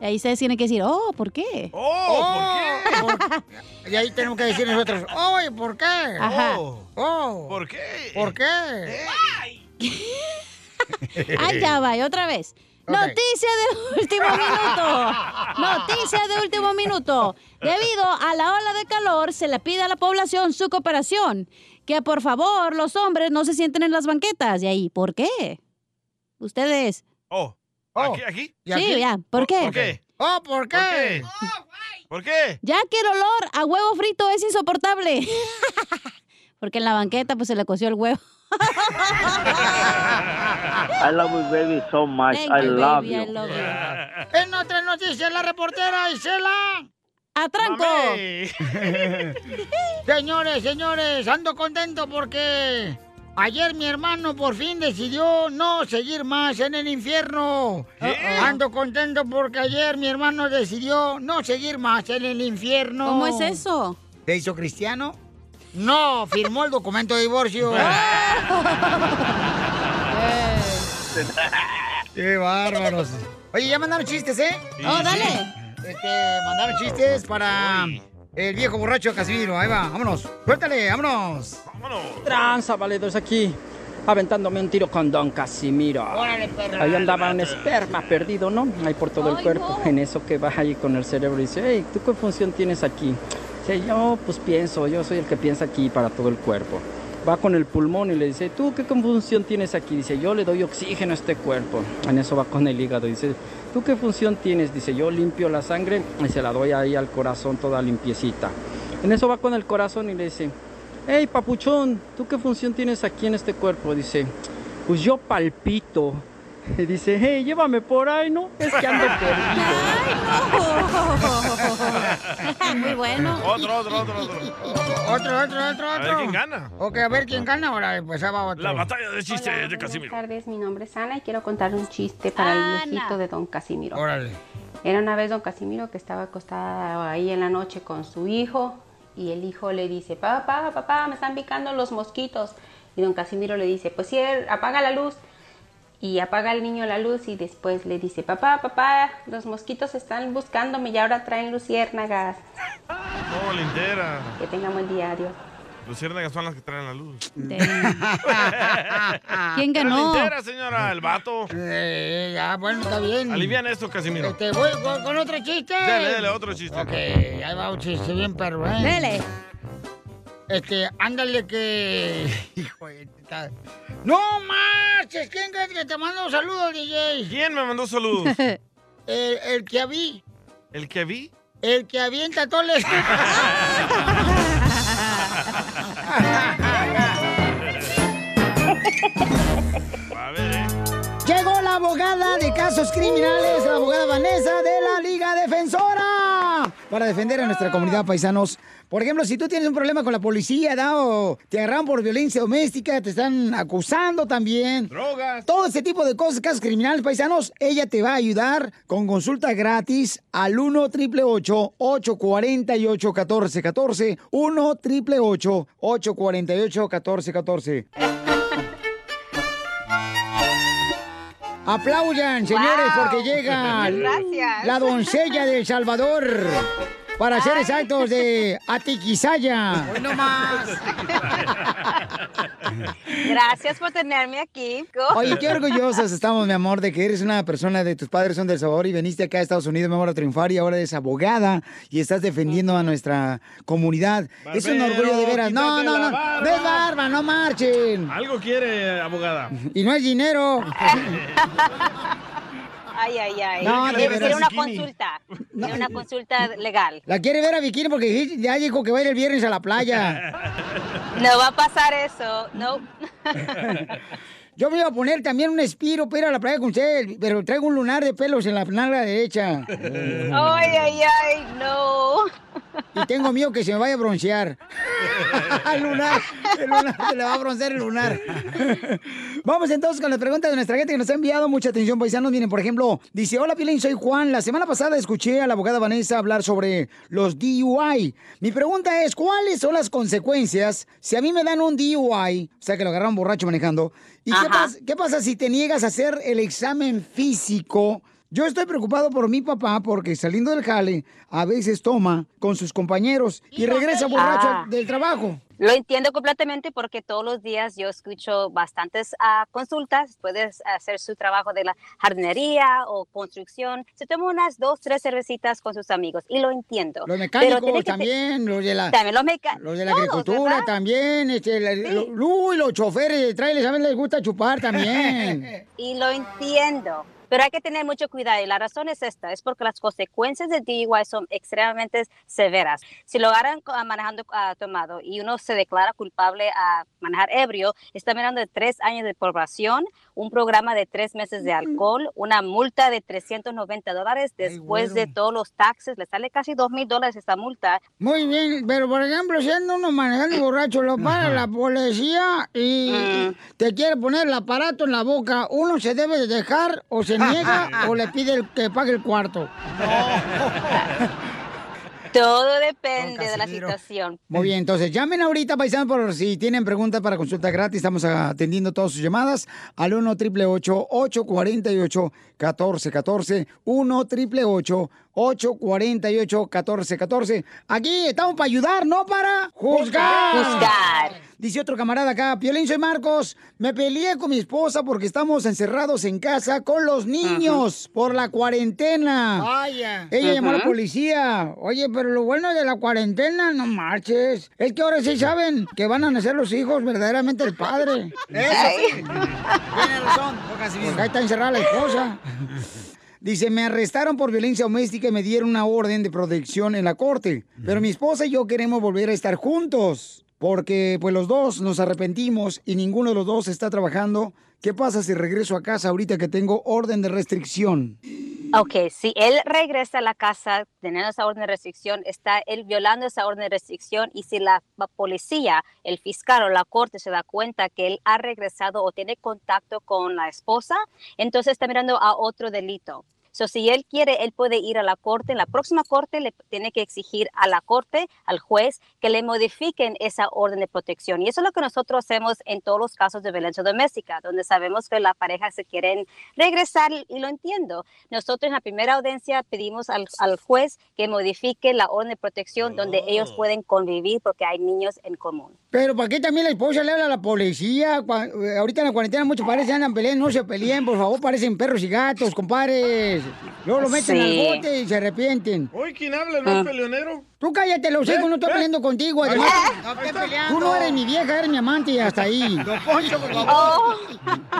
[SPEAKER 7] Y ahí ustedes tienen que decir, oh, ¿por qué?
[SPEAKER 5] Oh, ¿por qué? Y ahí tenemos que decir nosotros, ¡oy, ¿por qué!
[SPEAKER 7] Ajá.
[SPEAKER 5] Oh. ¿Por qué? ¿Por qué?
[SPEAKER 7] [LAUGHS] Ahí ya va, y otra vez. Noticia de
[SPEAKER 5] [LAUGHS]
[SPEAKER 7] último minuto. Noticia de último minuto. Debido a la ola de calor, se le pide a la población su cooperación. Que por favor, los hombres no se sienten en las banquetas. Y ahí, ¿por qué? Ustedes.
[SPEAKER 4] Oh. ¿Aquí? aquí?
[SPEAKER 7] Sí, ya. ¿Por qué?
[SPEAKER 4] ¿Por qué?
[SPEAKER 5] Oh, ¿por
[SPEAKER 4] qué? ¿Por qué?
[SPEAKER 7] Ya que el olor a huevo frito es insoportable. [LAUGHS] Porque en la banqueta pues se le coció el huevo.
[SPEAKER 14] I love you, baby, so much.
[SPEAKER 7] Thank
[SPEAKER 14] I
[SPEAKER 7] you,
[SPEAKER 14] love
[SPEAKER 7] baby,
[SPEAKER 14] you.
[SPEAKER 7] I love
[SPEAKER 5] En otras noticias, la reportera Isela.
[SPEAKER 7] ¡Atranco!
[SPEAKER 5] señores, señores, ando contento porque ayer mi hermano por fin decidió no seguir más en el infierno. Ando contento porque ayer mi hermano decidió no seguir más en el infierno.
[SPEAKER 7] ¿Cómo es eso?
[SPEAKER 5] ¿Te hizo cristiano? No, firmó el documento
[SPEAKER 6] [LAUGHS]
[SPEAKER 5] de divorcio. [LAUGHS] ¡Qué bárbaros! Oye, ya mandaron chistes, ¿eh?
[SPEAKER 6] Oh, sí. dale.
[SPEAKER 5] Este, mandaron chistes para el viejo borracho Casimiro. Ahí va, vámonos. Suéltale, vámonos.
[SPEAKER 27] Tranza, valedores, aquí aventándome un tiro con Don Casimiro.
[SPEAKER 15] [LAUGHS]
[SPEAKER 5] Órale, perro.
[SPEAKER 27] Ahí andaba un esperma perdido, ¿no? Ahí por todo el cuerpo. [LAUGHS] En eso que vas ahí con el cerebro y dice, hey, ¿tú qué función tienes aquí? Dice, yo pues pienso, yo soy el que piensa aquí para todo el cuerpo. Va con el pulmón y le dice, ¿tú qué función tienes aquí? Dice, yo le doy oxígeno a este cuerpo. En eso va con el hígado y dice, ¿tú qué función tienes? Dice, yo limpio la sangre y se la doy ahí al corazón toda limpiecita. En eso va con el corazón y le dice, hey papuchón, ¿tú qué función tienes aquí en este cuerpo? Dice, pues yo palpito. [LAUGHS] Y dice, hey, llévame por ahí, ¿no? Es que ando perdido.
[SPEAKER 7] [LAUGHS] Muy bueno.
[SPEAKER 4] Otro, otro, otro, otro.
[SPEAKER 5] Otro, otro, otro,
[SPEAKER 4] A ver
[SPEAKER 5] otro.
[SPEAKER 4] quién gana.
[SPEAKER 5] Ok, a ver quién gana. Ahora pues ahí va otro.
[SPEAKER 4] La batalla de chistes de
[SPEAKER 16] Buenas
[SPEAKER 4] Casimiro.
[SPEAKER 16] tardes, mi nombre es Ana y quiero contar un chiste para el viejito de don Casimiro.
[SPEAKER 5] Órale.
[SPEAKER 16] Era una vez don Casimiro que estaba acostado ahí en la noche con su hijo y el hijo le dice, papá, papá, me están picando los mosquitos. Y don Casimiro le dice, pues sí, apaga la luz. Y apaga el niño la luz y después le dice, papá, papá, los mosquitos están buscándome y ahora traen luciérnagas.
[SPEAKER 4] No, lindera.
[SPEAKER 16] Que tengan buen día, adiós.
[SPEAKER 4] Luciérnagas son las que traen la luz.
[SPEAKER 7] Ah,
[SPEAKER 5] ¿Quién ganó?
[SPEAKER 4] Era lindera, señora, el vato.
[SPEAKER 5] Eh, ya, bueno, está bien.
[SPEAKER 4] Alivian esto, Casimiro.
[SPEAKER 5] Te Este, voy con, con otro chiste.
[SPEAKER 4] Dale, dale, otro chiste.
[SPEAKER 5] Ok, ahí va un chiste bien perro, ¿eh?
[SPEAKER 4] Dele.
[SPEAKER 5] Este, ándale que... [LAUGHS] Hijo de... ta- ¡No marches! ¿Quién crees que te mandó saludos, DJ?
[SPEAKER 4] ¿Quién me mandó saludos?
[SPEAKER 5] [LAUGHS] el, el que habí.
[SPEAKER 4] ¿El que vi?
[SPEAKER 5] El que avienta toles.
[SPEAKER 4] [LAUGHS] A ver, eh.
[SPEAKER 6] Llegó la abogada de casos criminales, la abogada Vanessa de la Liga Defensora.
[SPEAKER 5] Para defender a nuestra comunidad, paisanos. Por ejemplo, si tú tienes un problema con la policía, ¿da? o te agarran por violencia doméstica, te están acusando también.
[SPEAKER 4] Drogas.
[SPEAKER 5] Todo ese tipo de cosas, casos criminales, paisanos, ella te va a ayudar con consulta gratis al 1 888 848 1414 1 888 848 1414 Aplaudan, señores,
[SPEAKER 6] Wow.
[SPEAKER 5] porque llega
[SPEAKER 4] [LAUGHS]
[SPEAKER 6] Gracias.
[SPEAKER 5] la doncella de El Salvador. Para ser exactos, de Atiquizaya.
[SPEAKER 6] Hoy no más.
[SPEAKER 32] Gracias por tenerme aquí.
[SPEAKER 5] Oye, qué orgullosos estamos, mi amor, de que eres una persona de tus padres son del Salvador y veniste acá a Estados Unidos, mi amor, a triunfar y ahora eres abogada y estás defendiendo a nuestra comunidad. es un
[SPEAKER 4] Barbero,
[SPEAKER 5] orgullo de veras. No,
[SPEAKER 4] quítate la
[SPEAKER 5] no, no.
[SPEAKER 4] barba.
[SPEAKER 5] Ves barba, no marchen.
[SPEAKER 4] Algo quiere, eh, abogada.
[SPEAKER 5] Y no
[SPEAKER 4] [LAUGHS]
[SPEAKER 5] es dinero.
[SPEAKER 32] Ay, ay, ay.
[SPEAKER 5] No, de
[SPEAKER 32] Quiero
[SPEAKER 5] veras.
[SPEAKER 32] una
[SPEAKER 5] Bikini.
[SPEAKER 32] consulta. Quiero una consulta legal.
[SPEAKER 5] La quiere ver a Bikini porque ya dijo que va a ir el viernes a la playa.
[SPEAKER 32] No va a pasar eso. No.
[SPEAKER 5] Yo me iba a poner también un espiro para ir a la playa con usted, pero traigo un lunar de pelos en la nalga derecha.
[SPEAKER 32] Ay, ay, ay, no.
[SPEAKER 5] Y tengo miedo que se me vaya a broncear. el [LAUGHS] lunar, el lunar, se le va a broncear el lunar. [LAUGHS] Vamos entonces con las preguntas de nuestra gente que nos ha enviado mucha atención, paisanos. Miren, por ejemplo, dice, hola Pilín, soy Juan. La semana pasada escuché a la abogada Vanessa hablar sobre los DUI. Mi pregunta es, ¿cuáles son las consecuencias si a mí me dan un DUI? O sea, que lo agarraron borracho manejando. ¿Y qué, pas- qué pasa si te niegas a hacer el examen físico? Yo estoy preocupado por mi papá porque saliendo del jale a veces toma con sus compañeros y regresa borracho
[SPEAKER 32] Ah.
[SPEAKER 5] del trabajo.
[SPEAKER 32] Lo entiendo completamente porque todos los días yo escucho bastantes ah, consultas. Puedes hacer su trabajo de la jardinería o construcción. Se toma unas dos, tres cervecitas con sus amigos y lo entiendo.
[SPEAKER 5] Los
[SPEAKER 32] Pero tiene
[SPEAKER 5] mecánicos
[SPEAKER 32] que te-
[SPEAKER 5] también, los de la,
[SPEAKER 32] También los meca-
[SPEAKER 5] los de la
[SPEAKER 32] todos,
[SPEAKER 5] agricultura
[SPEAKER 32] ¿verdad?
[SPEAKER 5] también, este, la- lo- uy, los choferes de trailers también les gusta
[SPEAKER 32] [LAUGHS]
[SPEAKER 5] chupar también.
[SPEAKER 32] Y lo entiendo. Pero hay que tener mucho cuidado y la razón es esta, es porque las consecuencias de DUI son extremadamente severas. Si lo agarran co- ah, manejando ah, tomado y uno se declara culpable a manejar ebrio, está mirando de tres años de probación, un programa de tres meses de alcohol, una multa de 390 dólares después de todos los taxes, le sale casi 2 mil dólares esta multa.
[SPEAKER 5] Muy bien, pero por ejemplo, si anda uno manejando borracho, lo para la policía y
[SPEAKER 32] Mm.
[SPEAKER 5] te quiere poner el aparato en la boca, ¿uno se debe de dejar o se niega o le pide el- que pague el cuarto?
[SPEAKER 32] [LAUGHS] Todo depende de la
[SPEAKER 5] Casimiro.
[SPEAKER 32] situación.
[SPEAKER 5] Muy bien, entonces llamen ahorita, paisanos, por si tienen preguntas para consulta gratis. Estamos atendiendo todas sus llamadas al 1 888 848 1414 1 888 848 1414 Aquí estamos para ayudar, no para juzgar.
[SPEAKER 32] Juzgar.
[SPEAKER 5] Dice otro camarada acá, Piolín, soy Marcos. Me peleé con mi esposa porque estamos encerrados en casa con los niños por la cuarentena.
[SPEAKER 6] Vaya.
[SPEAKER 5] Ella llamó a la
[SPEAKER 6] Ajá.
[SPEAKER 5] policía. Oye, pero lo bueno de la cuarentena, no marches. Es que ahora sí saben que van a nacer los hijos verdaderamente el padre.
[SPEAKER 6] Eso sí.
[SPEAKER 5] Tiene razón, Porque ahí está encerrada la esposa. Dice, me arrestaron por violencia doméstica y me dieron una orden de protección en la corte. Pero mi esposa y yo queremos volver a estar juntos. porque pues los dos nos arrepentimos y ninguno de los dos está trabajando. ¿Qué pasa si regreso a casa ahorita que tengo orden de restricción?
[SPEAKER 32] Ok, si él regresa a la casa teniendo esa orden de restricción, está él violando esa orden de restricción y si la policía, el fiscal o la corte se da cuenta que él ha regresado o tiene contacto con la esposa, entonces está mirando a otro delito. So, si él quiere, él puede ir a la corte. En la próxima corte le tiene que exigir a la corte, al juez, que le modifiquen esa orden de protección. Y eso es lo que nosotros hacemos en todos los casos de violencia doméstica, donde sabemos que la pareja se quieren regresar y lo entiendo. Nosotros en la primera audiencia pedimos al, al juez que modifique la orden de protección donde ellos pueden convivir porque hay niños en común.
[SPEAKER 5] Pero ¿para qué también la esposa le habla a la policía? Cua- eh, Ahorita en la cuarentena muchos padres se andan peleando, no se peleen, por favor, parecen perros y gatos, compadres. Luego lo meten
[SPEAKER 4] Sí.
[SPEAKER 5] al bote y se arrepienten.
[SPEAKER 4] Uy, ¿quién habla?
[SPEAKER 5] Ah.
[SPEAKER 4] ¿No es peleonero?
[SPEAKER 5] Tú cállate, los hijos, no estoy peleando contigo.
[SPEAKER 4] Ahí
[SPEAKER 5] además,
[SPEAKER 4] está. No estoy peleando.
[SPEAKER 5] Tú no eres mi vieja, eres mi amante y hasta ahí.
[SPEAKER 4] [LAUGHS]
[SPEAKER 5] Oh.
[SPEAKER 4] Don Poncho, por favor.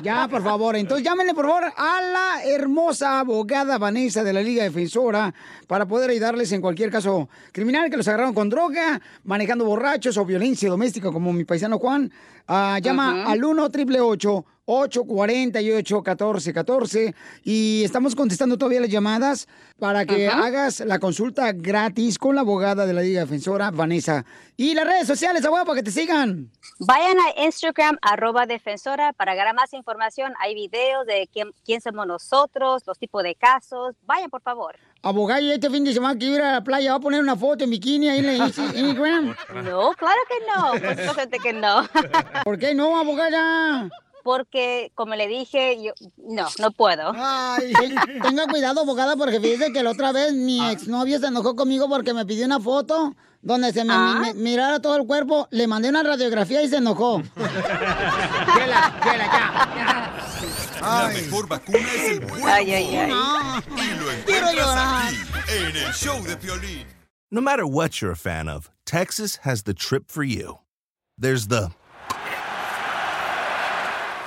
[SPEAKER 5] Ya, por favor. Entonces, llámenle, por favor, a la hermosa abogada Vanessa de la Liga Defensora para poder ayudarles en cualquier caso criminal que los agarraron con droga, manejando borrachos o violencia doméstica, como mi paisano Juan. Ah, llama
[SPEAKER 11] Ujú.
[SPEAKER 5] al 1 888 848 1414 y estamos contestando todavía las llamadas para que
[SPEAKER 11] Ajá.
[SPEAKER 5] hagas la consulta gratis con la abogada de la Liga Defensora, Vanessa. Y las redes sociales, abogada, para que te sigan.
[SPEAKER 32] Vayan a Instagram, arroba defensora, para ganar más información. Hay videos de quién, quién somos nosotros, los tipos de casos. Vayan, por favor.
[SPEAKER 5] Abogada, y este fin de semana que iba a ir a la playa, va a poner una foto en bikini ahí en
[SPEAKER 11] [LAUGHS]
[SPEAKER 5] la Insta- en Instagram.
[SPEAKER 32] No, claro que no. Por supuesto que no.
[SPEAKER 5] ¿Por qué no, abogada?
[SPEAKER 32] Porque, como le dije, yo no, no puedo.
[SPEAKER 5] Ah, Ay, ten- tenga cuidado, abogada, porque fíjese que la otra vez mi
[SPEAKER 11] Ah.
[SPEAKER 5] exnovio se enojó conmigo porque me pidió una foto donde se me,
[SPEAKER 11] Ah.
[SPEAKER 5] mi- me- mirara todo el cuerpo. Le mandé una radiografía y se enojó.
[SPEAKER 6] La mejor vacuna es el buen humor.
[SPEAKER 11] Ay, ay, ay.
[SPEAKER 6] Y lo
[SPEAKER 11] Quiero llorar.
[SPEAKER 6] encuentras aquí, en el show de Piolín.
[SPEAKER 33] No matter what you're a fan of, Texas has the trip for you. There's the